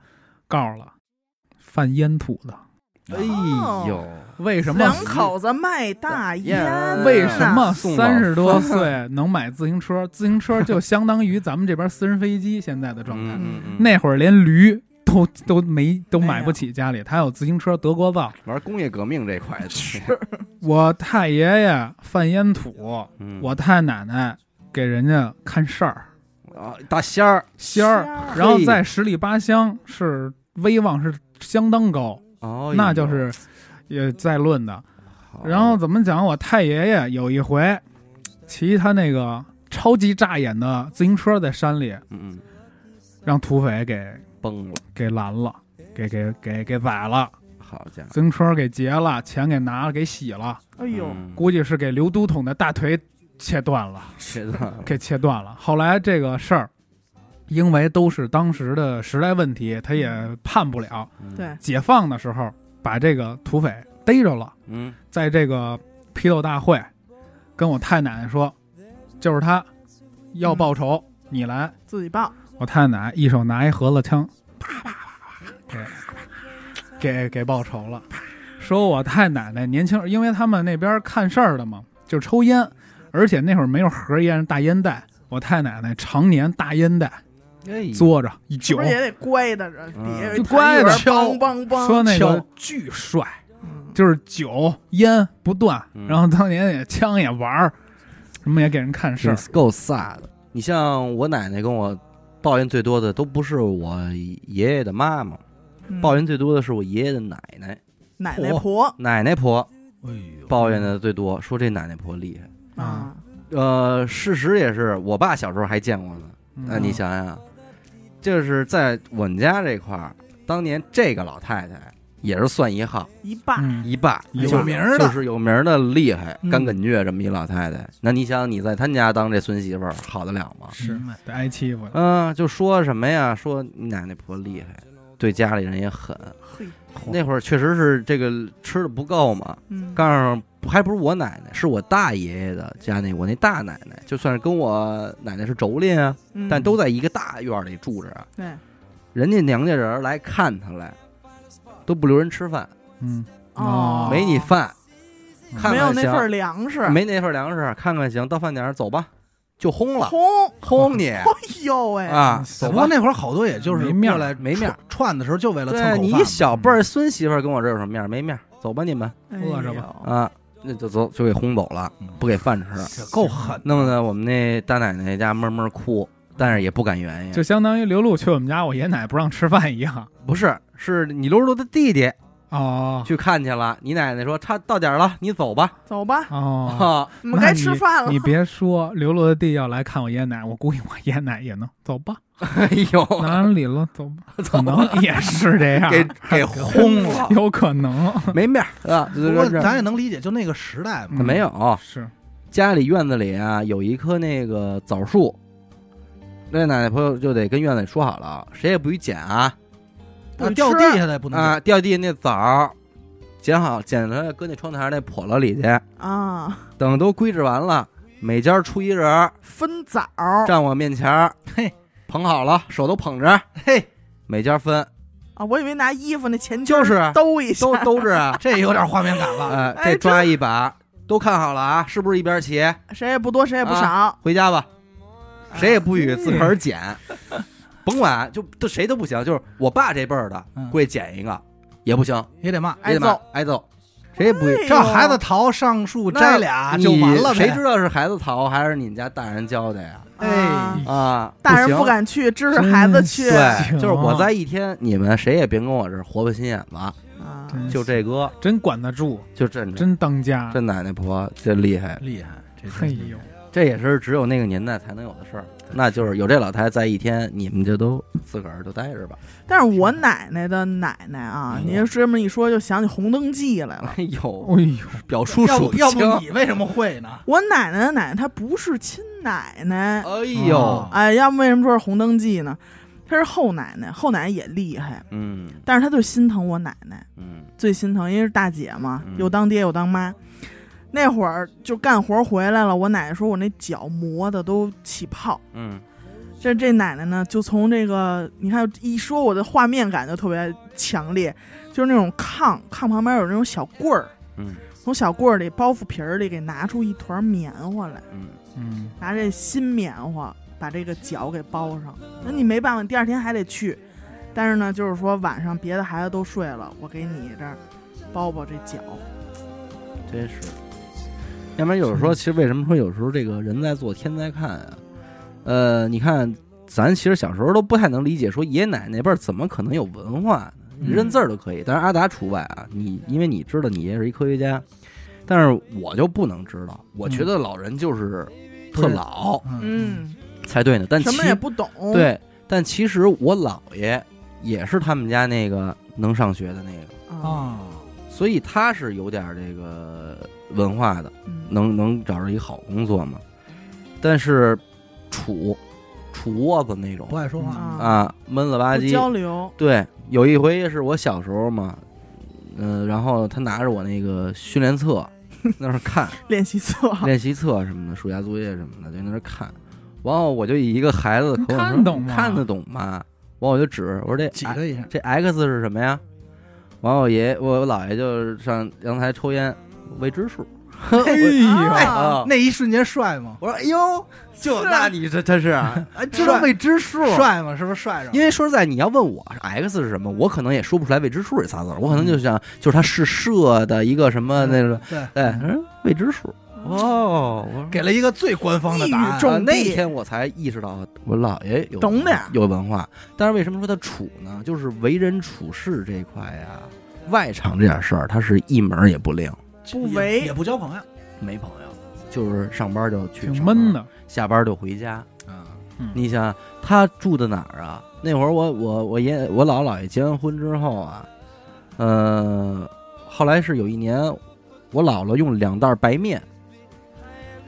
Speaker 4: 告诉了，贩烟土的。
Speaker 1: 哎呦，
Speaker 4: 为什么
Speaker 3: 两？口子卖大烟
Speaker 1: 烟啊
Speaker 3: 呐，
Speaker 4: 为什么
Speaker 1: 送
Speaker 4: 三十多
Speaker 1: 老
Speaker 4: 岁能买自
Speaker 1: <laughs>
Speaker 4: 行车？自行车就相当于咱们这边私人飞机现在的状
Speaker 1: 嗯
Speaker 4: 态。
Speaker 1: 嗯嗯
Speaker 4: 那会儿连驴都都没都
Speaker 3: 没
Speaker 4: 买
Speaker 3: 有
Speaker 4: 不起，家里他有自行车德国造。
Speaker 1: 玩工业革命这块的， <laughs>
Speaker 4: 我太爷爷贩烟土，
Speaker 1: 嗯
Speaker 4: 我太奶奶给人家看事儿
Speaker 1: 啊大仙儿
Speaker 3: 啊
Speaker 4: 仙儿，
Speaker 3: 儿
Speaker 4: 然后在十里八乡是威望是相当高，
Speaker 1: 哦，
Speaker 4: 那就是也在论的。然后怎么讲？我太爷爷有一回骑他那个超级扎眼的自行车在山里，
Speaker 1: 嗯嗯
Speaker 4: 让土匪给
Speaker 1: 崩了，
Speaker 4: 给拦了，给给给给宰了，
Speaker 1: 好家伙，
Speaker 4: 自行车给劫了，钱给拿了，给洗了，
Speaker 3: 哎呦，
Speaker 1: 嗯
Speaker 4: 估计是给刘都统的大腿切断了，
Speaker 1: 切断
Speaker 4: 给切断了。后来这个事儿。因为都是当时的时代问题，他也判不了。
Speaker 1: 嗯
Speaker 3: 对，，
Speaker 4: 解放的时候把这个土匪逮着了，
Speaker 1: 嗯
Speaker 4: 在这个批斗大会跟我太奶奶说，就是他要报仇，你来。
Speaker 3: 自己报，
Speaker 4: 我太奶一手拿一盒子枪，啪啪啪啪啪，给给给报仇了。说我太奶奶年轻，因为他们那边看事儿的嘛，就抽烟，而且那会儿没有盒烟，大烟袋。我太奶奶常年大烟袋
Speaker 1: 哎呦
Speaker 4: 嘬着一
Speaker 3: 是
Speaker 4: 揪
Speaker 3: 不，是也得乖的着？
Speaker 1: 嗯
Speaker 3: 底下有
Speaker 4: 就
Speaker 3: 一
Speaker 4: 乖的
Speaker 3: 痰盂儿
Speaker 2: 敲
Speaker 3: 梆梆梆，
Speaker 4: 说那
Speaker 2: 敲
Speaker 4: 个巨帅。
Speaker 3: 嗯
Speaker 4: 就是酒烟不断
Speaker 1: 嗯，
Speaker 4: 然后当年也枪也玩儿，什么也给人看事
Speaker 1: 这
Speaker 4: 儿。
Speaker 1: 够飒的。你像我奶奶跟我抱怨最多的，都不是我爷爷的妈妈，
Speaker 3: 嗯
Speaker 1: 抱怨最多的是我爷爷的奶奶、
Speaker 3: 奶奶婆
Speaker 1: 奶奶婆，
Speaker 2: 哎呦，
Speaker 1: 抱怨的最多，说这奶奶婆厉害。
Speaker 4: 哦
Speaker 3: 啊，
Speaker 1: 嗯呃，事实也是，我爸小时候还见过呢。
Speaker 4: 嗯
Speaker 1: 那你想想，就是在我们家这块儿，当年这个老太太也是算一号
Speaker 3: 一半。
Speaker 4: 嗯，
Speaker 1: 一霸，
Speaker 4: 有
Speaker 1: 就是
Speaker 2: 名儿的
Speaker 1: 就是有名儿的厉害，
Speaker 2: 嗯
Speaker 1: 干艮月这么一老太太。那你想，你在她家当这孙媳妇儿，好得了吗？
Speaker 4: 是得挨欺负的。
Speaker 1: 嗯、就说什么呀？说你奶奶婆厉害，对家里人也狠。
Speaker 3: 嘿，
Speaker 1: 那会儿确实是这个吃的不够嘛，
Speaker 3: 嗯，
Speaker 1: 告诉不还不是我奶奶，是我大爷爷的家那我那大奶奶，就算是跟我奶奶是妯娌啊，
Speaker 3: 嗯
Speaker 1: 但都在一个大院里住着啊。
Speaker 3: 对，
Speaker 1: 人家娘家人儿来看她来，都不留人吃饭，
Speaker 4: 嗯，
Speaker 3: 哦
Speaker 1: 没你饭，
Speaker 4: 嗯
Speaker 1: 看
Speaker 3: 没有
Speaker 1: 看
Speaker 3: 那
Speaker 1: 行，
Speaker 3: 份粮食，
Speaker 1: 没那份粮食，看看行，到饭点儿走吧，就轰了，
Speaker 3: 红，
Speaker 1: 轰 <laughs> 你
Speaker 3: 哎呦喂，
Speaker 1: 啊，
Speaker 2: 不
Speaker 1: 走
Speaker 2: 过
Speaker 1: 吧，
Speaker 2: 那会儿好多也就是
Speaker 4: 没面儿
Speaker 2: 过来
Speaker 1: 没面儿。
Speaker 2: 串的时候就为了蹭口
Speaker 1: 对
Speaker 2: 饭
Speaker 1: 你一小辈儿孙媳妇儿跟我这有什么面儿？没面儿，走吧你们
Speaker 4: 饿着吧
Speaker 3: 哎呦，
Speaker 1: 啊，那就走就给轰走了，不
Speaker 2: 嗯
Speaker 1: 给饭吃。
Speaker 2: 这够狠，
Speaker 1: 弄得我们那大奶奶家闷闷哭，但是也不敢原因
Speaker 4: 就。相当于刘露去我们家，我爷爷奶奶不让吃饭一样。
Speaker 1: 不是，是你溜溜的弟弟
Speaker 4: 哦
Speaker 1: 去看去了，你奶奶说差到点儿了，你走吧。
Speaker 3: 走吧，
Speaker 1: <laughs> 啊，
Speaker 4: 哦，
Speaker 3: 我们该吃饭了
Speaker 4: 你。别说，刘露的弟要来看我爷爷奶，我估计我爷爷奶也能走吧，
Speaker 1: 哎呦，
Speaker 4: 哪里了走吧，可能也是这样，
Speaker 1: <laughs> 给给轰了，
Speaker 4: 有可能
Speaker 1: 没面儿啊！就
Speaker 2: 不
Speaker 1: 就
Speaker 2: 过
Speaker 1: 这
Speaker 2: 咱也能理解，就那个时代嘛，
Speaker 4: 嗯
Speaker 1: 没有，
Speaker 4: 是
Speaker 1: 家里院子里啊有一棵那个枣树，那奶奶朋友就得跟院子里说好了，谁也不许捡啊
Speaker 3: 不
Speaker 2: 啊
Speaker 3: 吃
Speaker 2: 掉地下的也不能
Speaker 1: 啊！掉地那枣儿，捡好捡出来搁那窗台那笸箩里去，
Speaker 3: 啊，
Speaker 1: 等都归置完了，每家出一人儿
Speaker 3: 分枣儿，
Speaker 1: 站我面前儿，
Speaker 2: 嘿，
Speaker 1: 捧好了，手都捧着，
Speaker 2: 嘿，，
Speaker 1: 每家分，
Speaker 3: 啊，我以为拿衣服那前襟儿
Speaker 1: 就是啊
Speaker 3: 兜一下，
Speaker 1: 都兜着啊
Speaker 2: <laughs> 这有点画面感了。
Speaker 1: 呃，
Speaker 3: 哎
Speaker 1: 这抓一把，都看好了啊，是不是一边齐？
Speaker 3: 谁也不多，谁也不
Speaker 1: 啊
Speaker 3: 少，
Speaker 1: 回家吧，谁也不许自个儿捡，甭管啊就都谁都不行，就是我爸这辈儿的
Speaker 2: 嗯
Speaker 1: 过去捡一个也不行，
Speaker 2: 也得骂。
Speaker 1: 也得
Speaker 3: 挨
Speaker 1: 骂
Speaker 3: 揍，
Speaker 1: 挨揍，谁也不许
Speaker 3: 哎呦
Speaker 2: 这孩子逃上树摘俩
Speaker 1: 你
Speaker 2: 啊就完了呗，
Speaker 1: 谁知道是孩子淘还是你们家大人教的呀？
Speaker 2: 哎
Speaker 3: 啊，
Speaker 1: 啊，
Speaker 3: 大人
Speaker 1: 不
Speaker 3: 不
Speaker 1: 行。
Speaker 3: 敢去，支持孩子去，
Speaker 1: 对，
Speaker 4: 行
Speaker 1: 就是我在一天，你们谁也别跟我这儿活不心眼子，
Speaker 3: 啊，
Speaker 4: 真
Speaker 1: 就这哥，
Speaker 4: 真管得住，
Speaker 1: 就真
Speaker 4: 真当家，
Speaker 1: 这奶奶婆这厉害，
Speaker 2: 厉害？这
Speaker 4: 哎呦，
Speaker 1: 这也是只有那个年代才能有的事儿。那就是有这老太太在一天，你们就都自个儿就待着吧。 <laughs>
Speaker 3: 但是我奶奶的奶奶啊，
Speaker 1: 嗯
Speaker 3: 你就这么一说，就想起《红灯记》来了。
Speaker 1: 哎呦，
Speaker 4: 哎呦，
Speaker 1: 表叔
Speaker 2: 要
Speaker 1: 数
Speaker 2: 不要不你为什么会呢？
Speaker 3: 我奶奶的奶奶她不是亲奶奶，
Speaker 1: 哎呦
Speaker 2: 啊
Speaker 4: 哦，
Speaker 3: 哎，要不为什么说是《红灯记》呢？她是后奶奶，后奶奶也厉害，
Speaker 1: 嗯
Speaker 3: 但是她就心疼我奶奶，
Speaker 1: 嗯
Speaker 3: 最心疼，因为是大姐嘛
Speaker 1: 嗯，
Speaker 3: 又当爹又当妈。那会儿就干活回来了，我奶奶说我那脚磨的都起泡。
Speaker 1: 嗯，
Speaker 3: 这这奶奶呢，就从这个你看一说，我的画面感就特别强烈，就是那种炕炕旁边有那种小棍儿，
Speaker 1: 嗯，
Speaker 3: 从小棍儿里包袱皮儿里给拿出一团棉花来，
Speaker 1: 嗯，
Speaker 4: 嗯，
Speaker 3: 拿这新棉花把这个脚给包上。那你没办法，第二天还得去，但是呢，就是说晚上别的孩子都睡了，我给你这儿包包这脚。
Speaker 1: 真是。要不然有时候，其实为什么说有时候这个人在做天在看啊？呃，你看，咱其实小时候都不太能理解，说爷爷奶奶那辈儿怎么可能有文化呢？
Speaker 2: 嗯
Speaker 1: 认字儿都可以，但是阿达除外啊。你因为你知道你爷爷是一科学家，但是我就不能知道。我觉得老人就是特老
Speaker 2: 嗯，
Speaker 3: 嗯，
Speaker 1: 才对呢，但
Speaker 3: 什
Speaker 1: 其
Speaker 3: 么也不懂。，
Speaker 1: 对，但其实我姥爷也是他们家那个能上学的那个。
Speaker 3: 啊，
Speaker 2: 啊，
Speaker 1: 所以他是有点儿这个文化的，
Speaker 3: 嗯
Speaker 1: 能能找着一好工作嘛。但是杵杵窝子那
Speaker 2: 不
Speaker 1: 种
Speaker 2: 爱说话，
Speaker 3: 啊，
Speaker 1: 啊，闷了吧
Speaker 3: 不交
Speaker 1: 唧。
Speaker 3: 流，
Speaker 1: 对，有一回是我小时候嘛，嗯、然后他拿着我那个训练册
Speaker 4: <laughs>
Speaker 1: 那儿看
Speaker 3: 练习册。
Speaker 1: 练习册什么的，暑假作业什么的，就在那儿看。完后我就以一个孩子的口吻
Speaker 4: 看
Speaker 1: 说
Speaker 4: 懂吗
Speaker 1: 看得懂吗？完我就指我说这
Speaker 2: 挤兑一下，
Speaker 1: 这 X 是什么呀？完，我爷我姥爷就上阳台抽烟，未知 <laughs> 数。
Speaker 4: 哎
Speaker 3: 哎
Speaker 4: 呦，
Speaker 3: 啊
Speaker 2: 那一瞬间帅吗？
Speaker 1: 我说哎呦，就是那你这这是啊，
Speaker 2: 哎，这
Speaker 1: 这都
Speaker 2: 都未
Speaker 1: 未知数。
Speaker 2: 帅吗？是不是帅着？
Speaker 1: 因为说实在，你要问我 X 是什么，我可能也说不出来未知数这仨字儿，我可能就想就是它是射的一个什么那个，
Speaker 2: 对，
Speaker 1: 对，嗯未知数。哦，我说
Speaker 2: 给了一个最官方的答
Speaker 3: 一语
Speaker 2: 案。
Speaker 3: 中
Speaker 1: 啊那
Speaker 3: 地
Speaker 1: 天我才意识到我姥爷有
Speaker 3: 懂点儿
Speaker 1: 有文化，但是为什么说他处呢？就是为人处事这一块呀，外场这点事儿，他是一门儿也不领。
Speaker 3: 不
Speaker 2: 也
Speaker 3: 为
Speaker 2: 也不交朋友。
Speaker 1: 没朋友，就是上班就去，
Speaker 4: 挺闷，的，
Speaker 1: 下班就回家。
Speaker 2: 啊，
Speaker 4: 嗯
Speaker 1: 你想他住的哪儿啊？那会儿我我我爷我姥姥姥爷结完婚之后啊，呃，后来是有一年，我姥姥用两袋白面，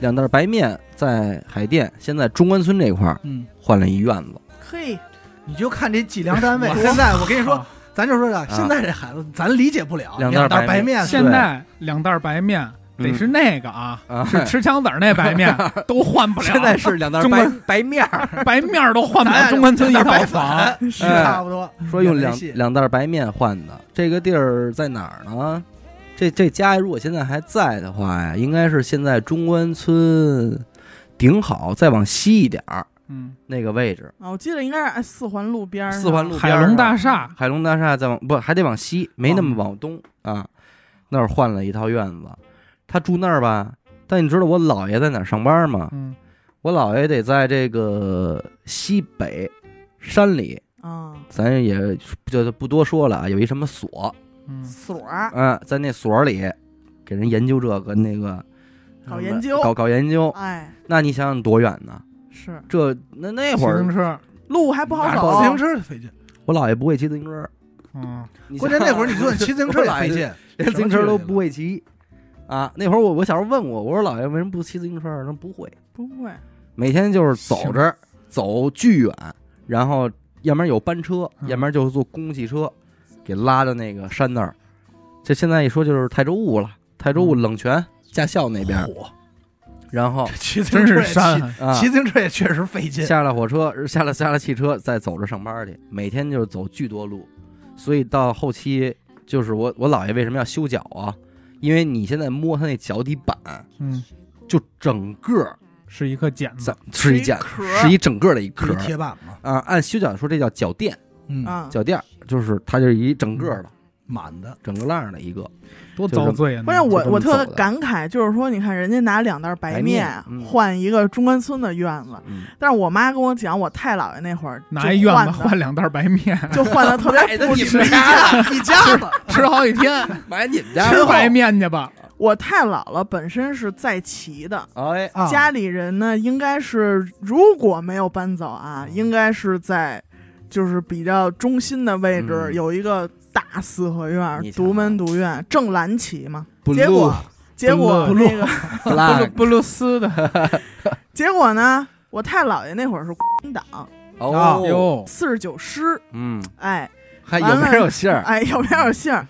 Speaker 1: 两袋白面在海淀，现在中关村这块儿
Speaker 2: 嗯，
Speaker 1: 换了一院子。
Speaker 3: 嘿，
Speaker 2: 你就看这计量单位
Speaker 4: 我。
Speaker 2: <laughs> 现在我跟你哎说
Speaker 4: 啊，
Speaker 2: 咱就说啊，现在这孩子咱理解不了，
Speaker 1: 两
Speaker 2: 袋
Speaker 1: 袋
Speaker 2: 儿白
Speaker 1: 白面
Speaker 2: 面
Speaker 4: 现在两袋白面得是那个啊，
Speaker 1: 啊，
Speaker 4: 是吃枪子儿那白面都换不了，
Speaker 1: 现在是两袋
Speaker 4: 中
Speaker 1: 白
Speaker 4: 关
Speaker 1: 白面儿，
Speaker 4: 白面儿都换不
Speaker 2: 咱
Speaker 4: 了
Speaker 2: 俩
Speaker 4: 中关村一套房。
Speaker 2: 是
Speaker 1: 嗯
Speaker 2: 差不多。
Speaker 1: 说用
Speaker 2: 也没
Speaker 1: 两
Speaker 2: 戏
Speaker 1: 两袋白面换的。这个地儿在哪儿呢？这这家如果现在还在的话呀，应该是现在中关村顶好，再往西一点儿
Speaker 4: 嗯，
Speaker 1: 那个位置，
Speaker 3: 啊，我记得应该是哎四环路边儿上，
Speaker 1: 四环路边
Speaker 4: 海
Speaker 1: 儿
Speaker 4: 龙
Speaker 1: 上
Speaker 4: 大厦，
Speaker 1: 海龙大厦再往不还得往西，没那么往东啊。那儿换了一套院子，他住那儿吧。但你知道我姥爷在哪儿上班吗？
Speaker 4: 嗯，
Speaker 1: 我姥爷得在这个西北山里，
Speaker 3: 啊，
Speaker 1: 咱也就不多说了啊。有一什么所，
Speaker 4: 嗯，
Speaker 3: 所儿
Speaker 2: 啊
Speaker 1: 嗯，在那所儿里给人研究这个那个，什
Speaker 3: 搞
Speaker 1: 么
Speaker 3: 研究
Speaker 1: 搞搞研究。
Speaker 2: 啊
Speaker 3: 哎
Speaker 1: 那你想想多远呢？
Speaker 3: 是
Speaker 1: 这那那
Speaker 4: 自
Speaker 1: 会
Speaker 4: 行
Speaker 1: 儿
Speaker 4: 车，
Speaker 3: 路还不好
Speaker 1: 拿
Speaker 3: 走，
Speaker 1: 着
Speaker 2: 自行车费劲，
Speaker 1: 我姥爷不会骑自行车，
Speaker 4: 嗯，
Speaker 1: 你
Speaker 2: 关键
Speaker 1: 想
Speaker 2: 那会儿你说你骑自行车也费，
Speaker 1: 我姥
Speaker 2: 劲，
Speaker 1: 爷连自行车都不会骑啊。那会儿我我小时候问我，我说姥爷为什么不骑自行车？他说不会，
Speaker 3: 不会
Speaker 1: 每天就是走着走巨远，然后要不然有班车，
Speaker 4: 嗯
Speaker 1: 要不然就是坐公汽车给拉到那个山那儿。这现在一说就是泰州雾了，泰州雾
Speaker 4: 嗯
Speaker 1: 冷泉驾校那边，
Speaker 4: 哦
Speaker 2: 嚯
Speaker 1: 然后
Speaker 2: 这骑自
Speaker 4: <laughs> 真
Speaker 2: 行车
Speaker 4: 是
Speaker 2: 也
Speaker 4: 山
Speaker 2: 骑，
Speaker 4: 啊，
Speaker 1: 啊
Speaker 2: 骑自行车也确实费劲。
Speaker 1: 下了火车，呃下了下了汽车，再走着上班去，每天就是走巨多路，所以到后期就是我我姥爷为什么要修脚啊？因为你现在摸他那脚底板，
Speaker 4: 嗯，
Speaker 1: 就整个
Speaker 4: 是一个剪子
Speaker 1: 咱，是一件
Speaker 3: 壳
Speaker 1: 是一整个的一
Speaker 2: 嗯不
Speaker 1: 壳
Speaker 2: 是铁板嘛，
Speaker 1: 啊，按修脚说这叫脚垫，
Speaker 2: 嗯，
Speaker 3: 啊，
Speaker 1: 脚垫就是它就是一整个的，
Speaker 2: 满的，
Speaker 1: 整个浪的一个，
Speaker 4: 多遭罪啊！
Speaker 3: 关键我
Speaker 1: 就这么
Speaker 3: 我
Speaker 1: 走
Speaker 3: 特
Speaker 1: 的
Speaker 3: 感慨，就是说，你看人家拿两袋白
Speaker 1: 白
Speaker 3: 面
Speaker 1: 面嗯
Speaker 3: 换一个中关村的院子，
Speaker 1: 嗯，
Speaker 3: 但是我妈跟我讲，我太姥爷那会儿
Speaker 4: 拿一院子
Speaker 3: 就换
Speaker 4: 换两袋白面，
Speaker 3: 的，就换的特
Speaker 1: <laughs>
Speaker 3: 别不值。
Speaker 1: 家
Speaker 2: 一家子
Speaker 4: 吃好几天，
Speaker 1: <laughs> 嗯买你们
Speaker 4: 吃白面去吧。
Speaker 3: 我太姥姥本身是在齐的，
Speaker 1: 哎，
Speaker 2: 啊，
Speaker 3: 家里人呢应该是如果没有搬走啊，应该是在就是比较中心的位置、
Speaker 1: 嗯
Speaker 3: 有一个大四合院
Speaker 1: 你，
Speaker 3: 独
Speaker 1: 瞧
Speaker 3: 门独院，正蓝旗嘛。
Speaker 1: 不
Speaker 3: 结
Speaker 1: 录
Speaker 3: 果结果
Speaker 4: 不录
Speaker 3: 那个
Speaker 1: 不
Speaker 4: 布
Speaker 2: <laughs>
Speaker 4: 鲁
Speaker 1: 拉，
Speaker 4: 布鲁斯的，
Speaker 3: 结果呢，我太姥爷那会儿是国 <laughs> 民党
Speaker 2: 啊
Speaker 1: 哦哟，
Speaker 4: 啊哟，
Speaker 3: 四十九师，
Speaker 1: 嗯，
Speaker 3: 哎。
Speaker 1: 还有没有信
Speaker 2: 啊
Speaker 1: 儿？
Speaker 3: 哎， <laughs> 有没有信儿？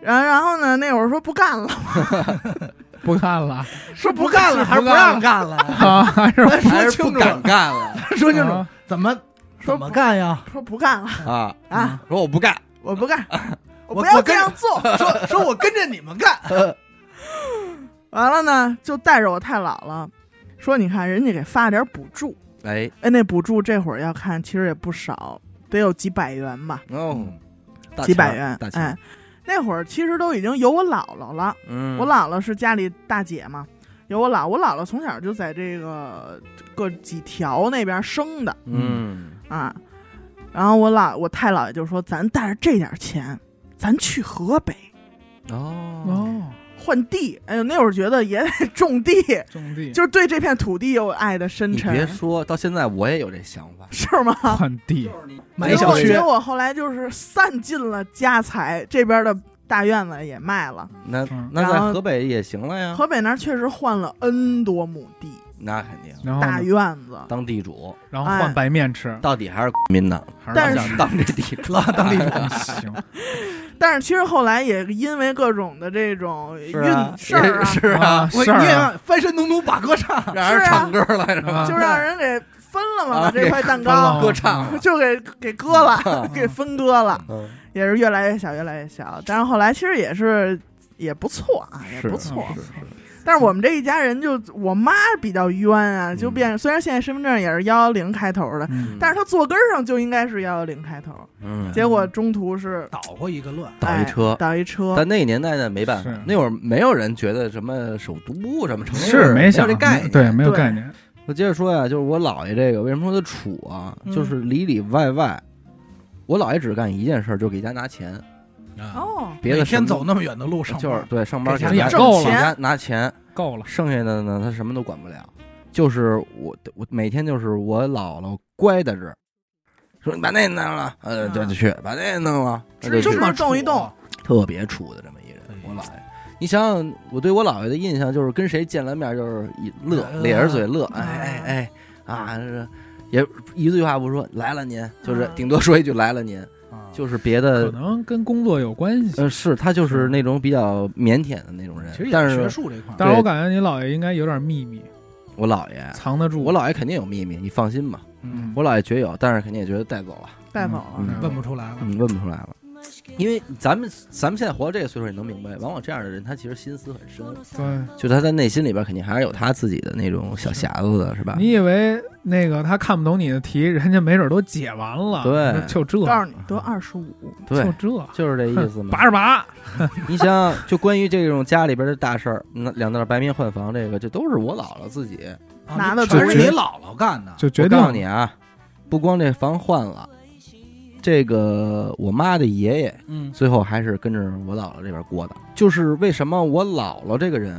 Speaker 3: 然然后呢，那会儿说不干了，
Speaker 4: 不看了
Speaker 2: <laughs> 说不干了还是不让干
Speaker 1: <laughs>
Speaker 2: 了？
Speaker 4: 啊，还是
Speaker 2: 咱
Speaker 1: 还
Speaker 2: 说
Speaker 1: 是不
Speaker 2: 清楚，
Speaker 1: 敢干了
Speaker 2: 说清楚
Speaker 4: 啊，
Speaker 2: 怎么
Speaker 3: 说
Speaker 2: 怎么干呀？
Speaker 3: <laughs> 说不干了
Speaker 1: 啊！
Speaker 3: 啊，
Speaker 1: 说我不干，
Speaker 3: 我不干，
Speaker 2: 嗯我
Speaker 3: 不要
Speaker 2: 我
Speaker 3: 这
Speaker 2: 跟
Speaker 3: 样做。
Speaker 2: 说说我跟着你们
Speaker 1: <laughs>
Speaker 2: 干，
Speaker 3: 完了呢，就带着我太姥姥说，你看人家给发点补助，
Speaker 1: 哎，
Speaker 3: 哎，那补助这会儿要看，其实也不少，得有几百元吧，
Speaker 1: 哦，大
Speaker 3: 嗯几
Speaker 1: 钱儿
Speaker 3: 百元
Speaker 1: 大，钱儿
Speaker 3: 哎，那会儿其实都已经有我姥姥了，
Speaker 1: 嗯，
Speaker 3: 我姥姥是家里大姐嘛。有我姥，我姥姥从小就在这个各几条那边生的，
Speaker 1: 嗯，
Speaker 3: 啊。然后我姥我太姥爷就说：“咱带着这点钱，咱去河北
Speaker 1: 哦，
Speaker 4: 哦，
Speaker 3: 换地。”哎呦，那会儿觉得也得种地，
Speaker 4: 种
Speaker 3: <laughs>
Speaker 4: 地
Speaker 3: 就是对这片土地有爱的深
Speaker 1: 你别
Speaker 3: 沉，
Speaker 1: 说到现在，我也有这想法，
Speaker 3: 是吗？
Speaker 4: 换地，
Speaker 2: 买一
Speaker 3: 结
Speaker 2: 小
Speaker 3: 果结
Speaker 2: 区，
Speaker 3: 果后来就是散尽了家财，这边的大院子也卖了，
Speaker 1: 那
Speaker 4: 嗯
Speaker 1: 那
Speaker 3: 然
Speaker 1: 在
Speaker 3: 后
Speaker 1: 河北也行了呀，
Speaker 3: 河北那儿确实换了 N 多亩地，
Speaker 1: 那肯定
Speaker 4: 然后呢
Speaker 3: 大院子。
Speaker 1: 当地主，
Speaker 4: 然后换白面吃，
Speaker 1: 到底还是国民党，
Speaker 4: 还
Speaker 3: 但是
Speaker 1: 想 <laughs> 当这地主，当
Speaker 4: 地主哎行，
Speaker 3: 但是其实后来也因为各种的这种运
Speaker 1: 是啊，
Speaker 3: 事儿啊，
Speaker 1: 是啊，
Speaker 4: 啊，
Speaker 2: 我
Speaker 4: 事
Speaker 2: 你也
Speaker 4: 儿啊
Speaker 2: 让翻身农奴把歌唱，
Speaker 1: 让人
Speaker 3: 是啊
Speaker 1: 唱歌来着，
Speaker 4: 啊
Speaker 3: 就让人给分了嘛，
Speaker 1: 啊
Speaker 3: 把这块蛋
Speaker 4: 分了
Speaker 3: 糕
Speaker 4: 啊
Speaker 1: 歌唱，
Speaker 3: <laughs> 就给给割了，给分割了。
Speaker 1: 啊嗯，
Speaker 3: 也是越来越小，越来越小。但是后来其实也是也不错啊，也
Speaker 1: 是
Speaker 3: 不错。
Speaker 4: 嗯
Speaker 1: 是
Speaker 3: 但是我们这一家人就我妈比较冤啊，
Speaker 1: 嗯
Speaker 3: 就变、虽然现在身份证也是幺幺零开头的，
Speaker 4: 嗯
Speaker 3: 但是她坐根儿上就应该是幺幺零开头，
Speaker 1: 嗯，
Speaker 3: 结果中途是
Speaker 2: 捣鼓一个乱，
Speaker 1: 倒一车
Speaker 3: 哎、。倒一车。
Speaker 1: 但那个年代呢，没办法
Speaker 4: 是，
Speaker 1: 那会儿没有人觉得什么首都什么城市
Speaker 4: 是没想
Speaker 1: 有这概念，
Speaker 4: 对，没有
Speaker 3: 对
Speaker 4: 概念，
Speaker 1: 我接着说呀，就是我姥爷这个，为什么说他处啊？
Speaker 2: 嗯
Speaker 1: 就是里里外外，我姥爷只干一件事儿，就给家拿钱，
Speaker 2: 啊
Speaker 3: 哦，
Speaker 1: 别
Speaker 2: 每
Speaker 1: 的什
Speaker 2: 天
Speaker 1: 么
Speaker 2: 走那么远的路上
Speaker 1: 就是
Speaker 2: 班，
Speaker 1: 对上班
Speaker 2: 给家
Speaker 1: 家
Speaker 4: 挣
Speaker 1: 给
Speaker 4: 钱
Speaker 1: 家拿钱，
Speaker 4: 够了，
Speaker 1: 剩下的呢他什么都管不了。就是我我每天就是我姥姥乖的是，说你把那弄了，呃，就
Speaker 3: 啊
Speaker 1: 就去把那弄了，那就
Speaker 3: 这
Speaker 1: 去
Speaker 3: 么动一动
Speaker 4: 楚
Speaker 1: 特别处的这么一人，
Speaker 2: 哎
Speaker 1: 我姥爷。你想想，我对我姥爷的印象就是跟谁见了面就是一乐，
Speaker 2: 哎
Speaker 1: 咧着嘴乐，
Speaker 3: 哎
Speaker 1: 哎哎哎啊，
Speaker 2: 嗯
Speaker 1: 这也一句话不说，来了您，就是顶多说一句来了您，
Speaker 2: 啊
Speaker 1: <laughs> 就是别
Speaker 4: 可
Speaker 1: 的，
Speaker 4: 能跟工作有关系。
Speaker 1: 嗯，是他就是那种比较腼腆的那种人
Speaker 2: 其实，也
Speaker 1: 但
Speaker 2: 学
Speaker 1: 是
Speaker 2: 术这块儿，
Speaker 4: 但是我感觉你姥爷应该有点秘密，
Speaker 1: 我姥爷，
Speaker 4: 藏得住。
Speaker 1: 我姥爷肯定有秘密，你放心吧，
Speaker 4: 嗯
Speaker 1: 我姥爷绝有，但是肯定也觉得带走了，
Speaker 3: 带走了
Speaker 1: 嗯
Speaker 3: 是吧。
Speaker 2: 问不出来了。
Speaker 1: 嗯，问不出来了。因为咱们咱们现在活到这个岁数，你能明白，往往这样的人，他其实心思很深，
Speaker 4: 对，
Speaker 1: 就他在内心里边肯定还是有他自己的那种小匣子的，是吧？
Speaker 4: 你以为那个他看不懂你的题，人家没准都解完了，
Speaker 1: 对
Speaker 4: 就这，
Speaker 3: 告诉
Speaker 1: 嗯
Speaker 3: 你得二十五，
Speaker 4: 就
Speaker 1: 对，
Speaker 4: 这，
Speaker 1: 就是这意思嘛。
Speaker 4: 八十八，
Speaker 1: 你想想，就关于这种家里边的大事儿，那两道白面换房这个，这都是我姥姥自己。
Speaker 2: 啊
Speaker 3: 拿的
Speaker 2: 全
Speaker 4: 都
Speaker 2: 是
Speaker 4: 是
Speaker 2: 你姥姥干的，
Speaker 4: 就
Speaker 1: 我
Speaker 4: 决定
Speaker 1: 告诉你啊，不光这房换了，这个我妈的爷爷
Speaker 2: 嗯，
Speaker 1: 最后还是跟着我姥姥这边过的。就是为什么我姥姥这个人，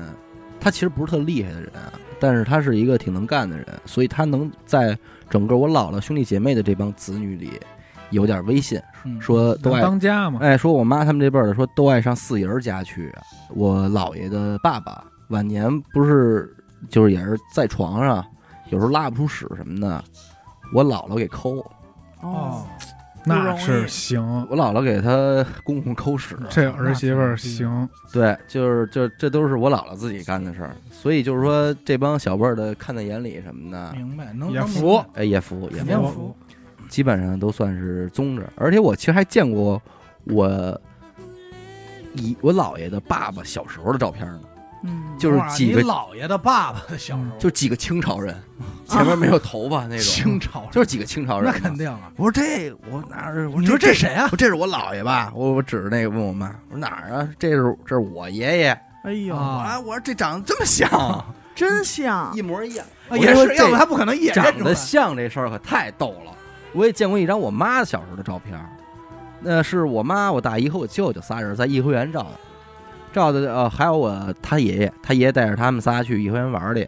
Speaker 1: 她其实不是特厉害的人啊，但是她是一个挺能干的人，所以她能在整个我姥姥兄弟姐妹的这帮子女里有点威信，
Speaker 2: 嗯
Speaker 1: 说都
Speaker 4: 能
Speaker 1: 爱
Speaker 4: 当家嘛，
Speaker 1: 哎，说我妈他们这辈儿的说都爱上四爷儿家去。啊我姥爷的爸爸晚年不是就是也是在床上，有时候拉不出屎什么的，我姥姥给抠，
Speaker 2: 哦，，
Speaker 4: 那
Speaker 3: 不容
Speaker 4: 是
Speaker 3: 易
Speaker 4: 行，
Speaker 1: 我姥姥给他 <laughs> 公公抠屎。啊
Speaker 4: 这儿媳妇儿行，
Speaker 1: 对，就是就这都是我姥姥自己干的事儿，所以就是说这帮小辈儿的看在眼里什么的，
Speaker 2: 明白，能
Speaker 4: 也
Speaker 2: 能明
Speaker 4: 服
Speaker 2: 白
Speaker 1: 哎也服也服
Speaker 2: 肯定
Speaker 4: 服
Speaker 2: 服，
Speaker 1: 基本上都算是宗旨。而且我其实还见过我以我姥爷的爸爸小时候的照片呢，
Speaker 3: 嗯，
Speaker 1: 就是
Speaker 2: 哇
Speaker 1: 几
Speaker 2: 你
Speaker 1: 个
Speaker 2: 姥爷的爸爸的小时候，
Speaker 1: 就几个清朝人，前面没有头发那种，
Speaker 2: 清朝人，
Speaker 1: 就是几个啊清朝人
Speaker 2: 那
Speaker 1: 嘛。
Speaker 2: 肯定啊。
Speaker 1: 我说这我哪儿？我
Speaker 2: 你说这谁啊？
Speaker 1: 我这是我姥爷吧？我我指着那个问我妈，我说哪儿啊？这是这是我爷爷
Speaker 3: 哎呦，
Speaker 2: 啊
Speaker 1: 啊！嗯我说这长得这么像，
Speaker 3: 真像
Speaker 1: 一模一样，
Speaker 2: 啊
Speaker 1: 我
Speaker 2: 也
Speaker 1: 说
Speaker 2: 是，
Speaker 1: 这
Speaker 2: 要不他不可能也
Speaker 1: 长
Speaker 2: 认出
Speaker 1: 得
Speaker 2: 来
Speaker 1: 像这事儿可太逗了。我也见过一张我妈小时候的照片儿，那是我妈、我大姨和我舅舅仨人在颐和园照的，照的呃还有我他爷爷，他爷爷带着他们仨去颐和园玩儿去。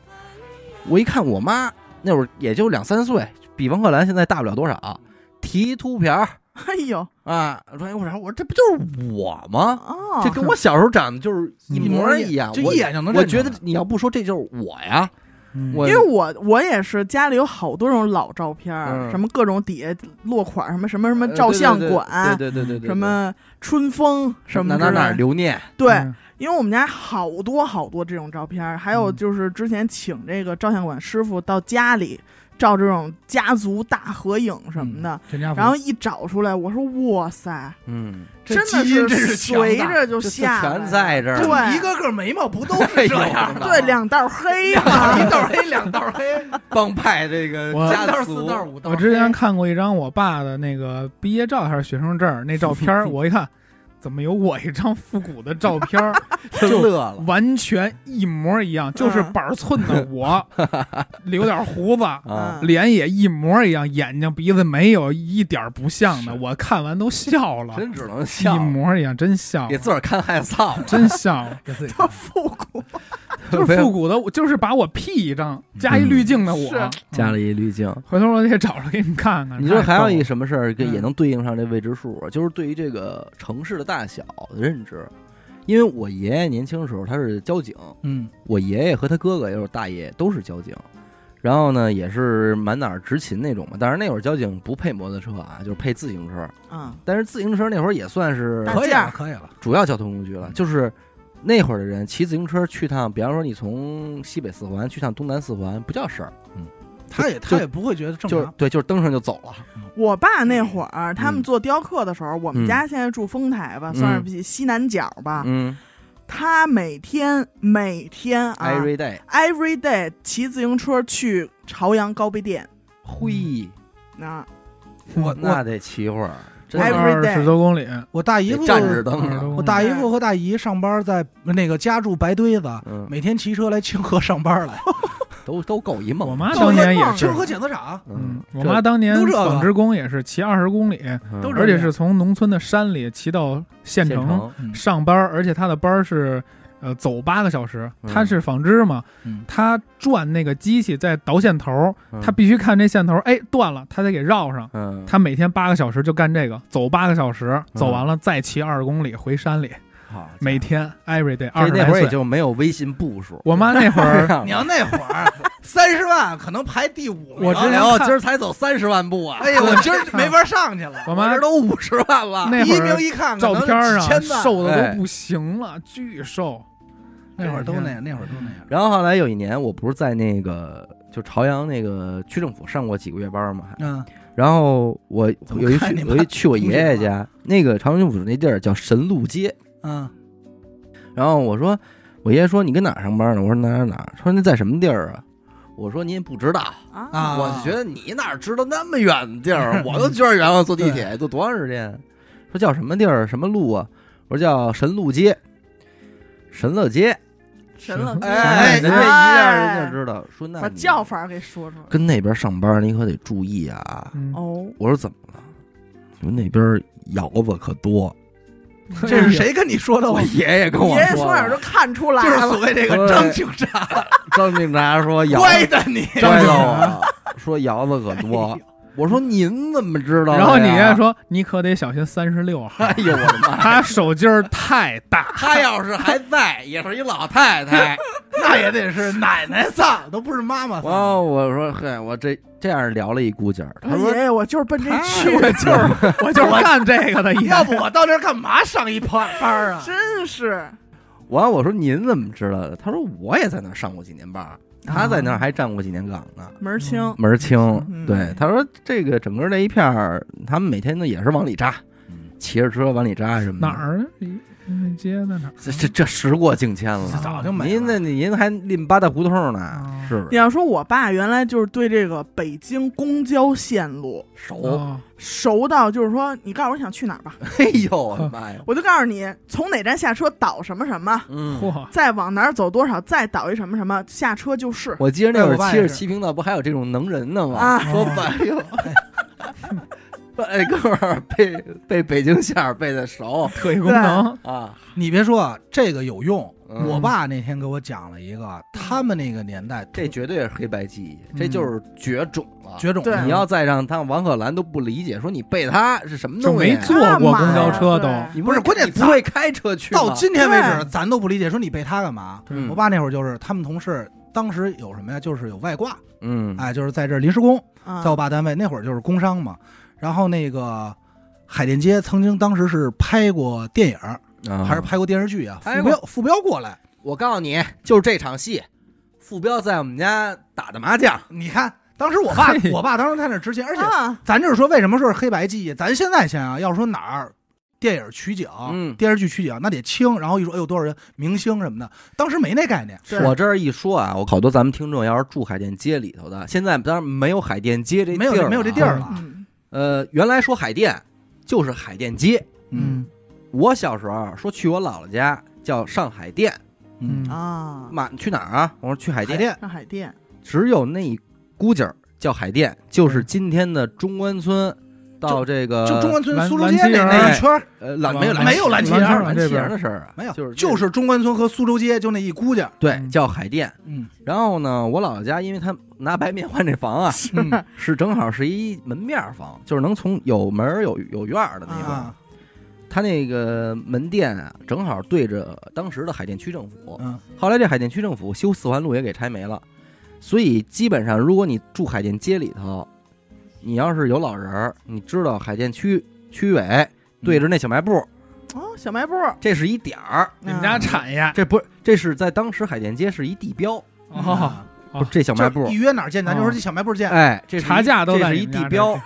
Speaker 1: 我一看我妈那会儿也就两三岁，比王鹤兰现在大不了多少，提秃瓢儿
Speaker 3: 哎呦，
Speaker 1: 啊，穿一裤衩儿，我说这不就是我吗？
Speaker 3: 哦，
Speaker 1: 这跟我小时候长得就是一
Speaker 2: 一
Speaker 1: 模
Speaker 2: 模
Speaker 1: 儿
Speaker 2: 一
Speaker 1: 一样，
Speaker 2: 就
Speaker 1: 我
Speaker 2: 一眼就能认
Speaker 1: 我
Speaker 2: 出
Speaker 1: 觉得
Speaker 2: 来
Speaker 1: 你要不说这就是我呀，
Speaker 4: 嗯
Speaker 1: 我
Speaker 3: 因为我我也是家里有好多种老照片儿，
Speaker 1: 嗯
Speaker 3: 什么各种底下落款儿，什么什么什么
Speaker 1: 呃
Speaker 3: 照
Speaker 1: 对对
Speaker 3: 相
Speaker 1: 对
Speaker 3: 馆，
Speaker 1: 对对对对对，
Speaker 3: 什么春风什么
Speaker 1: 哪哪
Speaker 3: 之类
Speaker 1: 哪儿
Speaker 3: 的
Speaker 1: 留念，
Speaker 3: 对，
Speaker 4: 嗯
Speaker 3: 因为我们家好多好多这种照片儿，还有
Speaker 4: 嗯
Speaker 3: 就是之前请这个照相馆师傅到家里照这种家族大合影什么的，
Speaker 2: 全家福
Speaker 3: 然后一找出来，我说哇塞，
Speaker 1: 嗯，
Speaker 2: 这
Speaker 3: 真的
Speaker 2: 基因真是强大
Speaker 3: 随着就
Speaker 1: 这
Speaker 3: 下来
Speaker 1: 全在这儿，
Speaker 3: 对
Speaker 2: 一个个眉毛不都
Speaker 1: 哎
Speaker 2: 是
Speaker 1: 呦
Speaker 2: 这样的？
Speaker 3: 对两道黑呀、
Speaker 2: 一道黑，两道黑，
Speaker 1: <laughs> 帮派这个
Speaker 4: 我
Speaker 2: 三
Speaker 1: 家
Speaker 2: 道四
Speaker 1: 族，
Speaker 2: 道五道。
Speaker 4: 我之前看过一张我爸的那个毕业照还是学生证儿那照片儿，我一看，怎么有我一张复古的照
Speaker 1: <laughs>
Speaker 4: 片儿，
Speaker 1: 就
Speaker 4: 就
Speaker 1: 乐了。
Speaker 4: 完全一模一样，就是板儿寸的我，
Speaker 1: <laughs>
Speaker 4: 留点胡子，
Speaker 1: 啊，
Speaker 3: 嗯
Speaker 4: 脸也一模一样，眼睛鼻子没有一点儿不像的，
Speaker 1: 是
Speaker 4: 我看完都笑
Speaker 3: 嗯
Speaker 4: 了，
Speaker 1: 真只能笑
Speaker 4: 一，模一样，真笑
Speaker 1: 给
Speaker 4: 了，
Speaker 1: 自个儿看害臊了，
Speaker 4: 真笑了，
Speaker 2: 给自己
Speaker 3: 都复古，
Speaker 4: 就是复古的，我就是把我 P 一张，加一滤镜的我，
Speaker 3: 是
Speaker 4: 嗯
Speaker 1: 加了一滤镜。
Speaker 4: 回头我得找着给你看
Speaker 1: <laughs>
Speaker 4: 看。
Speaker 1: 你知道
Speaker 4: 太
Speaker 1: 还
Speaker 4: 逗
Speaker 1: 有一
Speaker 4: 了
Speaker 1: 什么事儿，跟
Speaker 2: 嗯
Speaker 1: 也能对应上这未知数，啊就是对于这个城市的大小的认知。因为我爷爷年轻时候他是交警，
Speaker 2: 嗯，
Speaker 1: 我爷爷和他哥哥也就是大爷都是交警，然后呢也是满哪儿执勤那种嘛。但是那会儿交警不配摩托车啊，就是配自行车。
Speaker 3: 嗯，
Speaker 1: 但是自行车那会儿也算是
Speaker 3: 大
Speaker 2: 可以
Speaker 3: 件儿
Speaker 2: 了，可以了。
Speaker 1: 主要交通工具
Speaker 4: 嗯
Speaker 1: 了，就是那会儿的人骑自行车去趟，比方说你从西北四环去趟东南四环不叫事儿，
Speaker 2: 他也他也不会觉得正
Speaker 1: 就是
Speaker 2: 常，
Speaker 1: 对，就是登上就走了。
Speaker 3: 我爸那会儿，他们
Speaker 1: 嗯
Speaker 3: 做雕刻的时候，我们
Speaker 1: 嗯
Speaker 3: 家现在住丰台吧，
Speaker 1: 嗯
Speaker 3: 算是西南角
Speaker 4: 啊
Speaker 3: 吧。
Speaker 1: 嗯
Speaker 3: 他每天每天啊
Speaker 1: ，every
Speaker 4: 嗯
Speaker 1: day，
Speaker 3: every day 骑自行车去朝阳高碑店
Speaker 1: 嘿，
Speaker 3: 啊，
Speaker 4: 嗯
Speaker 2: 我
Speaker 1: 那
Speaker 2: 我
Speaker 1: 得骑会儿，真
Speaker 3: 哎
Speaker 1: 的
Speaker 3: ，every
Speaker 4: 二
Speaker 3: day
Speaker 4: 十多公里，
Speaker 2: 我大姨
Speaker 1: 得
Speaker 2: 夫，
Speaker 1: 站着登
Speaker 4: 二
Speaker 1: 了。
Speaker 4: 十多公里
Speaker 2: 我大姨夫和大姨上班在那个家住白堆子，
Speaker 1: 嗯，
Speaker 2: 每天骑车来清河上班来，
Speaker 1: 都都够一梦。
Speaker 4: 我妈
Speaker 2: 到
Speaker 4: 当年也是
Speaker 2: 哦清，河检测厂
Speaker 4: 嗯
Speaker 1: 嗯，，
Speaker 4: 我妈当年
Speaker 2: 都这个
Speaker 4: 纺织工也是骑二十公里，
Speaker 1: 嗯
Speaker 2: 都是
Speaker 4: 而且是从农村的山里骑到县
Speaker 1: 县
Speaker 2: 嗯
Speaker 4: 城上班儿，而且她的班儿是呃走八个小时，
Speaker 1: 嗯
Speaker 4: 他是纺织嘛，
Speaker 2: 嗯
Speaker 4: 他转那个机器在导线头，
Speaker 1: 嗯
Speaker 4: 他必须看这线头，哎断了，他得给绕上。
Speaker 1: 嗯，
Speaker 4: 他每天八个小时就干这个，走八个小时，走完了再骑二十公里回山里，
Speaker 1: 好
Speaker 4: 每天 every day
Speaker 1: 所以
Speaker 4: 二十
Speaker 1: 那
Speaker 4: 来
Speaker 1: 会儿也
Speaker 4: 岁。
Speaker 1: 就没有微信步数。
Speaker 4: 我妈那会
Speaker 1: <laughs>
Speaker 4: 儿
Speaker 2: 你要那会儿 <laughs> 三十万，可能排第五名。
Speaker 4: 我之前
Speaker 1: 然后
Speaker 4: 看
Speaker 1: 今儿才走三十万步啊！
Speaker 2: 哎呀，我今儿没法上去了，
Speaker 4: 我妈
Speaker 2: 这都五十万了。
Speaker 4: 那
Speaker 2: 第
Speaker 4: 会儿
Speaker 2: 一名一看，
Speaker 4: 照片
Speaker 2: 可能
Speaker 4: 儿
Speaker 2: 几
Speaker 4: 啊，
Speaker 2: 千万
Speaker 4: 瘦的
Speaker 1: 哎
Speaker 4: 都不行了，巨瘦。
Speaker 2: 那会儿都那
Speaker 4: 样。
Speaker 2: 样，那会儿都那样。
Speaker 1: 然后后来有一年，我不是在那个就朝阳那个区政府上过几个月班嘛，还
Speaker 2: 嗯，
Speaker 1: 然后我
Speaker 2: 怎么
Speaker 1: 有一
Speaker 2: 看
Speaker 1: 去
Speaker 2: 你
Speaker 1: 我
Speaker 2: 妈
Speaker 1: 一去我爷爷家，那个朝阳政府那地儿叫神鹿街。
Speaker 2: 嗯，
Speaker 1: 然后我说，我爷爷说你跟哪儿上班呢？我说哪儿哪儿哪儿。他说那在什么地儿啊？我说您也不知道，
Speaker 3: 啊
Speaker 2: 啊
Speaker 1: 我就觉得你哪知道那么远的地儿？我都觉得远了，坐地铁坐多长时间？说叫什么地儿？什么路啊？我说叫神鹿街，神乐街。
Speaker 3: 神了，
Speaker 1: 哎，
Speaker 2: 哎
Speaker 1: 人家一下人家知道。说那
Speaker 3: 把
Speaker 1: 你
Speaker 3: 叫法儿给说出来。
Speaker 1: 跟那边上班，你可得注意啊。
Speaker 4: 嗯 <laughs>
Speaker 3: 哦，
Speaker 1: 我说怎么了？说那边窑子可多。
Speaker 2: 这
Speaker 4: 哎
Speaker 2: 是谁跟你说的？我
Speaker 1: 爷爷跟
Speaker 3: 爷爷从
Speaker 1: 说
Speaker 3: 哪儿
Speaker 1: 的
Speaker 3: 就看出来
Speaker 2: 就是所
Speaker 3: 了。
Speaker 2: 谓这个张警察，
Speaker 1: 张警察说窑
Speaker 2: 乖的你。
Speaker 1: 张
Speaker 4: 张警
Speaker 1: 我，啊说窑子可多。我说您怎么知道的呀？
Speaker 4: 然后你爷爷说：“你可得小心三十六号
Speaker 1: 哎，呦我的妈！
Speaker 4: 他手劲儿太大。
Speaker 1: 她要是还在，也是一老太太。
Speaker 2: 那也得是奶奶丧，都不是妈妈
Speaker 1: 然后
Speaker 2: 丧。
Speaker 1: 我说：“嘿，我这这样聊了一股劲儿。”他
Speaker 3: 说
Speaker 1: 说
Speaker 3: 爷爷，哎我就是奔这去，
Speaker 4: 我就是我就是干这
Speaker 2: <laughs>
Speaker 4: 个的，爷
Speaker 2: 啊要不我到那儿干嘛上一班班儿啊？
Speaker 3: 真是。：“
Speaker 1: 完了，我说您怎么知道的？”他说：“我也在那儿上过几年班儿，他在那儿还站过几年岗呢。”
Speaker 3: 门儿清，
Speaker 1: 门儿清。
Speaker 3: 嗯
Speaker 1: 对，他说这个整个那一片儿，他们每天呢也是往里扎，骑着车往里扎什么的
Speaker 4: 哪？儿那街在哪儿？
Speaker 1: 这这这时过境迁了，
Speaker 2: 早就没了哦
Speaker 1: 您那您还拎八大胡同呢
Speaker 4: 啊，
Speaker 1: 是不
Speaker 3: 你
Speaker 1: 是？
Speaker 3: 要说我爸原来就是对这个北京公交线路
Speaker 1: 熟，
Speaker 4: 哦
Speaker 3: 熟到，就是说你告诉我想去哪儿吧，
Speaker 1: <laughs>
Speaker 2: <laughs>
Speaker 1: 哎呦我的妈呀！
Speaker 3: 我就告诉你从哪站下车倒什么什么，
Speaker 1: 嗯，
Speaker 4: 嚯，
Speaker 3: 再往哪儿走多少，再倒一什么什么，下车就是。
Speaker 1: 我记得那会
Speaker 2: 哎
Speaker 1: 儿
Speaker 2: 我爸
Speaker 1: 七
Speaker 2: 也
Speaker 1: 十
Speaker 2: 是
Speaker 1: 七频道不还有这种能人呢吗？
Speaker 3: 啊
Speaker 1: 说哎
Speaker 2: <laughs>
Speaker 1: 呦，哎哥们儿背背北京馅儿背的熟
Speaker 4: 特异功能
Speaker 1: 啊，
Speaker 2: 你别说啊，这个有用。
Speaker 1: 嗯
Speaker 2: 我爸那天给我讲了一个，他们那个年代
Speaker 1: 这绝对是黑白记忆，这就是绝种了。
Speaker 2: 嗯绝种啊
Speaker 3: 对
Speaker 2: 了，
Speaker 1: 你要再让他王鹤兰都不理解，说你背他是什么
Speaker 4: 就
Speaker 1: 东西
Speaker 4: 没
Speaker 1: 啊？
Speaker 4: 坐过公交车
Speaker 3: 干嘛呀
Speaker 4: 都。
Speaker 1: 你
Speaker 2: 不是关键
Speaker 1: 你不会开车去吗
Speaker 2: 到今天为止，
Speaker 3: 对
Speaker 2: 咱都不理解，说你背他干嘛？
Speaker 1: 嗯
Speaker 2: 我爸那会儿就是他们同事当时有什么呀？就是有外挂，
Speaker 1: 嗯
Speaker 2: 哎，就是在这儿临时工，
Speaker 3: 啊
Speaker 2: 在我爸单位那会儿就是工商嘛。然后那个海淀街曾经当时是拍过电影儿，
Speaker 1: 啊
Speaker 2: 还是拍过电视剧啊？
Speaker 1: 拍
Speaker 2: 副
Speaker 1: 过
Speaker 2: 标副标过来，
Speaker 1: 我告诉你，就是这场戏，傅彪在我们家打的麻将，
Speaker 2: 你看当时我爸
Speaker 4: 嘿，
Speaker 2: 我爸当时在那儿执勤，而且
Speaker 3: 啊，
Speaker 2: 咱就是说为什么说是黑白记忆？咱现在想想，要说哪儿电影取景、
Speaker 1: 嗯
Speaker 2: 电视剧取景，那得清。然后一说，哎呦，多少人明星什么的，当时没那概念。
Speaker 3: 对
Speaker 1: 我这儿一说啊，我好多咱们听众要是住海淀街里头的，现在当然没有海淀街这
Speaker 2: 没有
Speaker 1: 地儿了啊
Speaker 2: 没有这地儿了
Speaker 3: 嗯，
Speaker 1: 呃，原来说海淀就是海淀街，
Speaker 2: 嗯
Speaker 1: 我小时候说去我姥姥家叫上海淀，
Speaker 2: 嗯，
Speaker 3: 啊，
Speaker 1: 妈你去哪儿啊？我说去海
Speaker 2: 海
Speaker 1: 淀，
Speaker 2: 淀
Speaker 3: 上海淀
Speaker 1: 只有那一姑姐儿叫海淀，就是今天的中关村。到这个
Speaker 2: 嗯就中关村
Speaker 4: 蓝
Speaker 2: 苏州街那
Speaker 4: 蓝旗
Speaker 1: 人
Speaker 2: 那一圈儿，
Speaker 1: 呃蓝
Speaker 4: 啊
Speaker 1: 没有
Speaker 2: 没有
Speaker 1: 蓝
Speaker 2: 蓝
Speaker 1: 旗
Speaker 2: 旗
Speaker 1: 人
Speaker 2: 人
Speaker 1: 儿
Speaker 4: 蓝旗
Speaker 1: 旗
Speaker 4: 人
Speaker 1: 人的事儿啊，
Speaker 2: 没有，
Speaker 1: 就是
Speaker 2: 就
Speaker 1: 这
Speaker 2: 是中关村和苏州街就那一姑家。
Speaker 1: 对
Speaker 4: 嗯
Speaker 1: 叫海淀。
Speaker 2: 嗯，
Speaker 1: 然后呢，我姥姥家因为他拿白面换这房啊，
Speaker 2: 嗯
Speaker 1: 是正好是一门面房，就是能从有门儿有有院儿的那种。 <laughs>
Speaker 2: 啊，
Speaker 1: 他那个门店啊，正好对着当时的海淀区政府。
Speaker 2: 嗯，
Speaker 1: 后来这海淀区政府修四环路也给拆没了，所以基本上如果你住海淀街里头，你要是有老人儿，你知道海淀区区委对着那小卖部，
Speaker 3: 哦，小卖部，啊
Speaker 1: 这是一点儿。
Speaker 4: 你们家产业
Speaker 1: 这不是，这是在当时海淀街是一地标，
Speaker 4: 哦，
Speaker 1: 不是这小卖
Speaker 2: 嗯啊就
Speaker 1: 部
Speaker 2: 一，约哪儿见，咱就说
Speaker 4: 哦
Speaker 2: 这小卖部见。
Speaker 1: 哎，这是一
Speaker 4: 查价都
Speaker 1: 这
Speaker 4: 在
Speaker 1: 是
Speaker 4: 你
Speaker 1: 一
Speaker 4: 们家
Speaker 1: 地
Speaker 4: 这
Speaker 1: 标，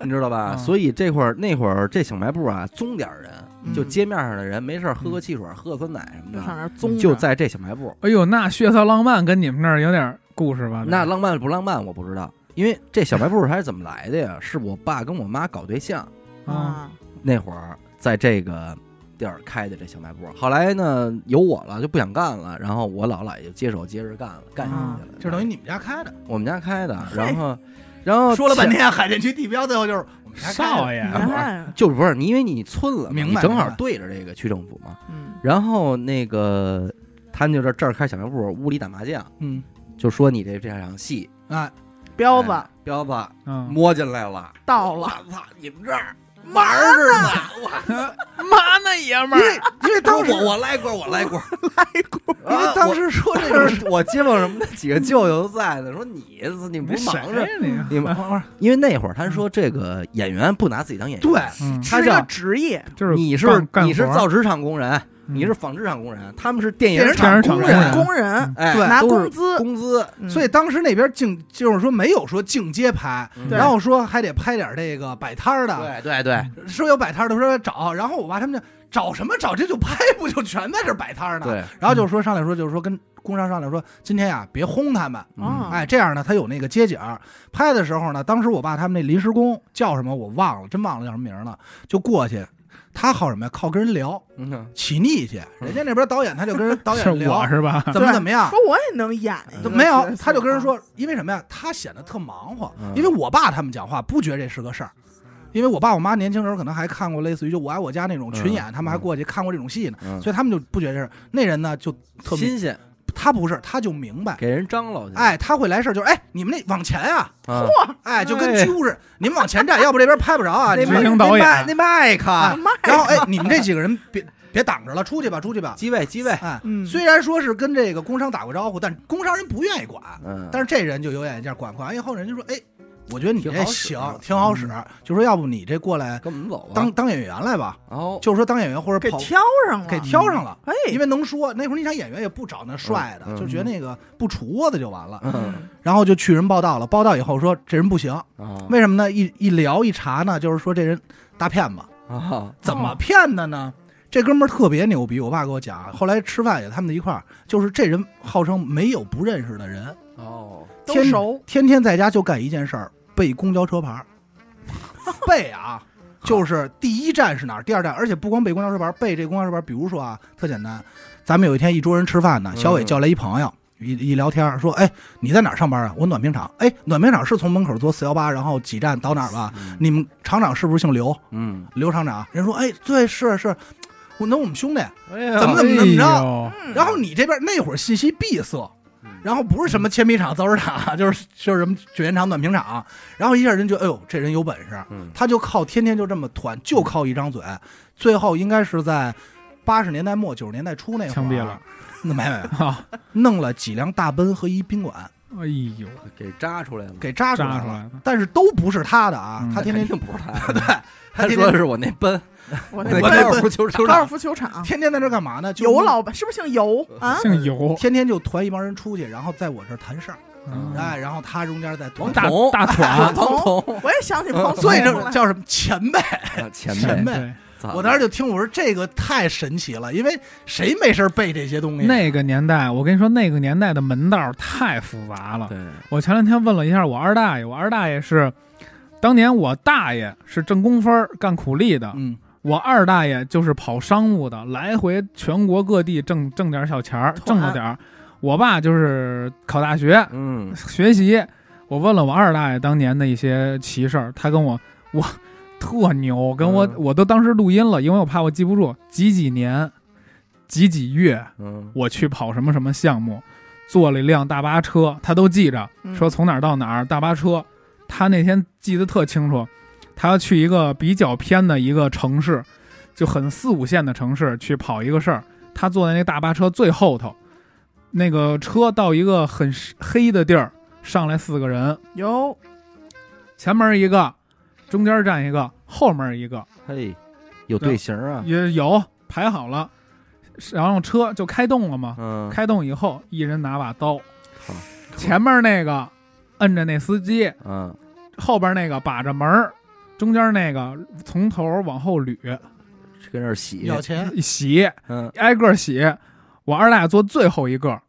Speaker 1: 你知道吧？
Speaker 4: 嗯
Speaker 1: 所以这会儿那会儿这小卖部啊，宗点儿人，
Speaker 3: 嗯
Speaker 1: 就街面上的人没事儿喝个汽水、喝个酸奶什么
Speaker 3: 就上
Speaker 1: 的，
Speaker 3: 那
Speaker 2: 啊
Speaker 3: 儿棕着，
Speaker 1: 就在这小卖部。
Speaker 4: 哎呦，那血色浪漫跟你们那儿有点故事吧？
Speaker 1: 那浪漫不浪漫我不知道，因为这小卖部它是怎么来的呀？是我爸跟我妈搞对象
Speaker 2: 嗯
Speaker 4: 啊，
Speaker 3: 啊，
Speaker 1: 那会儿，在这个地儿开的这小卖部。后来呢，有我了就不想干了，然后我姥姥也就接手接着干了，干下去了。
Speaker 2: 就等于你们家开的，
Speaker 1: 我们家开的，
Speaker 2: 嘿
Speaker 1: 然后，然后
Speaker 2: 说了半
Speaker 1: 前。
Speaker 2: 天海淀区地标，最后就是我们家开的
Speaker 4: 少爷啊
Speaker 3: 你看，
Speaker 1: 就是不是你，因为你村了嘛，
Speaker 2: 明
Speaker 1: 你
Speaker 2: 白
Speaker 1: 正好
Speaker 2: 明白
Speaker 1: 对着这个区政府嘛。
Speaker 3: 嗯
Speaker 1: 然后那个他们就这这儿开小卖部，屋里打麻将，
Speaker 2: 嗯，
Speaker 1: 就说你这这场戏，
Speaker 2: 哎，
Speaker 3: 彪子
Speaker 1: 哎彪子
Speaker 4: 嗯，
Speaker 1: 摸进来了，
Speaker 3: 到了，
Speaker 1: 我操，你们这儿玩儿着呢，我
Speaker 4: 妈那爷们儿
Speaker 2: 因为因为当时
Speaker 1: 我我来过，我来过，
Speaker 3: 来啊过，
Speaker 2: 因为当时说这个
Speaker 1: 我我街坊什么的几个舅舅都在呢，说你你
Speaker 4: 你
Speaker 1: 不忙着，
Speaker 4: <laughs> 你谁呀
Speaker 1: 你忙因为那会儿他说这个演员不拿自己当演员，
Speaker 2: 对，
Speaker 3: <laughs>
Speaker 4: 嗯，
Speaker 1: 他
Speaker 3: 是一个
Speaker 1: 叫
Speaker 3: 职业，
Speaker 4: 就是
Speaker 1: 你是
Speaker 4: 干干
Speaker 1: 你是
Speaker 4: 活儿
Speaker 1: 造纸厂工人，
Speaker 4: 嗯
Speaker 1: 你是纺织厂工人，他们是电
Speaker 2: 电
Speaker 1: 影
Speaker 2: 视
Speaker 1: 厂
Speaker 4: 厂
Speaker 1: 工
Speaker 4: 工人
Speaker 1: 人，
Speaker 3: 工人
Speaker 1: 哎，
Speaker 2: 嗯对
Speaker 3: 拿
Speaker 1: 都是
Speaker 3: 工资，
Speaker 1: 工资，
Speaker 3: 嗯
Speaker 2: 所以当时那边净就是说没有说净街拍，
Speaker 1: 嗯
Speaker 3: 对
Speaker 2: 然后说还得拍点这个摆摊儿的，
Speaker 1: 对对对
Speaker 2: 说有摆摊儿的说找，然后我爸他们就找什么找，这就拍不就全在这儿摆摊儿呢？
Speaker 1: 对，
Speaker 2: 然后就说上来说就是说跟工商商量说今天呀、别轰他们，
Speaker 1: 嗯
Speaker 3: 哦
Speaker 2: 哎，这样呢他有那个街景儿。拍的时候呢，当时我爸他们那临时工叫什么我忘了，真忘了叫什么名儿了，就过去。他靠什么呀？靠跟人聊，
Speaker 1: 嗯嗯
Speaker 2: 起腻去。人家那边导演他就跟人
Speaker 4: <laughs>
Speaker 2: 导
Speaker 4: 是
Speaker 2: 演聊
Speaker 4: 我， <laughs> 是吧？
Speaker 2: 怎么怎么样，
Speaker 3: 说我也能演
Speaker 1: 嗯
Speaker 3: 一个，啊
Speaker 2: 没有，他就跟人，说，因为什么呀？他显得特忙活，
Speaker 1: 嗯
Speaker 2: 因为我爸他们讲话不觉得这是个事儿。因为我爸我妈年轻时候可能还看过类似于就《我爱我家》那种群演，
Speaker 1: 嗯
Speaker 2: 他们还过去看过这种戏呢，
Speaker 1: 嗯，
Speaker 2: 所以他们就不觉得这是那人呢就特明
Speaker 1: 新鲜，
Speaker 2: 他不是，他就明白，
Speaker 1: 给人张罗去，
Speaker 2: 哎，他会来事儿，就是哎，你们那往前啊，
Speaker 1: 啊，
Speaker 2: 哎，就跟
Speaker 1: 哎
Speaker 2: 揪着你们往前站，要不这边拍不着啊，你
Speaker 1: 那
Speaker 4: 执
Speaker 2: 们
Speaker 4: 行导演
Speaker 1: 那麦克，
Speaker 2: 哎
Speaker 3: 妈呀
Speaker 2: 然后哎，你们这几个人别别挡着了，出去吧，出去
Speaker 1: <laughs>
Speaker 2: 吧，
Speaker 1: 机位机位，
Speaker 2: 哎，
Speaker 3: 嗯，
Speaker 2: 虽然说是跟这个工商打过招呼，但工商人不愿意管，
Speaker 1: 嗯，
Speaker 2: 但是这人就有眼力见儿，管管完以后，人就说：“哎，我觉得你
Speaker 1: 挺
Speaker 2: 这
Speaker 1: 好使
Speaker 2: 行
Speaker 1: 啊，
Speaker 2: 挺好使。就说要不你这过来
Speaker 1: 跟我们走吧，
Speaker 2: 当当演员来吧，
Speaker 1: 哦，
Speaker 2: 就是说当演员或者
Speaker 3: 给
Speaker 2: 跑
Speaker 3: 挑上了，
Speaker 2: 给挑上了，
Speaker 3: 哎，
Speaker 2: 因为能说。那会儿你想演员也不找那帅的，
Speaker 1: 嗯嗯嗯
Speaker 2: 就觉得那个不杵窝子就完了。
Speaker 1: 嗯
Speaker 2: 然后就去人报道了，报道以后说这人不行，
Speaker 1: 啊
Speaker 2: 为什么呢？一一聊一查呢，就是说这人大骗
Speaker 3: 哦
Speaker 2: 子，
Speaker 1: 啊，
Speaker 2: 怎么骗的呢？这哥们儿特别牛逼，我爸给我讲，后来吃饭也他们一块儿，就是这人号称没有不认识的人，
Speaker 1: 哦，
Speaker 3: 都
Speaker 2: 天
Speaker 3: 熟，
Speaker 2: 天天在家就干一件事儿，背公交车牌儿， <laughs> 背啊， <laughs> 就是第一站是哪儿，第二站，而且不光背公交车牌儿，背这公交车牌儿，比如说啊，特简单，咱们有一天一桌人吃饭呢，
Speaker 1: 嗯
Speaker 2: 小伟叫来一朋友。一一聊天儿说，哎，你在哪儿上班啊？我暖瓶厂。哎，暖瓶厂是从门口坐四幺八，然后几站到哪儿吧？你们厂长是不是姓刘？
Speaker 1: 嗯，
Speaker 2: 刘厂长。人说，哎，对，是是，我那我们兄弟。
Speaker 1: 哎呀
Speaker 2: 怎么怎么怎么着
Speaker 4: 哎呦
Speaker 3: 嗯
Speaker 2: 然后你这边那会儿信息闭塞
Speaker 1: 嗯，
Speaker 2: 然后不是什么铅笔厂、造纸厂， <laughs> 就是就是什么卷烟厂、暖瓶厂，然后一下人就哎呦，这人有本事，
Speaker 1: 嗯
Speaker 2: 他就靠天天就这么团，就靠一张嘴，最后应该是在八十年代末九十年代初那会儿
Speaker 4: 枪毙了，
Speaker 2: 那没没没
Speaker 4: 啊！
Speaker 2: 弄了几辆大奔和一宾馆
Speaker 4: 哎呦， <laughs>
Speaker 1: 给扎出来了，
Speaker 2: 给扎出
Speaker 4: 扎
Speaker 2: 来
Speaker 4: 出
Speaker 2: 了，
Speaker 4: 来了！
Speaker 2: 但是都不是他的啊，
Speaker 4: 嗯
Speaker 2: 他天天
Speaker 1: 肯定
Speaker 2: <laughs>
Speaker 1: 不是他，
Speaker 2: 对，
Speaker 1: 他
Speaker 2: 天天
Speaker 1: 说的是我那奔，
Speaker 3: 我
Speaker 1: 那
Speaker 3: 那
Speaker 2: 我
Speaker 1: 高
Speaker 2: 那
Speaker 1: 尔夫球
Speaker 3: 高尔
Speaker 1: 场，
Speaker 3: 夫球场，
Speaker 2: 天天在这干嘛呢？就
Speaker 3: 尤老板是不是姓尤啊？
Speaker 4: 姓尤，
Speaker 2: 天天就团一帮人出去，然后在我这儿谈事儿，
Speaker 4: 嗯
Speaker 2: 哎，然后他中间再团
Speaker 1: 王
Speaker 4: 大
Speaker 1: 彤
Speaker 4: 大
Speaker 1: 王
Speaker 4: 团，
Speaker 1: 彤
Speaker 3: 我也想起彭
Speaker 2: 所以
Speaker 3: 总
Speaker 2: 这
Speaker 3: 了
Speaker 2: <laughs> 叫什么前辈？
Speaker 1: 啊前
Speaker 2: 哎前
Speaker 1: 辈
Speaker 2: 辈，
Speaker 4: 对，
Speaker 1: 操
Speaker 2: 我当时就听我说这个太神奇了，因为谁没事儿背这些东西？
Speaker 4: 那个年代，我跟你说，那个年代的门道太复杂了。
Speaker 1: 对，
Speaker 4: 我前两天问了一下我二大爷，我二大爷是当年我大爷是挣工分儿干苦力的，
Speaker 2: 嗯，
Speaker 4: 我二大爷就是跑商务的，来回全国各地挣挣点小钱儿，挣着点儿。我爸就是考大学
Speaker 1: 嗯，
Speaker 4: 学习。我问了我二大爷当年的一些奇事儿，他跟我我特牛，跟我、
Speaker 1: 嗯
Speaker 4: 我都当时录音了，因为我怕我记不住几几年几几月，
Speaker 1: 嗯，
Speaker 4: 我去跑什么什么项目，坐了一辆大巴车，他都记着，
Speaker 3: 嗯
Speaker 4: 说从哪儿到哪儿大巴车，他那天记得特清楚，他要去一个比较偏的一个城市，就很四五线的城市去跑一个事儿，他坐在那大巴车最后头，那个车到一个很黑的地儿，上来四个人，
Speaker 3: 尤
Speaker 4: 前面一个，中间站一个，后面一个，
Speaker 1: 嘿，有队形啊，
Speaker 4: 也有排好了，然后车就开动了嘛，
Speaker 1: 嗯，
Speaker 4: 开动以后，一人拿把刀，前面那个摁着那司机，
Speaker 1: 嗯，
Speaker 4: 后边那个把着门儿，中间那个从头往后捋，
Speaker 1: 跟这儿洗，
Speaker 2: 要钱，
Speaker 4: 洗，
Speaker 1: 嗯
Speaker 4: 挨个洗。我二大爷坐最后一个，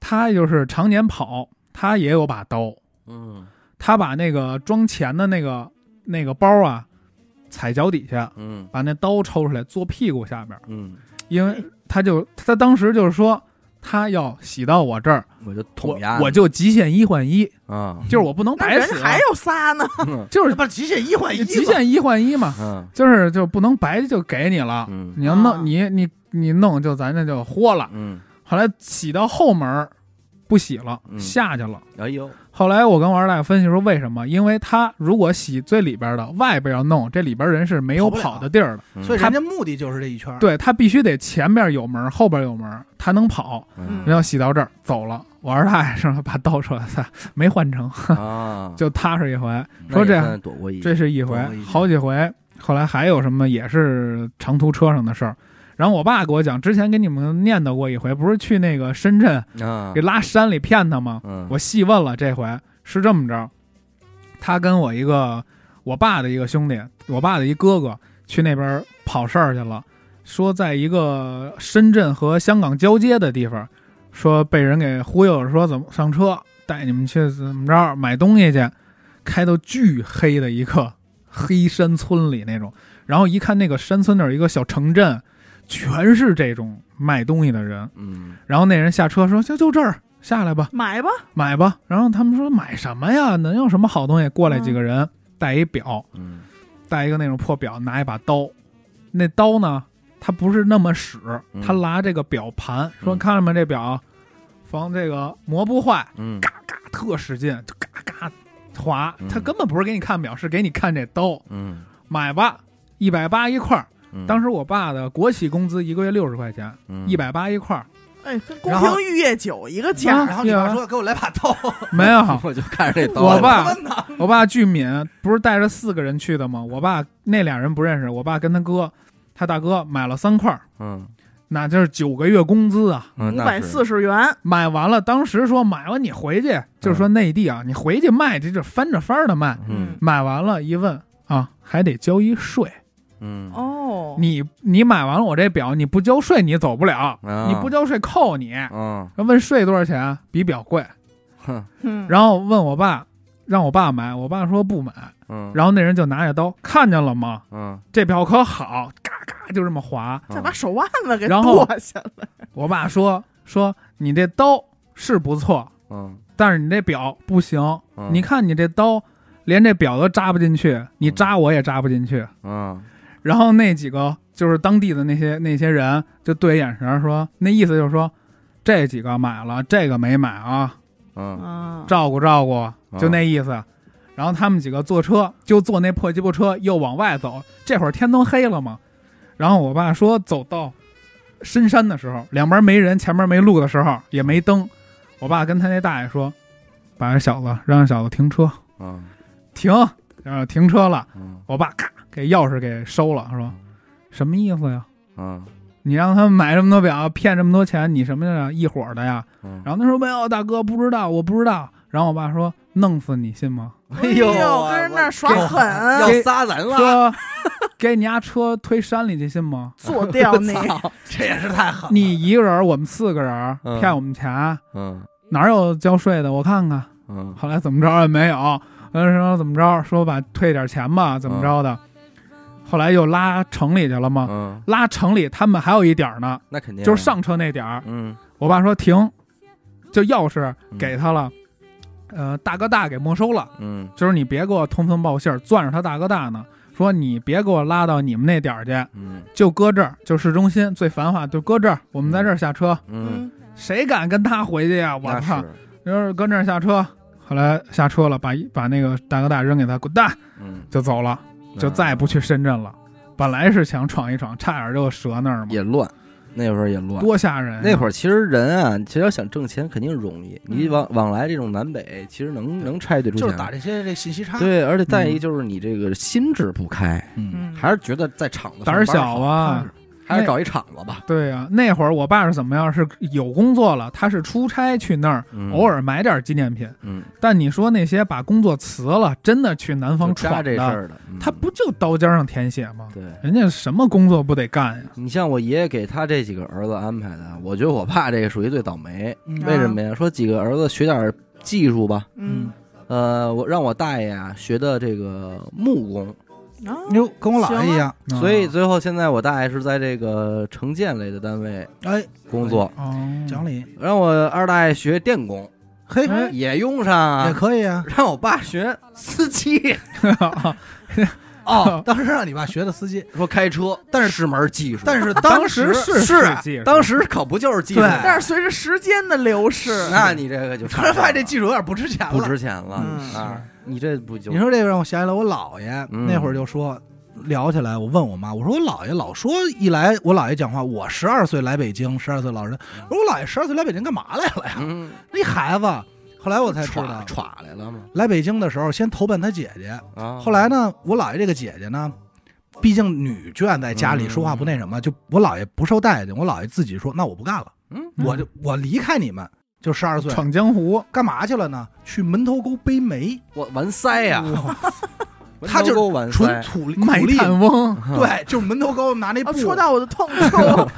Speaker 4: 他就是常年跑，他也有把刀，
Speaker 1: 嗯
Speaker 4: 他把那个装钱的那个那个包啊，踩脚底下，
Speaker 1: 嗯
Speaker 4: 把那刀抽出来，坐屁股下边儿，
Speaker 1: 嗯，
Speaker 4: 因为他就他当时就是说。他要洗到我这儿，
Speaker 1: 嗯我就
Speaker 4: 我
Speaker 1: 捅牙，
Speaker 4: 我就极限一换一，
Speaker 1: 啊，
Speaker 4: 就是我不能
Speaker 3: 那
Speaker 4: 白
Speaker 3: 人
Speaker 4: 死，啊
Speaker 3: 还有仨呢，
Speaker 1: 嗯
Speaker 4: 就是
Speaker 2: 不极限一换一，
Speaker 4: 极，限一换一嘛，
Speaker 1: 嗯
Speaker 4: 就是就不能白就给你了，
Speaker 1: 嗯
Speaker 4: 你要
Speaker 3: 啊
Speaker 4: 弄你你你弄就咱这就豁了。
Speaker 1: 嗯
Speaker 4: 后来洗到后门儿不洗了，
Speaker 1: 嗯
Speaker 4: 下去了。
Speaker 1: 哎呦，
Speaker 4: 后来我跟王二大爷分析说，为什么？因为他如果洗最里边的，外边要弄，这里边人是没有
Speaker 2: 跑不了
Speaker 4: 跑的地儿的。
Speaker 1: 嗯
Speaker 2: 所以人家目的就是这一圈儿。
Speaker 4: 对他必须得前边有门，后边有门，他能跑。
Speaker 1: 嗯
Speaker 4: 然后洗到这儿走了，我二大爷上来把刀出来，操 <laughs> 没换成，
Speaker 1: 啊，
Speaker 4: 嗯 <laughs> 就踏实一回。
Speaker 1: 那
Speaker 4: 说
Speaker 1: 也
Speaker 4: 这样
Speaker 1: 算躲过一
Speaker 4: 这是一回
Speaker 2: 懂了已，经
Speaker 4: 好几回。后来还有什么也是长途车上的事儿。然后我爸给我讲，之前给你们念叨过一回，不是去那个深圳
Speaker 1: 啊
Speaker 4: 给，拉山里骗他吗？
Speaker 1: 嗯，
Speaker 4: 我细问了，这回是这么着，他跟我一个我爸的一个兄弟，我爸的一哥哥去那边跑事儿去了，说在一个深圳和香港交接的地方，说被人给忽悠了，说怎么上车带你们去怎么着买东西去，开到巨黑的一个黑山村里那种，然后一看那个山村那儿有一个小城镇，全是这种卖东西的人，
Speaker 1: 嗯
Speaker 4: 然后那人下车说就就这儿下来吧。
Speaker 3: 买吧，
Speaker 4: 买吧。然后他们说买什么呀？能有什么好东西？过来几个人，带一表，
Speaker 1: 嗯
Speaker 4: 带一个那种破表，拿一把刀。那刀呢，他不是那么使
Speaker 1: 嗯，
Speaker 4: 他拿这个表盘，说
Speaker 1: 嗯
Speaker 4: 看见没这表，防这个磨不坏，
Speaker 1: 嗯，
Speaker 4: 嘎嘎特使劲，就嘎嘎划
Speaker 1: 嗯。
Speaker 4: 他根本不是给你看表，是给你看这刀。
Speaker 1: 嗯，
Speaker 4: 买吧，一百八一块儿。
Speaker 1: 嗯
Speaker 4: 当时我爸的国企工资一个月六十块钱，
Speaker 1: 嗯。
Speaker 4: 一百八一块儿，
Speaker 3: 哎，跟宫
Speaker 2: 然后
Speaker 3: 廷玉液酒一个价
Speaker 4: 啊
Speaker 3: 儿，
Speaker 2: 然后你爸说给我来把 <laughs> 刀，
Speaker 4: 没有
Speaker 1: 我就看着这 <laughs> 刀，
Speaker 4: 啊我
Speaker 1: 吧，
Speaker 2: 啊
Speaker 4: 爸，
Speaker 1: <laughs>
Speaker 4: 我爸巨敏，不是带着四个人去的吗？我爸那俩人不认识，我爸跟他哥，他大哥买了三块儿，
Speaker 1: 嗯
Speaker 4: 那就是九个月工资啊。
Speaker 1: 嗯，
Speaker 3: 五
Speaker 1: 那
Speaker 3: 百
Speaker 1: 是
Speaker 3: 四十元，
Speaker 4: 买完了，当时说买完你回去，就是说内地啊，你回去卖，这就翻着番儿的卖。
Speaker 1: 嗯
Speaker 4: 买完了，一问啊，还得交一税。
Speaker 1: 嗯
Speaker 3: 哦，
Speaker 4: 你你买完了我这表，你不交税你走不了，
Speaker 1: 啊
Speaker 4: 你不交税扣你。
Speaker 1: 嗯
Speaker 4: 问税多少钱？啊比表贵。
Speaker 1: 哼
Speaker 3: 嗯
Speaker 4: 然后问我爸，让我爸买，我爸说不买。
Speaker 1: 嗯，
Speaker 4: 然后那人就拿着刀，看见了吗？
Speaker 1: 嗯
Speaker 4: 这表可好，嘎嘎就这么划。
Speaker 3: 再把手腕子给
Speaker 4: 然后
Speaker 3: 剁下来，
Speaker 4: 我爸说说你这刀是不错，
Speaker 1: 嗯
Speaker 4: 但是你这表不行。
Speaker 1: 嗯
Speaker 4: 你看你这刀连这表都扎不进去，你扎我也扎不进去。
Speaker 1: 嗯
Speaker 4: 然后那几个就是当地的那些那些人就对眼神儿说，那意思就是说这几个买了，这个没买啊，
Speaker 1: 嗯
Speaker 3: 嗯，
Speaker 4: 照顾照顾，就那意思。然后他们几个坐车，就坐那破鸡巴车，又往外走。这会儿天都黑了嘛。然后我爸说，走到深山的时候，两边没人，前面没路的时候，也没灯。我爸跟他那大爷说：“把这小子让小子停车，
Speaker 1: 嗯
Speaker 4: 停。”然后停车了，
Speaker 1: 嗯
Speaker 4: 我爸咔给钥匙给收了，说：“什么意思呀？
Speaker 1: 嗯
Speaker 4: 你让他们买这么多表，骗这么多钱，你什么呀？一伙儿的呀？”
Speaker 1: 嗯，
Speaker 4: 然后他说：“没有，大哥，不知道，我不知道。”然后我爸说：“弄死你，信吗？”
Speaker 1: 哎
Speaker 3: 哎
Speaker 1: 呦，
Speaker 3: 跟人那儿耍狠，啊
Speaker 1: 要杀咱了，
Speaker 4: 说给你家车推山里去信吗？
Speaker 3: 做掉你，
Speaker 2: <laughs> 这也是太狠了。
Speaker 4: 你一个人儿，我们四个人儿
Speaker 1: 嗯
Speaker 4: 骗我们钱，
Speaker 1: 嗯
Speaker 4: 哪有交税的？我看看。
Speaker 1: 嗯
Speaker 4: 后来怎么着也没有，嗯，说怎么着，说吧，退点钱吧，怎么着的。后来又拉城里去了嘛，
Speaker 1: 嗯，
Speaker 4: 拉城里他们还有一点儿呢，
Speaker 1: 那肯定
Speaker 4: 就是，上车那点儿，
Speaker 1: 嗯
Speaker 4: 我爸说停，就钥匙
Speaker 1: 嗯
Speaker 4: 给他了，呃，大哥大给没收了。
Speaker 1: 嗯
Speaker 4: 就是你别给我通风报信儿，攥着他大哥大呢，说你别给我拉到你们那点儿去，
Speaker 1: 嗯
Speaker 4: 就搁这儿，就市中心最繁华，就搁这儿，我们在这儿下车，
Speaker 1: 嗯，，
Speaker 4: 谁敢跟他回去呀、我
Speaker 1: 那
Speaker 4: 操！
Speaker 1: 是，
Speaker 4: 就是搁这儿下车，后来下车了，把把那个大哥大扔给他，滚蛋，
Speaker 1: 嗯，
Speaker 4: 就走了，就再也不去深圳了。本来是想闯一闯，差点就折那儿嘛，
Speaker 1: 也乱，那时候也乱。
Speaker 4: 多吓人、
Speaker 1: 那会
Speaker 4: 儿，
Speaker 1: 儿其实人啊，其实要想挣钱肯定容易，你往往来这种南北，其实能能拆嗯对出
Speaker 2: 就是
Speaker 1: 钱
Speaker 2: 打
Speaker 1: 来
Speaker 2: 这些这信息差，
Speaker 1: 对，而且再一就是你这个心智不开，
Speaker 2: 嗯，
Speaker 3: 嗯，
Speaker 1: 还是觉得在厂子
Speaker 4: 胆儿小啊。
Speaker 1: 还是找一厂子吧。
Speaker 4: 对呀、啊那会儿我爸是怎么样？是有工作了，他是出差去那儿，
Speaker 1: 嗯
Speaker 4: 偶，尔买点纪念品。
Speaker 1: 嗯，
Speaker 4: 但你说那些把工作辞了，真的去南方
Speaker 1: 就抓
Speaker 4: 闯
Speaker 1: 这事
Speaker 4: 的，
Speaker 1: 儿的，嗯
Speaker 4: 他不就刀尖上舔血吗？
Speaker 1: 对。
Speaker 4: 人家什么工作不得干呀？
Speaker 1: 你像我爷爷给他这几个儿子安排的，我觉得我爸这个属于最倒霉。
Speaker 2: 嗯
Speaker 1: 为什么呀？说几个儿子学点技术吧，
Speaker 3: 嗯，
Speaker 1: 呃，我让我大爷啊学的这个木工，
Speaker 3: 啊
Speaker 2: 嗯哟，跟我姥爷一样，
Speaker 4: 嗯
Speaker 1: 嗯所
Speaker 4: 啊
Speaker 1: 以最后现在我大爷是在这个城建类的单位
Speaker 2: 哎，
Speaker 1: 工作，
Speaker 4: 哦，
Speaker 2: 讲理，
Speaker 1: 让我二大爷学电工，
Speaker 2: 嘿，
Speaker 4: 哎
Speaker 1: 也用上
Speaker 2: 也
Speaker 1: 啊。
Speaker 2: 可以啊，
Speaker 4: 啊
Speaker 1: 让我爸学司机，
Speaker 2: <laughs> 哦，当时让你爸学的司机，
Speaker 1: 说开车，
Speaker 2: 但是
Speaker 1: 是门技术，
Speaker 2: 但是
Speaker 4: 当
Speaker 2: 时
Speaker 4: 是
Speaker 1: 是啊
Speaker 4: 技术
Speaker 1: 当时可不就是技术
Speaker 2: 对
Speaker 1: 吗？
Speaker 3: 但是随着时间的流逝，
Speaker 1: 那你这个就
Speaker 2: 突
Speaker 1: 差
Speaker 2: 然
Speaker 1: 点
Speaker 2: 发现这
Speaker 1: 了
Speaker 2: 技术有点不值钱
Speaker 1: 不
Speaker 2: 了。
Speaker 1: 值钱了
Speaker 3: 嗯
Speaker 1: 啊！你这不就
Speaker 2: 你说这个让我想起来，我姥爷
Speaker 1: 嗯
Speaker 2: 那会儿就说，聊起来我问我妈，我说我姥爷老说一来我姥爷讲话，我十二岁来北京，十二岁老人，我说我姥爷十二岁来北京干嘛来了呀？ <laughs>
Speaker 1: 嗯，
Speaker 2: 那孩子，后来我才知
Speaker 1: 歘
Speaker 2: 道，
Speaker 1: 歘来了吗？
Speaker 2: 来北京的时候先投奔他姐姐，
Speaker 1: 啊，
Speaker 2: 后来呢，我姥爷这个姐姐呢，毕竟女眷在家里说话不那什么，就我姥爷不受待见，我姥爷自己说，那我不干了，
Speaker 1: 嗯，
Speaker 4: 嗯
Speaker 2: 我就我离开你们，就十二岁，
Speaker 4: 闯江湖，
Speaker 2: 干嘛去了呢？去门头沟背煤，
Speaker 1: 我完塞呀，
Speaker 2: 他就是
Speaker 1: 完
Speaker 2: 纯
Speaker 1: 塞，
Speaker 2: 土力
Speaker 4: 卖
Speaker 2: 苦力，
Speaker 4: 炭翁，
Speaker 2: 对，就是门头沟拿那
Speaker 3: 嗯哦，
Speaker 2: 布，
Speaker 3: 戳到我的痛处。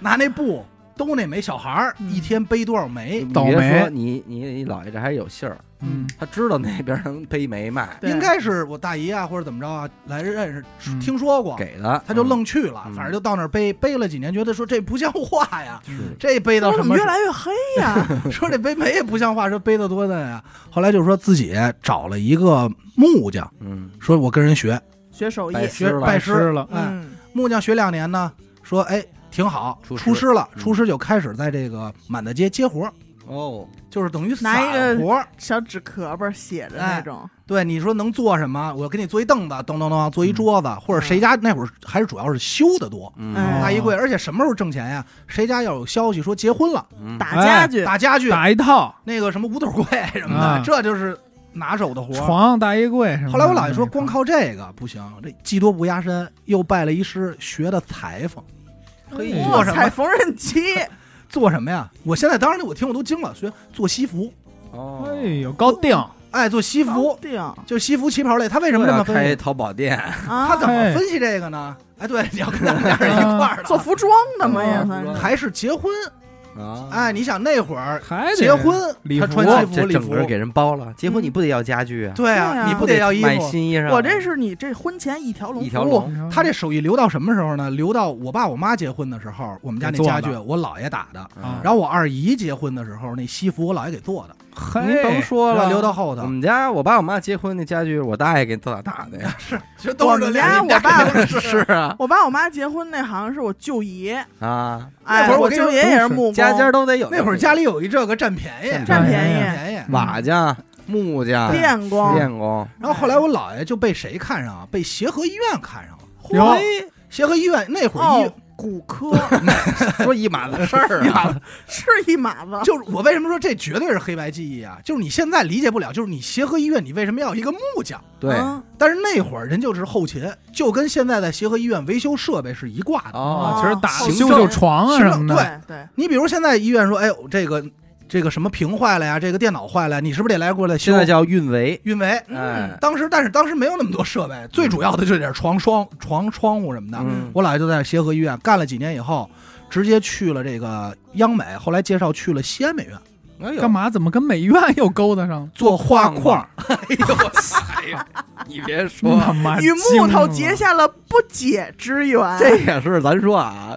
Speaker 2: 拿那布兜那煤小孩儿，
Speaker 3: 嗯
Speaker 2: 一天背多少煤？
Speaker 1: 你
Speaker 4: 倒
Speaker 1: 别
Speaker 4: 霉
Speaker 1: 说你你你姥爷这还有信儿，
Speaker 4: 嗯，
Speaker 1: 他知道那边能背煤卖，
Speaker 3: 对
Speaker 2: 应该是我大姨啊，或者怎么着啊，来认识，
Speaker 4: 嗯
Speaker 2: 听说过，
Speaker 1: 给的，
Speaker 2: 他就愣去了，
Speaker 1: 嗯
Speaker 2: 反正就到那儿背，背了几年，觉得说这不像话呀，
Speaker 1: 嗯。是
Speaker 2: 这背到
Speaker 3: 我
Speaker 2: 什
Speaker 3: 哎怎么
Speaker 2: 么
Speaker 3: 越来越黑
Speaker 2: <laughs>
Speaker 3: 呀？
Speaker 2: 说这背煤也不像话，说背的多的呀。后来就说自己找了一个木匠，
Speaker 1: 嗯，
Speaker 2: 说我跟人学
Speaker 3: 学手艺，
Speaker 1: 拜
Speaker 2: 学
Speaker 1: 师了
Speaker 2: 拜
Speaker 4: 吃
Speaker 2: 师，
Speaker 4: 了，
Speaker 2: 哎，
Speaker 3: 嗯，
Speaker 2: 木匠学两年呢，说哎挺好，
Speaker 1: 出师
Speaker 2: 出师了，
Speaker 1: 嗯
Speaker 2: 出师就开始在这个满大街接活儿，
Speaker 1: 哦，
Speaker 2: 就是等于
Speaker 3: 拿一个
Speaker 2: 散活儿。
Speaker 3: 小纸壳吧写着那种，
Speaker 2: 对，你说能做什么？我给你做一凳子，咚咚咚，做一桌子，
Speaker 3: 嗯
Speaker 2: 或者谁家那会儿还是主要是修的多，
Speaker 1: 嗯
Speaker 3: 哎
Speaker 2: 大衣柜。而且什么时候挣钱呀？谁家要有消息说结婚了，
Speaker 1: 嗯
Speaker 3: 打家具，
Speaker 2: 打家具，
Speaker 4: 打一套
Speaker 2: 那个什么五斗柜什么
Speaker 4: 啊
Speaker 3: 嗯
Speaker 2: 的，这就是拿手的活儿。
Speaker 4: 床、大衣柜什么的。
Speaker 2: 后来我姥爷说，光靠这个不行，这技多不压身，又拜了一师，学的裁缝，
Speaker 1: 嘿
Speaker 4: 嗯
Speaker 3: 哇
Speaker 2: 做什
Speaker 3: 踩
Speaker 2: 么
Speaker 3: 缝纫机，
Speaker 2: 做什么呀？我现在当然我听我都惊了，学做西服，
Speaker 1: 哦，
Speaker 4: 哎呦，高定，
Speaker 2: 哎，做西
Speaker 3: 高
Speaker 2: 服
Speaker 3: 定
Speaker 2: 就西服旗袍类，他为什么
Speaker 1: 这
Speaker 2: 这
Speaker 1: 要
Speaker 2: 么分
Speaker 1: 开
Speaker 2: 析？
Speaker 1: 淘宝店，
Speaker 2: 他
Speaker 3: 啊，
Speaker 2: 怎么分析这个呢？哎，对，你要跟咱们家人一块儿
Speaker 3: <laughs> 做
Speaker 2: 的，
Speaker 3: 服装的嘛也算
Speaker 1: 嗯
Speaker 3: 是。
Speaker 2: 还是结婚？
Speaker 1: 啊，
Speaker 2: <laughs> 哎，你想那会儿
Speaker 4: 还得
Speaker 2: 结婚
Speaker 4: 礼，
Speaker 2: 他
Speaker 4: 服
Speaker 2: 穿
Speaker 1: 这
Speaker 2: 西服
Speaker 1: 这
Speaker 2: 礼
Speaker 1: 整
Speaker 2: 服，
Speaker 1: 个给人包了，结婚
Speaker 3: 嗯
Speaker 1: 你不得要家具啊？
Speaker 2: 对
Speaker 3: 对
Speaker 2: 啊，
Speaker 3: 啊
Speaker 2: 你不得要衣
Speaker 1: 买
Speaker 2: 服？
Speaker 1: 新衣裳？啊
Speaker 3: 我这是你这婚前一条龙
Speaker 1: 一条
Speaker 3: 服务
Speaker 1: 龙，
Speaker 4: 嗯
Speaker 2: 他这手艺留到什么时候呢？留到我爸我妈结婚的时候，我们家那
Speaker 4: 做
Speaker 2: 家
Speaker 4: 的
Speaker 2: 具我姥爷打的。
Speaker 1: 啊
Speaker 4: 啊
Speaker 2: 然后我二姨结婚的时候，那西服我姥爷给做的，
Speaker 4: 嘿，
Speaker 1: 您甭说
Speaker 2: 然
Speaker 1: 了，嗯
Speaker 2: 后留到后
Speaker 1: 我
Speaker 2: 头。
Speaker 1: 们家我爸我妈结婚那家具，我大爷给打打的呀。
Speaker 2: 其实
Speaker 3: 我们家我爸我
Speaker 1: 是
Speaker 2: <laughs>
Speaker 1: 啊
Speaker 3: 我爸我妈结婚那好像是我舅
Speaker 1: <laughs>
Speaker 3: 爷，
Speaker 1: 啊，
Speaker 3: 哎，
Speaker 2: 那会儿
Speaker 3: 我
Speaker 2: 我跟你
Speaker 3: 舅
Speaker 2: 说
Speaker 3: 爷也是木工，
Speaker 1: 家家都得有。
Speaker 2: 哦那会儿家里嗯有一这个占便宜，
Speaker 3: 占啊
Speaker 4: 便宜
Speaker 2: 便宜。
Speaker 1: 瓦匠、木匠、
Speaker 3: 电工，
Speaker 1: 哎电工，
Speaker 2: 然后后来我姥爷就被谁看上啊？被协和医院看上了。
Speaker 4: 哟
Speaker 3: 嘿
Speaker 2: 协和医院那会儿
Speaker 3: 哦
Speaker 2: 医，
Speaker 3: 骨科
Speaker 1: 说一码子事
Speaker 2: <laughs>
Speaker 1: 儿啊。
Speaker 3: <laughs> 是一码子，
Speaker 2: 就是我为什么说这绝对是黑白记忆啊？就是你现在理解不了，就是你协和医院你为什么要一个木匠？
Speaker 1: 对，
Speaker 3: 嗯
Speaker 2: 但是那会儿人就是后勤，就跟现在在协和医院维修设备是一挂的。
Speaker 1: 哦，
Speaker 4: 啊，其实打
Speaker 3: 行
Speaker 4: 修
Speaker 3: 政
Speaker 4: 修床啊什么的，
Speaker 3: 对对，
Speaker 2: 你比如现在医院说，哎呦这个这个什么屏坏了呀，这个电脑坏了呀，你是不是得来过来修
Speaker 1: 现？在叫运维。
Speaker 2: 运维，
Speaker 1: 哎，
Speaker 2: 当时但是当时没有那么多设备，最主要的就点床窗床窗户什么的。
Speaker 1: 嗯
Speaker 2: 我姥爷就在协和医院干了几年以后，直接去了这个央美，后来介绍去了西安美院
Speaker 1: 哎
Speaker 4: 干
Speaker 1: 呦，
Speaker 4: 嘛怎么跟美院又勾搭
Speaker 2: <laughs>
Speaker 4: 上？
Speaker 2: 做画框。
Speaker 1: <laughs> 哎呦，我
Speaker 4: <laughs>
Speaker 1: 操！你别说，
Speaker 2: 嗯
Speaker 4: 他妈啊
Speaker 3: 与木头
Speaker 4: 惊
Speaker 3: 结
Speaker 4: 了
Speaker 3: 下了不解之缘。
Speaker 1: 这也是咱说啊，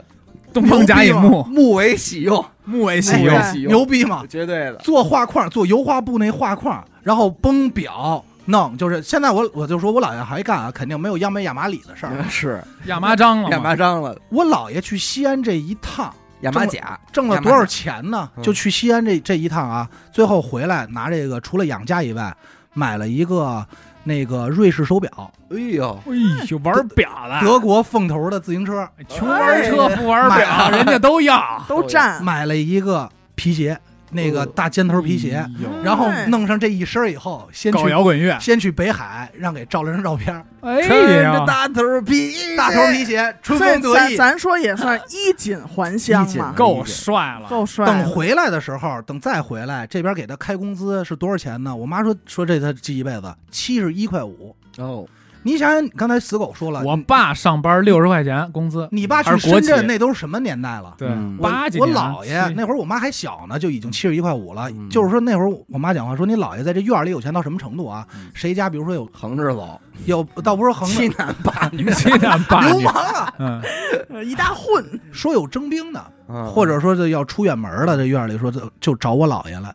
Speaker 4: 东风甲乙木，
Speaker 1: 木为喜用，
Speaker 4: 木为喜
Speaker 2: 哎
Speaker 1: 木
Speaker 4: 用
Speaker 1: 为
Speaker 2: 呀
Speaker 1: 喜用，
Speaker 2: 牛逼嘛！
Speaker 1: 绝对的。
Speaker 2: 做画框，做油画布那画框，然后崩表弄，就是现在我我就说我姥爷还干啊，肯定没有央美亚麻里的事儿。
Speaker 1: 是
Speaker 4: 亚麻章了嘛，
Speaker 1: 亚麻章了，
Speaker 2: 我姥爷去西安这一趟
Speaker 1: 亚麻甲，
Speaker 2: 挣了
Speaker 1: 亚麻
Speaker 2: 多少钱呢
Speaker 1: 嗯？
Speaker 2: 就去西安这这一趟啊，最后回来拿这个除了养家以外，买了一个那个瑞士手表，
Speaker 1: 哎呦，
Speaker 4: 哎呦，玩表了，
Speaker 2: 德国凤头的自行车，
Speaker 4: 穷玩车
Speaker 1: 哎
Speaker 4: 不玩表，人家都要
Speaker 3: 都占，
Speaker 2: 买了一个皮鞋，那个大尖头皮鞋，
Speaker 4: 哎呦
Speaker 2: 然后
Speaker 3: 嗯
Speaker 2: 弄上这一身以后，先去
Speaker 4: 搞摇滚乐，
Speaker 2: 先去北海，让给照了张照片，
Speaker 4: 哎
Speaker 1: 趁着
Speaker 4: 呀，
Speaker 1: 大头皮，
Speaker 2: 大头皮鞋，春
Speaker 3: 所以
Speaker 2: 风得
Speaker 3: 咱
Speaker 2: 意。
Speaker 3: 咱说也算衣锦还乡嘛，
Speaker 1: 衣
Speaker 4: 够帅了，
Speaker 3: 够帅
Speaker 2: 等
Speaker 3: 的。
Speaker 2: 回来的时候，等再回来，这边给他开工资是多少钱呢？我妈说说这他记一辈子七十一块五。
Speaker 1: 哦，
Speaker 2: 你想想，刚才死狗说了，
Speaker 4: 我爸上班六十块钱工资，
Speaker 2: 你爸去
Speaker 4: 还是国
Speaker 2: 深
Speaker 4: 企
Speaker 2: 圳那都是什么年代了？
Speaker 4: 对
Speaker 1: 嗯，
Speaker 2: 我
Speaker 4: 八几
Speaker 2: 我
Speaker 4: 年
Speaker 2: 姥爷
Speaker 4: 七
Speaker 2: 那会儿，我妈还小呢，就已经七十一块五了。
Speaker 1: 嗯
Speaker 2: 就是说那会儿我妈讲话说，你姥爷在这院儿里有钱到什么程度啊？
Speaker 1: 嗯
Speaker 2: 谁家比如说有
Speaker 1: 横着走，
Speaker 2: 有，倒不是横
Speaker 1: 七
Speaker 2: 着
Speaker 1: 男八女，
Speaker 4: 七点八
Speaker 2: <laughs> 流
Speaker 4: 年
Speaker 2: 氓，啊，
Speaker 4: 嗯，
Speaker 3: 呃一大混，
Speaker 2: 说有征兵的，
Speaker 1: 嗯
Speaker 2: 或者说这要出远门了，这院儿里说就就找我姥爷了。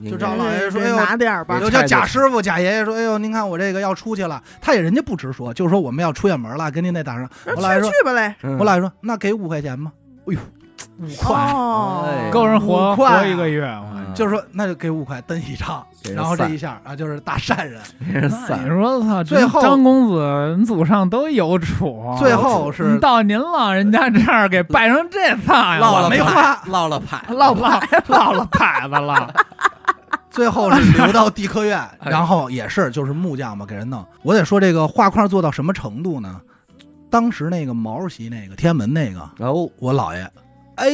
Speaker 1: 应
Speaker 2: 就
Speaker 1: 该
Speaker 2: 赵老爷说
Speaker 3: 哎
Speaker 2: 哎呦
Speaker 3: 拿点儿吧
Speaker 1: 我
Speaker 2: 有
Speaker 1: 就，
Speaker 2: 叫贾师傅、贾爷爷说：“哎呦，您看我这个要出去了。”他也人家不直说，就是说我们要出远门了，跟您那打上。
Speaker 3: 说
Speaker 2: 我老爷
Speaker 3: 去
Speaker 2: 说
Speaker 3: 去吧嘞，
Speaker 1: 嗯
Speaker 2: 我老爷说：“那给五块钱吧。
Speaker 4: 五块
Speaker 3: 哦
Speaker 1: 哎，
Speaker 4: 够人活
Speaker 2: 五块
Speaker 4: 活一个月，我
Speaker 1: 嗯
Speaker 2: 就是说那就给五块，蹬一张。
Speaker 1: 给人
Speaker 2: 然后这
Speaker 1: 散
Speaker 2: 一下啊，就是大善人。
Speaker 1: 给人
Speaker 4: 那你
Speaker 1: 散，
Speaker 4: 说操，
Speaker 2: 最后
Speaker 4: 这张公子你祖上都有主啊，
Speaker 2: 最后是
Speaker 4: 你到您了，人家这儿给拜成这菜
Speaker 1: 落了
Speaker 4: 没
Speaker 1: 牌
Speaker 2: 花，
Speaker 1: 落了牌，
Speaker 4: 落落落了牌子了，
Speaker 2: 最后是留到地
Speaker 1: <laughs>
Speaker 2: 科院，
Speaker 1: 哎
Speaker 2: 然后也是就是木匠嘛，给人弄。我得说这个画框做到什么程度呢？当时那个毛主席那个天安门那个，
Speaker 1: 然后
Speaker 2: 我姥爷， <laughs> 哎
Speaker 4: 哎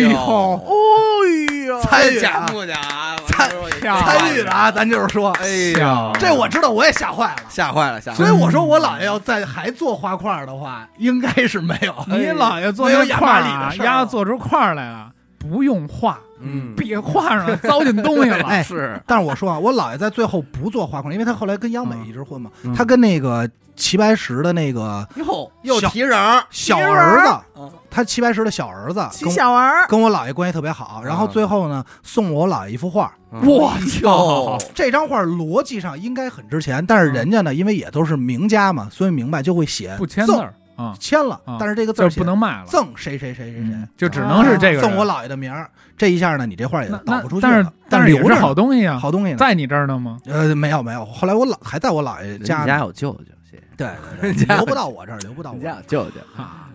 Speaker 2: 呦
Speaker 4: 呦，
Speaker 3: 哎呦，
Speaker 2: 参与
Speaker 1: 假
Speaker 2: 啊
Speaker 1: 木匠啊，
Speaker 2: 参
Speaker 1: 我这
Speaker 4: 漂
Speaker 2: 参与了啊，咱就是说，哎呀，
Speaker 4: 亮
Speaker 2: 这我知道，我也吓坏了。
Speaker 1: 吓坏了，吓坏
Speaker 2: 所
Speaker 1: 了
Speaker 2: 以我说，我姥爷要在还做花框的话，应该是没
Speaker 1: <laughs>
Speaker 2: 哎有。
Speaker 4: 你姥爷做那块儿啊，丫做出块儿来了，不用画，
Speaker 1: 嗯
Speaker 4: 别画上了，糟践东西了。
Speaker 2: <laughs> 哎
Speaker 1: 是
Speaker 2: 但是我说啊，我姥爷在最后不做花框，因为他后来跟央美一直混嘛，
Speaker 1: 嗯
Speaker 2: 他跟那个齐白石的那个
Speaker 1: 哟又
Speaker 2: 小
Speaker 1: 提人儿，
Speaker 2: 小儿子，
Speaker 1: 嗯
Speaker 2: 他齐白石的小儿子
Speaker 3: 骑
Speaker 2: 跟
Speaker 3: 小儿，
Speaker 2: 跟我姥爷关系特别好，然后
Speaker 1: 啊
Speaker 2: 最后呢送我姥爷一幅画，
Speaker 4: 我
Speaker 1: 嗯哟
Speaker 4: 操，
Speaker 2: 这张画逻辑上应该很值钱，但是人家呢，因为也都是名家嘛，所以明白就会写
Speaker 4: 不签字
Speaker 2: 赠
Speaker 4: 儿啊，
Speaker 2: 签了
Speaker 4: 啊，
Speaker 2: 但是这个字
Speaker 4: 就
Speaker 2: 儿
Speaker 4: 是不能卖了
Speaker 2: 写，赠谁谁谁谁谁
Speaker 4: 嗯，就只能是这个人
Speaker 2: 赠我姥爷的名儿。这一下呢，你这画也
Speaker 4: 那
Speaker 2: 倒
Speaker 4: 那
Speaker 2: 不出去
Speaker 4: 但是
Speaker 2: 了，但
Speaker 4: 是也
Speaker 2: 留
Speaker 4: 是
Speaker 2: 着
Speaker 4: 好
Speaker 2: 呢
Speaker 4: 东西啊，
Speaker 2: 好东西呢。
Speaker 4: 在你这儿呢吗？
Speaker 2: 呃，没有没有，后来我姥还在我姥爷
Speaker 1: 人
Speaker 2: 家
Speaker 1: 家
Speaker 2: 呢，
Speaker 1: 有舅舅，谢谢
Speaker 2: <laughs> 对，对
Speaker 1: 人
Speaker 2: 对
Speaker 1: 家
Speaker 2: 留不到我这儿，留不到我
Speaker 1: 人
Speaker 2: 这儿
Speaker 1: 家。有舅舅，
Speaker 4: 啊，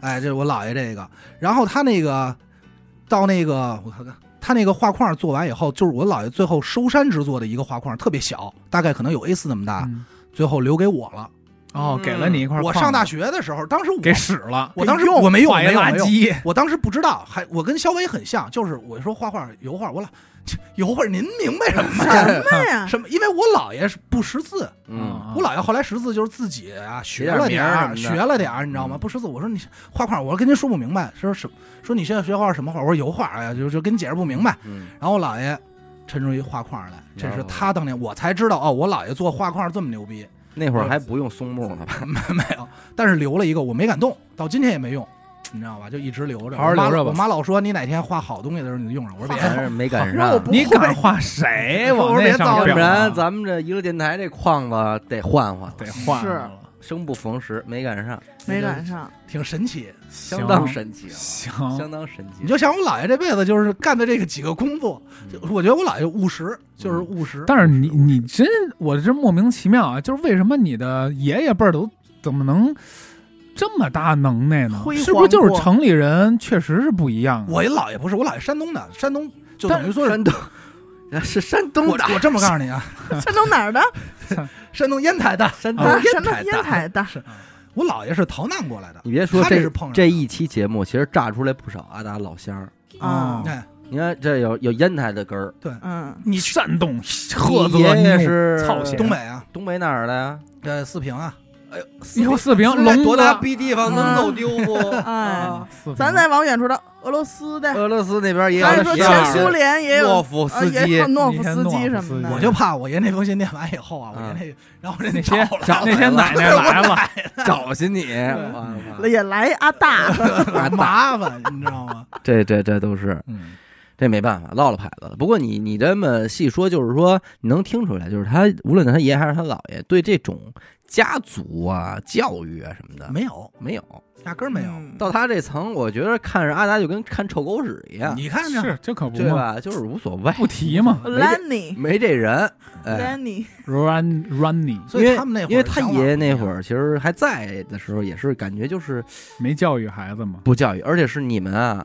Speaker 2: 哎，这是我姥爷这个。然后他那个到那个我看看。他那个画框做完以后，就是我姥爷最后收山之作的一个画框，特别小，大概可能有 A 4那么大，
Speaker 4: 嗯
Speaker 2: 最后留给我了。
Speaker 4: 哦，给了你一块儿
Speaker 2: 啊嗯我
Speaker 4: 矿，
Speaker 2: 上大学的时候，当时我
Speaker 4: 给使了，
Speaker 2: 我当时我没用，
Speaker 4: 画一
Speaker 2: 没用，
Speaker 4: 垃
Speaker 2: 没用。
Speaker 4: 圾，
Speaker 2: 我当时不知道，还我跟肖伟很像，就是我说画画、油画，我老 <laughs> 切油画，您明白什么 <laughs>
Speaker 3: 什
Speaker 2: 呀？
Speaker 3: 么呀？
Speaker 2: 什么？因为我姥爷是不识字，
Speaker 1: 嗯，
Speaker 2: 我姥爷后来识字就是自己啊学
Speaker 1: 点
Speaker 2: 了
Speaker 1: 名
Speaker 2: 点
Speaker 1: 儿什
Speaker 2: 儿，学
Speaker 1: 么的
Speaker 2: 了点儿，你知道吗？
Speaker 1: 嗯
Speaker 2: 不识字，我说你画画，我说跟您说不明白，说什么说你现在学画什么画？我说油画哎呀，就就跟你解释不明白。
Speaker 1: 嗯，
Speaker 2: 然后我姥爷抻出一画框来，这是
Speaker 1: 哦
Speaker 2: 他当年我才知道哦，我姥爷做画框这么牛逼。
Speaker 1: 那会儿还不用松木呢吧？
Speaker 2: 没有，但是留了一个，我没敢动，到今天也没用，你知道吧？就一直留着。
Speaker 4: 好好留着吧
Speaker 2: 我妈我妈老说你哪天画好东西的时候你就用上，我说别，
Speaker 1: 还是没赶
Speaker 3: 我说
Speaker 1: 上
Speaker 3: 我。不
Speaker 4: 你
Speaker 3: 会
Speaker 4: 敢画谁
Speaker 2: <laughs> 我
Speaker 4: 往
Speaker 2: 说
Speaker 4: 那
Speaker 2: 别
Speaker 4: 上
Speaker 2: 造
Speaker 1: 要
Speaker 4: 表
Speaker 1: 不
Speaker 4: 啊？
Speaker 1: 然咱们这一个电台这框子得换换，
Speaker 4: 得换
Speaker 3: 是
Speaker 4: 了，
Speaker 1: 生不逢时，没赶上，
Speaker 3: 没赶上，
Speaker 2: 挺神奇。
Speaker 4: 行
Speaker 1: 相当神奇了，啊
Speaker 4: 行
Speaker 1: 相，当神奇
Speaker 2: 你。就想我姥爷这辈子就是干的这个几个工作，
Speaker 1: 嗯
Speaker 2: 就我觉得我姥爷务实，就是务实。
Speaker 4: 但是你你真我真莫名其妙啊，就是为什么你的爷爷辈儿都怎么能这么大能耐呢？
Speaker 3: 辉煌
Speaker 4: 是不是就是
Speaker 3: 过
Speaker 4: 城里人确实是不一样啊？
Speaker 2: 我一姥爷不是，我姥爷山东的，山东就等于说是
Speaker 1: 山东，呃是山东
Speaker 2: 我
Speaker 1: 的，
Speaker 2: 我这么告诉你啊，
Speaker 3: 山东哪儿的？
Speaker 2: 山东烟台的，
Speaker 1: 山东
Speaker 3: 啊山
Speaker 1: 烟
Speaker 3: 东
Speaker 1: 台
Speaker 3: 烟
Speaker 1: 大。
Speaker 3: 台的，
Speaker 2: 我姥爷是逃难过来的。
Speaker 1: 你别说
Speaker 2: 他这
Speaker 1: 这
Speaker 2: 是碰上
Speaker 1: 这
Speaker 2: 的
Speaker 1: 一期节目，其实炸出来不少阿达老乡儿。
Speaker 3: 啊
Speaker 4: 哦
Speaker 2: 哎，
Speaker 1: 你看这有有烟台的根儿，
Speaker 4: <laughs>
Speaker 3: 嗯，
Speaker 4: 你山东菏泽
Speaker 1: 你爷爷
Speaker 4: 牛
Speaker 1: 是
Speaker 4: 操鞋
Speaker 2: 东北啊，
Speaker 1: 东北哪儿的呀？
Speaker 2: 呃，四平啊，
Speaker 4: 有四平
Speaker 1: 是
Speaker 4: 龙
Speaker 1: 多
Speaker 4: 哥
Speaker 1: 大逼地方能
Speaker 3: 嗯
Speaker 1: 弄丢不？
Speaker 3: 哎，
Speaker 1: 啊
Speaker 4: 四平
Speaker 3: 咱再往远处的俄罗斯的，
Speaker 1: 俄罗斯那呃边也
Speaker 3: 还
Speaker 1: 有
Speaker 3: 是哎说
Speaker 1: 这样
Speaker 3: 前
Speaker 1: 的
Speaker 3: 苏联也
Speaker 1: 诺
Speaker 3: 有
Speaker 1: 夫
Speaker 3: 啊，
Speaker 1: 斯
Speaker 3: 也
Speaker 1: 基
Speaker 3: 有，诺
Speaker 4: 你
Speaker 3: 夫
Speaker 4: 看
Speaker 3: 斯
Speaker 4: 诺
Speaker 3: 基
Speaker 4: 夫
Speaker 3: 什
Speaker 4: 斯
Speaker 3: 么
Speaker 4: 基
Speaker 3: 的，
Speaker 2: <laughs> 我就怕我爷那封信念完以后啊，我爷
Speaker 1: 嗯
Speaker 2: 那然后人
Speaker 4: 那
Speaker 2: 家
Speaker 4: 些
Speaker 2: 找
Speaker 4: 那
Speaker 2: 来 <laughs>
Speaker 4: 些奶奶来了，
Speaker 1: 找寻你，
Speaker 2: 嗯
Speaker 1: 我操
Speaker 3: 也来阿大，
Speaker 2: 了，麻烦，你知道吗？
Speaker 1: 这这这都是
Speaker 2: 嗯。
Speaker 1: 这没办法，落了牌子了。不过你你这么细说，就是说你能听出来，就是他无论他爷还是他姥爷，对这种家族啊、教育啊什么的
Speaker 2: 没有，
Speaker 1: 没有。
Speaker 2: 压根儿没有。
Speaker 3: 嗯
Speaker 1: 到他这层，我觉得看着阿达就跟看臭狗屎一样，
Speaker 2: 你看着，
Speaker 4: 是这可不
Speaker 1: 对
Speaker 4: 嘛，
Speaker 1: 吧？就是无所谓，
Speaker 4: 不提嘛
Speaker 1: 没这
Speaker 3: Lenny
Speaker 1: 没这人，哎。
Speaker 3: Lenny，
Speaker 4: ，run runny
Speaker 2: 所
Speaker 1: 因
Speaker 2: 以
Speaker 1: 为
Speaker 2: 他们那会儿，
Speaker 1: 因为他爷爷那会
Speaker 2: 儿，
Speaker 1: 儿其实还在的时候，也是感觉就是
Speaker 4: 没教育孩子嘛，
Speaker 1: 不教育，而且是你们啊，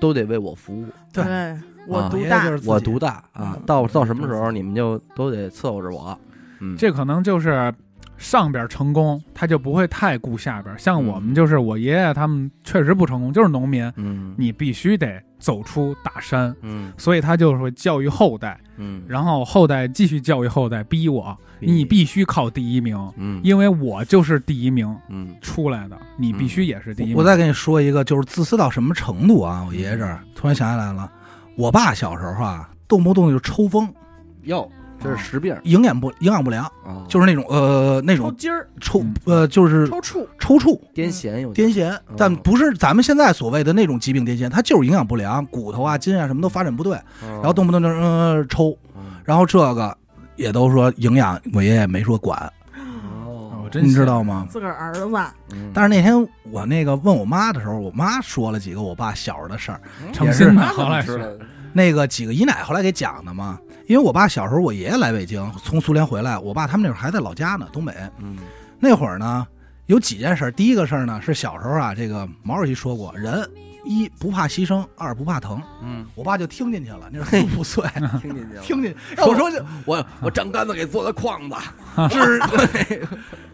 Speaker 1: 都得为我服务，
Speaker 2: 对
Speaker 3: 对我
Speaker 1: 啊
Speaker 3: 独
Speaker 2: 爷爷
Speaker 3: 大
Speaker 2: 就，是自己
Speaker 1: 我独大啊
Speaker 3: 嗯，
Speaker 1: 到到什么时候你们就都得伺候着我。嗯，
Speaker 4: 这可能就是上边成功，他就不会太顾下边。像我们就是我爷爷他们确实不成功，就是农民，
Speaker 1: 嗯
Speaker 4: 你必须得走出大山，
Speaker 1: 嗯
Speaker 4: 所以他就会教育后代，
Speaker 1: 嗯，
Speaker 4: 然后后代继续教育后代，逼我，你必须考第一名，
Speaker 1: 嗯
Speaker 4: 因为我就是第一名
Speaker 1: 嗯
Speaker 4: 出来的，你必须也是第一名。
Speaker 2: 我再跟你说一个，就是自私到什么程度啊！我爷爷这儿突然想起来了，我爸小时候啊，动不动就抽风，
Speaker 1: 哟，这是实病儿
Speaker 2: 营养不营养不良，
Speaker 1: 啊，
Speaker 2: 就是那种呃那
Speaker 3: 抽
Speaker 2: 种
Speaker 3: 筋儿、
Speaker 2: 抽
Speaker 4: 嗯
Speaker 2: 呃就是
Speaker 3: 抽搐，
Speaker 2: 抽嗯搐、
Speaker 1: 癫痫有点
Speaker 2: 癫痫，但不是咱们现在所谓的那种疾病癫痫，它就是营养不良，骨头啊筋啊什么都发展不对，
Speaker 1: 然
Speaker 2: 然后动不动就是呃抽，
Speaker 1: 嗯
Speaker 2: 然后这个也都说营养，我爷爷没说管，
Speaker 1: 哦
Speaker 4: 我，真
Speaker 2: 你知
Speaker 4: 信
Speaker 2: 道吗？
Speaker 3: 自个儿儿子
Speaker 1: 嗯
Speaker 2: 但是那天我那个问我妈的时候，我妈说了几个我爸小时候的事儿，
Speaker 1: 嗯
Speaker 4: 诚
Speaker 2: 也
Speaker 4: 心
Speaker 2: 是
Speaker 4: 的，
Speaker 1: 那怎
Speaker 4: 好
Speaker 1: 么
Speaker 4: 赖
Speaker 1: 知
Speaker 4: 是
Speaker 1: 道的
Speaker 2: 那个几个姨奶后来给讲的嘛。因为我爸小时候，我爷爷来北京，从苏联回来，我爸他们那会儿还在老家呢，东北。
Speaker 1: 嗯
Speaker 2: 那会儿呢，有几件事儿。第一个事儿呢，是小时候啊，这个毛主席说过，人一不怕牺牲，二不怕疼。
Speaker 1: 嗯，
Speaker 2: 我爸就听进去了，那是五岁，
Speaker 1: 听进去了，
Speaker 2: <laughs> 听进去。
Speaker 1: 我
Speaker 2: <laughs> 我说这
Speaker 1: 我我张杆子给做的框子，
Speaker 2: 只 <laughs>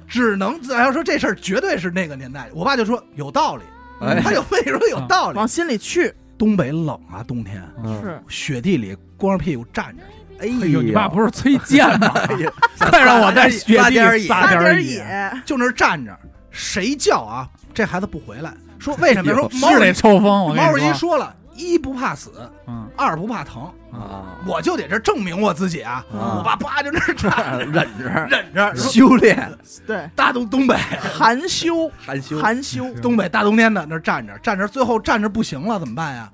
Speaker 2: 只能，咱要说这事儿绝对是那个年代。我爸就说有道理，嗯
Speaker 1: 哎
Speaker 2: 他就非说有道理。
Speaker 3: 往心里去，
Speaker 2: 东北冷啊，冬天
Speaker 1: 嗯
Speaker 3: 是
Speaker 2: 雪地里光着屁股站着，
Speaker 1: 哎
Speaker 4: 哎呦，
Speaker 1: 呦，
Speaker 4: 你爸不是崔健吗？
Speaker 1: 呀
Speaker 4: 快让我在雪
Speaker 1: 撒点儿
Speaker 4: 地
Speaker 1: 野
Speaker 4: 撒
Speaker 3: 撒
Speaker 4: 点
Speaker 3: 点
Speaker 4: 儿
Speaker 3: 儿
Speaker 4: 野
Speaker 3: 野，，
Speaker 2: 就那儿站着，谁叫啊？这孩子不回来，说为什么？说毛
Speaker 4: 哎是
Speaker 2: 主
Speaker 4: 得
Speaker 2: 席，
Speaker 4: 抽风。我
Speaker 2: 毛主
Speaker 4: 跟
Speaker 2: 席
Speaker 4: 你，
Speaker 2: 说了，一不怕死，
Speaker 4: 嗯
Speaker 2: 二不怕疼，
Speaker 1: 啊，
Speaker 2: 我就得这证明我自己啊！
Speaker 3: 嗯
Speaker 1: 啊
Speaker 2: 我爸叭就那儿站着，
Speaker 1: <laughs> 忍着
Speaker 2: 忍着，
Speaker 1: <laughs>
Speaker 2: 说
Speaker 1: 修炼
Speaker 3: 对，
Speaker 2: 大冬
Speaker 1: <laughs>
Speaker 2: 东北，
Speaker 3: 含羞，
Speaker 1: 含羞，
Speaker 3: 含羞，
Speaker 4: 嗯
Speaker 2: 东北大冬天的那儿站着，站着，最后站着不行了，怎么办呀？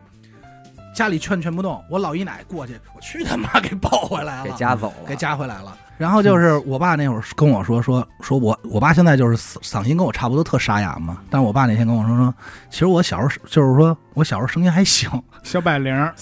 Speaker 2: 家里劝劝不动，我老姨奶过去，我去他妈给抱回来了，
Speaker 1: 给夹走了，嗯
Speaker 2: 给夹回来了。然后就是我爸那会儿跟我说说说我我爸现在就是嗓嗓音跟我差不多特沙哑嘛，但是我爸那天跟我说说，其实我小时候是就是说我小时候声音还行，
Speaker 4: 小百灵儿，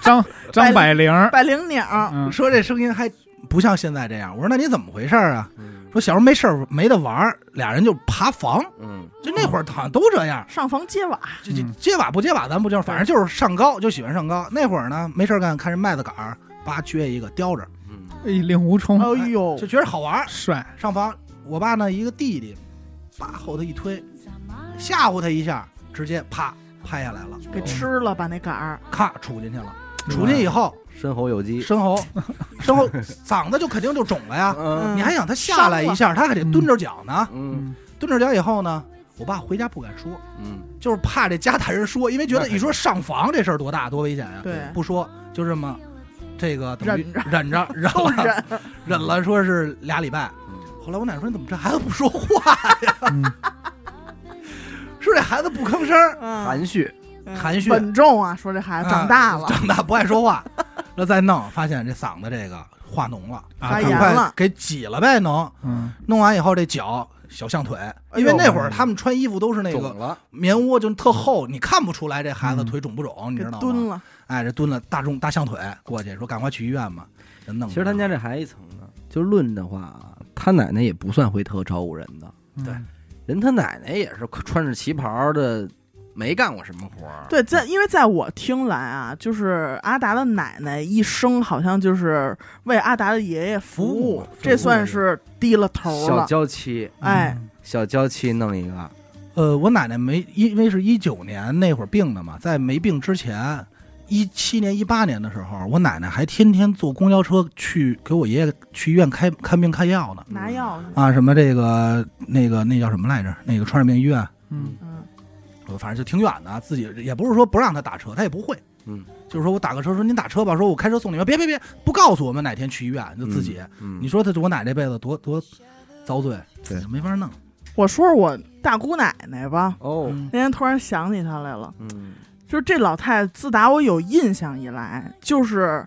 Speaker 4: 张张百灵儿，
Speaker 3: 百灵鸟，
Speaker 4: 嗯，
Speaker 2: 说这声音还不像现在这样。我说那你怎么回事儿啊？
Speaker 1: 嗯
Speaker 2: 说小时候没事儿没得玩儿，俩人就爬房，
Speaker 1: 嗯
Speaker 2: 就那会儿好像都这样，
Speaker 3: 上房揭瓦，
Speaker 2: 就就
Speaker 4: 嗯
Speaker 2: 揭瓦不揭瓦咱不就是，反正就是上高就喜欢上高。那会儿呢没事儿干，看人麦子杆儿，叭撅一个叼着，
Speaker 1: 嗯
Speaker 4: 哎，令狐冲
Speaker 3: 哎呦
Speaker 2: 就，觉得好玩儿。
Speaker 4: 帅，
Speaker 2: 上房，我爸呢一个弟弟，叭后头一推，吓唬他一下，直接啪拍下来了，
Speaker 3: 给吃了把那杆儿，
Speaker 2: 咔杵进去了。杵进去以后，
Speaker 1: 深喉有肌，
Speaker 2: 生喉，生喉，嗓子就肯定就肿了呀。
Speaker 1: 嗯
Speaker 3: 嗯
Speaker 2: 你还想他下来一下，他还得蹲着脚呢。
Speaker 1: 嗯
Speaker 4: 嗯，
Speaker 2: 蹲着脚以后呢，我爸回家不敢说，
Speaker 1: 嗯
Speaker 2: 就是怕这家大人说，因为觉得一说上房这事儿多大多危险呀。
Speaker 3: 对
Speaker 2: 不说，就这么这个等于
Speaker 3: 忍着 <laughs>
Speaker 2: 忍着忍
Speaker 3: 都
Speaker 2: 了
Speaker 3: 忍，
Speaker 2: 忍了，说是俩礼拜。
Speaker 1: 嗯
Speaker 2: 后来我奶奶说：“你怎么这孩子不说话？
Speaker 4: 嗯
Speaker 2: <laughs> 是这孩子不吭声儿。”
Speaker 3: 嗯
Speaker 1: 含蓄，
Speaker 3: 嗯
Speaker 2: 含嗯蓄
Speaker 3: 稳重啊，说这孩子长大了，
Speaker 2: 长大不爱说话， <laughs> 那再弄，发现这嗓子这个化脓了，
Speaker 3: 发
Speaker 4: 啊
Speaker 2: 赶
Speaker 3: 炎
Speaker 2: 快
Speaker 3: 了
Speaker 2: 给挤了呗，能
Speaker 4: 嗯，
Speaker 2: 弄完以后这脚小象腿，因
Speaker 3: 哎
Speaker 2: 为那会儿他们穿衣服都是那
Speaker 1: 肿
Speaker 2: 个
Speaker 1: 了，
Speaker 2: 棉窝，就特厚，你看不出来这孩子
Speaker 4: 嗯
Speaker 2: 腿肿不肿，你
Speaker 3: 给
Speaker 2: 知道
Speaker 3: 蹲
Speaker 2: 吗？
Speaker 3: 了，
Speaker 2: 哎，这蹲了大中大象腿过去说赶快去医院吧，就弄。
Speaker 1: 其实他家这还一层呢，就论的话啊，他奶奶也不算会特招呼人的，
Speaker 4: 嗯
Speaker 2: 对，
Speaker 1: 人他奶奶也是穿着旗袍的，没干过什么活儿。
Speaker 3: 对，在因为在我听来啊，就是阿达的奶奶一生好像就是为阿达的爷爷服务，
Speaker 1: 服务
Speaker 3: 这算是低了头
Speaker 1: 小
Speaker 3: 了。
Speaker 1: 娇妻，
Speaker 3: 哎，
Speaker 1: 小娇妻弄一个，
Speaker 2: 呃，我奶奶没因为是一九年那会儿病的嘛，在没病之前。一七年、一八年的时候，我奶奶还天天坐公交车去给我爷爷去医院开看病开药
Speaker 1: 嗯
Speaker 2: 呢。
Speaker 3: 拿药去，
Speaker 2: 啊，什么这个那个那叫什么来着？那个传染病医院，
Speaker 4: 嗯
Speaker 3: 嗯，
Speaker 2: 我反正就挺远的，啊自己也不是说不让他打车，他也不会，
Speaker 1: 嗯，
Speaker 2: 就是说我打个车，说您打车吧，说我开车送你们，别别别，不告诉我们哪天去医院，就自己，
Speaker 1: 嗯，
Speaker 2: 你说他我奶这辈子多多遭罪，
Speaker 1: 对
Speaker 2: 没法弄，
Speaker 3: 我说说我大姑奶奶吧，
Speaker 1: 哦，
Speaker 2: 嗯
Speaker 3: 那天突然想起她来了，
Speaker 1: 嗯
Speaker 3: 就是这老太太，自打我有印象以来，就是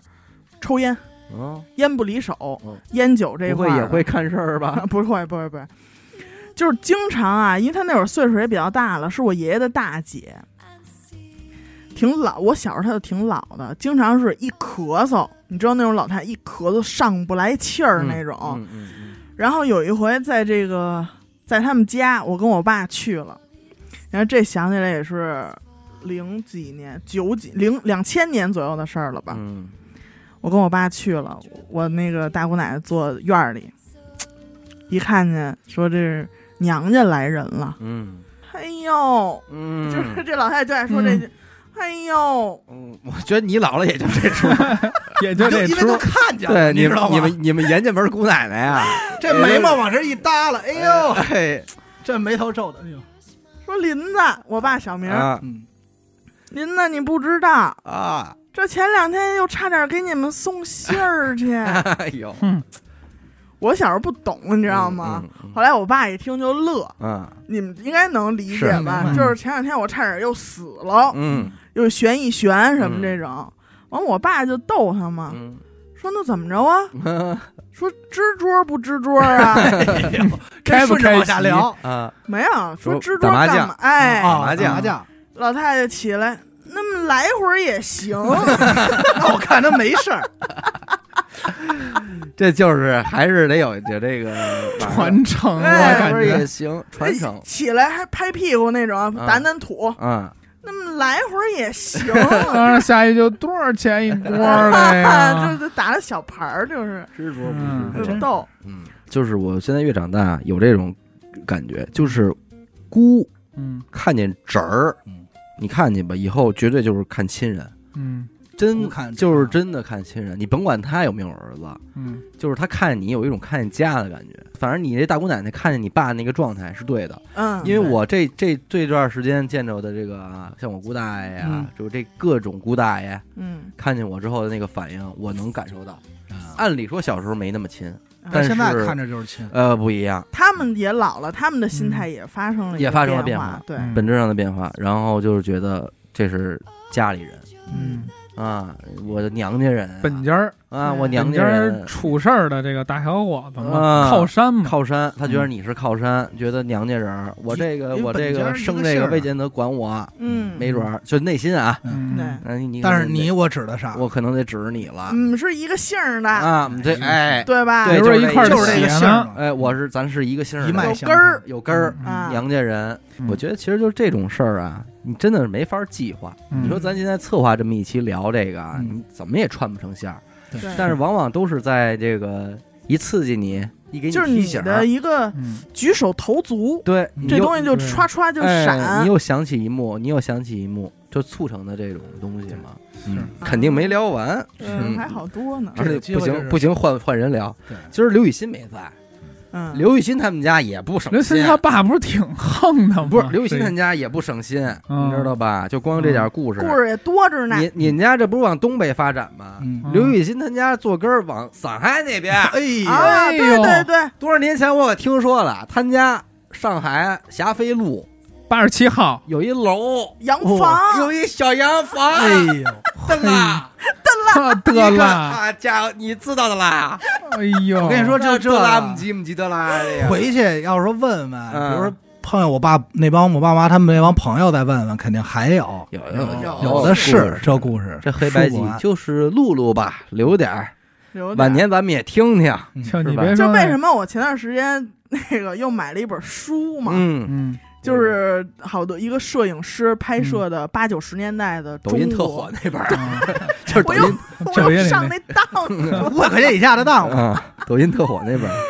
Speaker 3: 抽烟，
Speaker 1: 哦，
Speaker 3: 烟不离手
Speaker 1: 嗯，
Speaker 3: 烟酒这一
Speaker 1: 不
Speaker 3: 块
Speaker 1: 会
Speaker 3: 儿
Speaker 1: 也会看事儿吧？
Speaker 3: <laughs> 不会，不会，不会，就是经常啊，因为他那会儿岁数也比较大了，是我爷爷的大姐，挺老。我小时候他就挺老的，经常是一咳嗽，你知道那种老太太一咳嗽上不来气儿那种。
Speaker 1: 嗯嗯
Speaker 3: 然后有一回在这个在他们家，我跟我爸去了，然后这想起来也是零几年、九几零两千年左右的事儿了吧。
Speaker 1: 嗯
Speaker 3: 我跟我爸去了，我那个大姑奶奶坐院儿里，一看见说这是娘家来人了，
Speaker 1: 嗯
Speaker 3: 哎呦，
Speaker 1: 嗯，
Speaker 3: 就是这老太太就爱说这句，哎呦，
Speaker 1: 嗯，我觉得你老了也就这出，
Speaker 4: 也就
Speaker 2: 就
Speaker 4: 这
Speaker 2: 因为
Speaker 4: 出
Speaker 2: 都，看见了，
Speaker 1: <laughs> 对，
Speaker 2: 你
Speaker 1: 你
Speaker 2: 知道
Speaker 1: 们
Speaker 2: 吗？
Speaker 1: 你们你们严家门姑奶奶 <laughs> 啊，
Speaker 2: 这眉毛往这一耷拉，哎呦，
Speaker 1: 哎
Speaker 2: 这眉头皱的，哎呦，
Speaker 3: 说林子，我爸小名儿、
Speaker 1: 啊
Speaker 2: 嗯，
Speaker 3: 林子，你不知道
Speaker 1: 啊，
Speaker 3: 这前两天又差点给你们送信
Speaker 1: <laughs>
Speaker 3: 儿去。
Speaker 1: 哎呦，
Speaker 3: 我小时候不懂，你知
Speaker 1: 知
Speaker 3: 道吗？？
Speaker 1: 嗯
Speaker 3: 后来我爸一听就乐，
Speaker 1: 嗯
Speaker 3: 你们应该能理解
Speaker 1: 是
Speaker 3: 吧？
Speaker 2: 明白
Speaker 3: 就是前两天我差点又死了，
Speaker 1: 嗯
Speaker 3: 又悬一悬什么
Speaker 1: 嗯
Speaker 3: 这种。完，我爸就逗他嘛，
Speaker 1: 嗯
Speaker 3: 说那怎么
Speaker 1: <laughs>
Speaker 3: 着啊？
Speaker 1: 嗯
Speaker 3: 说支桌不支
Speaker 1: <laughs>
Speaker 3: 桌啊？
Speaker 4: 开不
Speaker 2: 顺着
Speaker 4: 开
Speaker 2: 往下
Speaker 4: 席
Speaker 2: 聊，
Speaker 1: 啊，
Speaker 3: 没有，说
Speaker 1: 说
Speaker 3: 支桌
Speaker 1: 打麻
Speaker 3: 干
Speaker 1: 将
Speaker 3: 嘛？
Speaker 1: 啊
Speaker 3: 哎，
Speaker 2: 嗯打
Speaker 1: 麻将
Speaker 2: 麻将，
Speaker 3: 老太太起来，那么来回儿也行。
Speaker 2: 那我看他没事儿，
Speaker 1: 这就是还是得有有这个
Speaker 4: 传承，我
Speaker 3: 哎
Speaker 4: 感
Speaker 1: 不是
Speaker 4: 觉
Speaker 1: 也行， <laughs> 传承
Speaker 3: 起来还拍屁股那种，
Speaker 1: 嗯
Speaker 3: 掸掸土，
Speaker 1: 啊，
Speaker 3: 那么来回儿
Speaker 1: <laughs>
Speaker 3: 也行。
Speaker 4: 当然下一就多少钱一锅的
Speaker 3: 这 <laughs>
Speaker 4: 呀？
Speaker 3: 这打了小牌儿，就是
Speaker 1: 知足
Speaker 4: 嗯
Speaker 1: 不知足
Speaker 3: 就逗。
Speaker 1: 嗯，就是我现在越长大有这种感觉，就是姑
Speaker 4: 嗯
Speaker 1: 看见侄儿
Speaker 2: 嗯，
Speaker 1: 你看见吧，以后绝对就是看亲人，
Speaker 4: 嗯
Speaker 1: 真
Speaker 2: 姑看侄儿
Speaker 1: 就是真的看亲人，你甭管他有没有儿子，
Speaker 4: 嗯，
Speaker 1: 就是他看见你有一种看见家的感觉。反正你这大姑奶奶看见你爸那个状态是对的，
Speaker 3: 嗯，
Speaker 1: 因为我这这这段时间见着的这个啊，像我姑大爷呀、
Speaker 4: 嗯
Speaker 1: 就是这各种姑大爷
Speaker 3: 嗯，
Speaker 1: 看见我之后的那个反应，我能感受到。
Speaker 2: 啊
Speaker 1: 按理说小时候没那么亲，但
Speaker 2: 但
Speaker 1: 是
Speaker 2: 现在看着就是亲，
Speaker 1: 呃，不一样，
Speaker 3: 他们也老了，他们的心态也发生了一
Speaker 1: 嗯
Speaker 3: 些
Speaker 1: 也发生了
Speaker 3: 变
Speaker 1: 变化
Speaker 3: 对，
Speaker 4: 嗯
Speaker 1: 本质上的变化。然后就是觉得这是家里人
Speaker 4: 嗯，
Speaker 1: 啊，我的娘家人啊、
Speaker 4: 本家儿
Speaker 1: 啊，我娘
Speaker 4: 本
Speaker 1: 家
Speaker 4: 家儿
Speaker 1: 人。
Speaker 4: 出事儿的这个大小伙子嘛，
Speaker 1: 啊
Speaker 4: 靠山嘛，
Speaker 1: 靠山，他觉得你是靠山，
Speaker 4: 嗯
Speaker 1: 觉得娘家人儿，我这个
Speaker 2: 因为
Speaker 1: 我这
Speaker 2: 本家
Speaker 1: 个
Speaker 2: 儿一个
Speaker 1: 生这
Speaker 2: 姓
Speaker 1: 个
Speaker 2: 儿
Speaker 1: 未见得管我，
Speaker 3: 嗯，
Speaker 1: 没准儿就内心啊，
Speaker 4: 嗯，
Speaker 3: 对
Speaker 1: 那你
Speaker 2: 但是
Speaker 1: 可能得
Speaker 2: 你我指的啥？
Speaker 1: 我可能得指着你了
Speaker 3: 嗯，是一个姓儿的，
Speaker 1: 啊，你这哎，
Speaker 3: 对吧？
Speaker 1: 对
Speaker 4: 比如说一块儿
Speaker 2: 就是这个
Speaker 4: 写
Speaker 2: 姓
Speaker 4: 呢，
Speaker 2: 儿嘛，
Speaker 1: 哎，我是咱是一个姓儿的
Speaker 2: 一脉
Speaker 3: 有
Speaker 2: 相
Speaker 3: 根儿
Speaker 1: 呃
Speaker 2: 承
Speaker 1: 有根儿，
Speaker 3: 啊，
Speaker 1: 娘家人，
Speaker 4: 嗯
Speaker 1: 我觉得其实就是这种事儿啊，你真的是没法计划。
Speaker 4: 嗯
Speaker 1: 你说咱现在策划这么一期聊这个啊，
Speaker 4: 嗯
Speaker 1: 你怎么也串不成线儿，
Speaker 2: 嗯
Speaker 3: 对
Speaker 1: 但是往往都是在这个一刺激你，一给
Speaker 3: 就是
Speaker 1: 提
Speaker 3: 你
Speaker 1: 醒儿，
Speaker 3: 的一个
Speaker 4: 嗯，
Speaker 3: 举手投足，
Speaker 1: 对，你
Speaker 3: 这
Speaker 1: 又嗯
Speaker 3: 东西就
Speaker 4: 对
Speaker 3: 歘歘就
Speaker 1: 哎，
Speaker 3: 闪
Speaker 1: 你。又想起一幕，你又想起一幕，就促成的这种东西嘛，
Speaker 2: 是啊
Speaker 1: 嗯肯定没聊完，
Speaker 3: 嗯，
Speaker 1: 嗯
Speaker 3: 还好多呢。
Speaker 1: 而
Speaker 2: 这
Speaker 1: 且
Speaker 2: 有
Speaker 1: 不
Speaker 2: 机会
Speaker 1: 行
Speaker 2: 这是
Speaker 1: 不行，换换人聊
Speaker 2: 对。
Speaker 1: 今儿刘雨欣没在，
Speaker 3: 嗯，
Speaker 1: 刘雨欣他们家也不省
Speaker 4: 刘鑫
Speaker 1: 心，
Speaker 4: 他爸不是挺横的吗？
Speaker 1: 啊
Speaker 2: 嗯
Speaker 1: 不是刘雨欣他
Speaker 4: 对
Speaker 1: 们家也不省心，
Speaker 4: 嗯
Speaker 1: 你知道吧？就光这点故事，
Speaker 3: 故事也多着呢。
Speaker 1: 你你们家这不是往东北发展吗？
Speaker 2: 嗯，
Speaker 1: 刘雨欣他们家坐根儿往上海那边，
Speaker 2: 哎呀，
Speaker 3: 啊，对对对，
Speaker 1: 多少年前我可听说了，他们家上海霞飞路
Speaker 4: 八十
Speaker 1: <laughs>
Speaker 4: 七号，
Speaker 1: 有一楼
Speaker 3: 洋
Speaker 1: 哇哎有
Speaker 3: 房，
Speaker 1: 一小洋房，
Speaker 2: 哎呦，
Speaker 1: 邓啊，
Speaker 4: 得
Speaker 1: 你看
Speaker 4: 了，
Speaker 1: 啊，家伙，你知道的啦，
Speaker 4: 哎呦，
Speaker 2: 我跟你说这
Speaker 1: 这
Speaker 2: 这
Speaker 1: 拉姆吉姆吉德拉这个，
Speaker 2: 回去要是说问问，
Speaker 1: 嗯
Speaker 2: 比如说碰见我爸那帮我爸妈他们那帮朋友再问问，肯定还有
Speaker 1: 有
Speaker 3: 有
Speaker 2: 有的是这故事，
Speaker 1: 这黑白集
Speaker 2: 说不完
Speaker 1: 就是录录吧，留点儿，
Speaker 3: 留着
Speaker 1: 晚年哎咱们也听听。
Speaker 4: 就你
Speaker 1: 是吧
Speaker 4: 别
Speaker 3: 就
Speaker 4: 说那，
Speaker 3: 为什么我前段时间 <laughs> 那个又买了一本书嘛，
Speaker 1: 嗯，
Speaker 4: 嗯，
Speaker 3: 就是好多一个摄影师拍摄的八九十年代的
Speaker 1: 抖音
Speaker 3: 中
Speaker 1: 特
Speaker 3: 国
Speaker 1: 火，那本儿，
Speaker 4: 啊
Speaker 1: 就是抖
Speaker 3: 我
Speaker 1: 音
Speaker 3: 又我
Speaker 4: 抖音
Speaker 3: 又
Speaker 4: 里
Speaker 3: 上那当去了，
Speaker 2: 五百块钱以下的
Speaker 1: <laughs>
Speaker 2: 当，
Speaker 1: 啊，抖音特火那本儿，嗯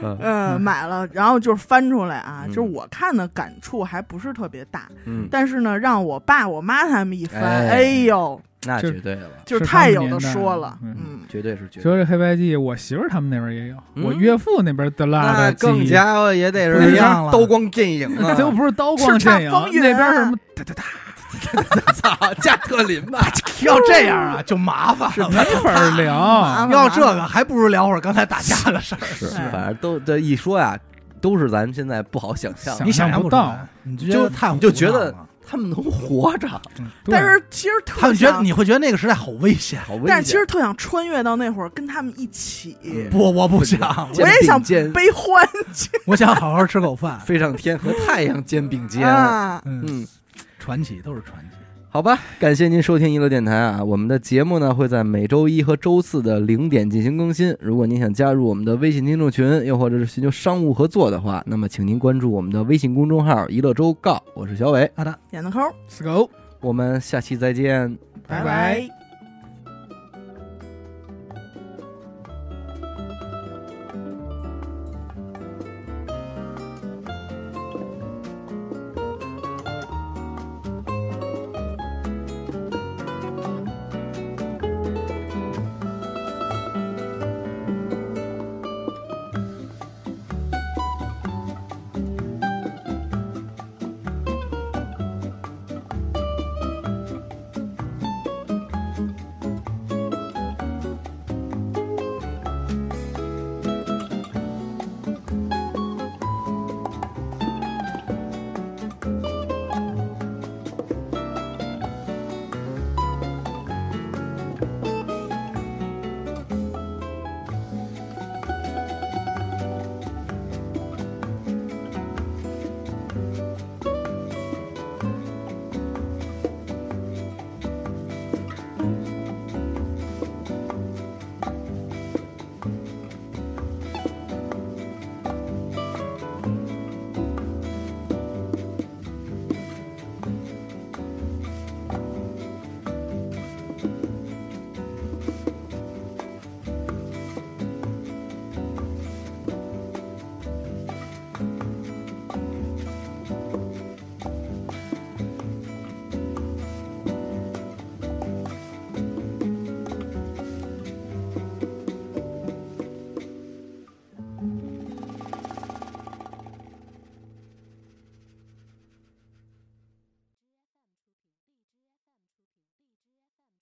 Speaker 1: <laughs>
Speaker 3: 嗯，买了，然后就是翻出来啊，
Speaker 1: 嗯
Speaker 3: 就是我看的感触还不是特别大，
Speaker 1: 嗯，
Speaker 3: 但是呢，让我爸我妈他们一翻，
Speaker 1: 哎
Speaker 3: 哎呦，
Speaker 1: 那
Speaker 4: 就
Speaker 1: 绝对了，
Speaker 3: 就是
Speaker 4: 是
Speaker 3: 太有
Speaker 4: 他
Speaker 3: 的
Speaker 4: 们年代
Speaker 3: 说了，
Speaker 4: 嗯
Speaker 3: 嗯，
Speaker 1: 绝对是绝对。
Speaker 4: 说这黑白记，我媳妇儿他们那边也有，
Speaker 1: 嗯
Speaker 4: 我岳父那边的拉
Speaker 1: 那
Speaker 4: 的
Speaker 1: 更
Speaker 4: <laughs> 记忆，
Speaker 1: 家伙也得
Speaker 2: 不
Speaker 1: 是
Speaker 2: 一样了
Speaker 1: 刀光剑影
Speaker 4: <laughs>
Speaker 1: 啊！
Speaker 4: 这又不是刀
Speaker 3: 叱咤
Speaker 4: 光剑影，
Speaker 3: 风云
Speaker 4: 那边什么哒哒哒，
Speaker 1: 操，加特林吧？
Speaker 2: 要这样啊就麻烦
Speaker 4: 是
Speaker 2: 了。
Speaker 4: 没法儿
Speaker 3: 麻
Speaker 4: 聊
Speaker 3: 烦。
Speaker 2: 要这个还不如聊会儿刚才打架的事儿，
Speaker 1: 是，
Speaker 3: 哎
Speaker 1: 反正都这一说呀，都是咱们现在不好想象的，
Speaker 4: 想
Speaker 2: 你想象
Speaker 4: 不
Speaker 2: 出
Speaker 4: 到
Speaker 2: 来，你
Speaker 1: 就
Speaker 2: 就太
Speaker 1: 你就
Speaker 2: 胡
Speaker 1: 觉
Speaker 2: 闹
Speaker 1: 得
Speaker 2: 了
Speaker 1: 他们能活
Speaker 3: <laughs>
Speaker 1: 着，
Speaker 4: 对
Speaker 3: 但是其实特
Speaker 2: 他们觉得
Speaker 3: 想
Speaker 2: 你会觉得那个时代好危险，
Speaker 1: 好危险。
Speaker 3: 但是其实特想穿越到那会儿跟他们一起，
Speaker 1: 嗯
Speaker 2: 不，我不想，
Speaker 1: 肩
Speaker 3: 我也想
Speaker 1: 并肩
Speaker 3: 悲欢去
Speaker 2: 我想好好吃口饭。
Speaker 1: 啊飞上天和太阳肩
Speaker 3: <laughs>
Speaker 1: 并肩。
Speaker 3: 啊，
Speaker 2: 嗯，
Speaker 1: 嗯，
Speaker 2: 传奇都是传奇。
Speaker 1: 好吧，感谢您收听娱乐电台啊！我们的节目呢会在每周一和周四的零点进行更新。如果您想加入我们的微信听众群，又或者是寻求商务合作的话，那么请您关注我们的微信公众号“娱乐周告”。我是小伟，
Speaker 2: 好的，
Speaker 3: 点个扣，
Speaker 4: ，Let's go，
Speaker 1: 我们下期再见。
Speaker 3: 拜
Speaker 4: 拜。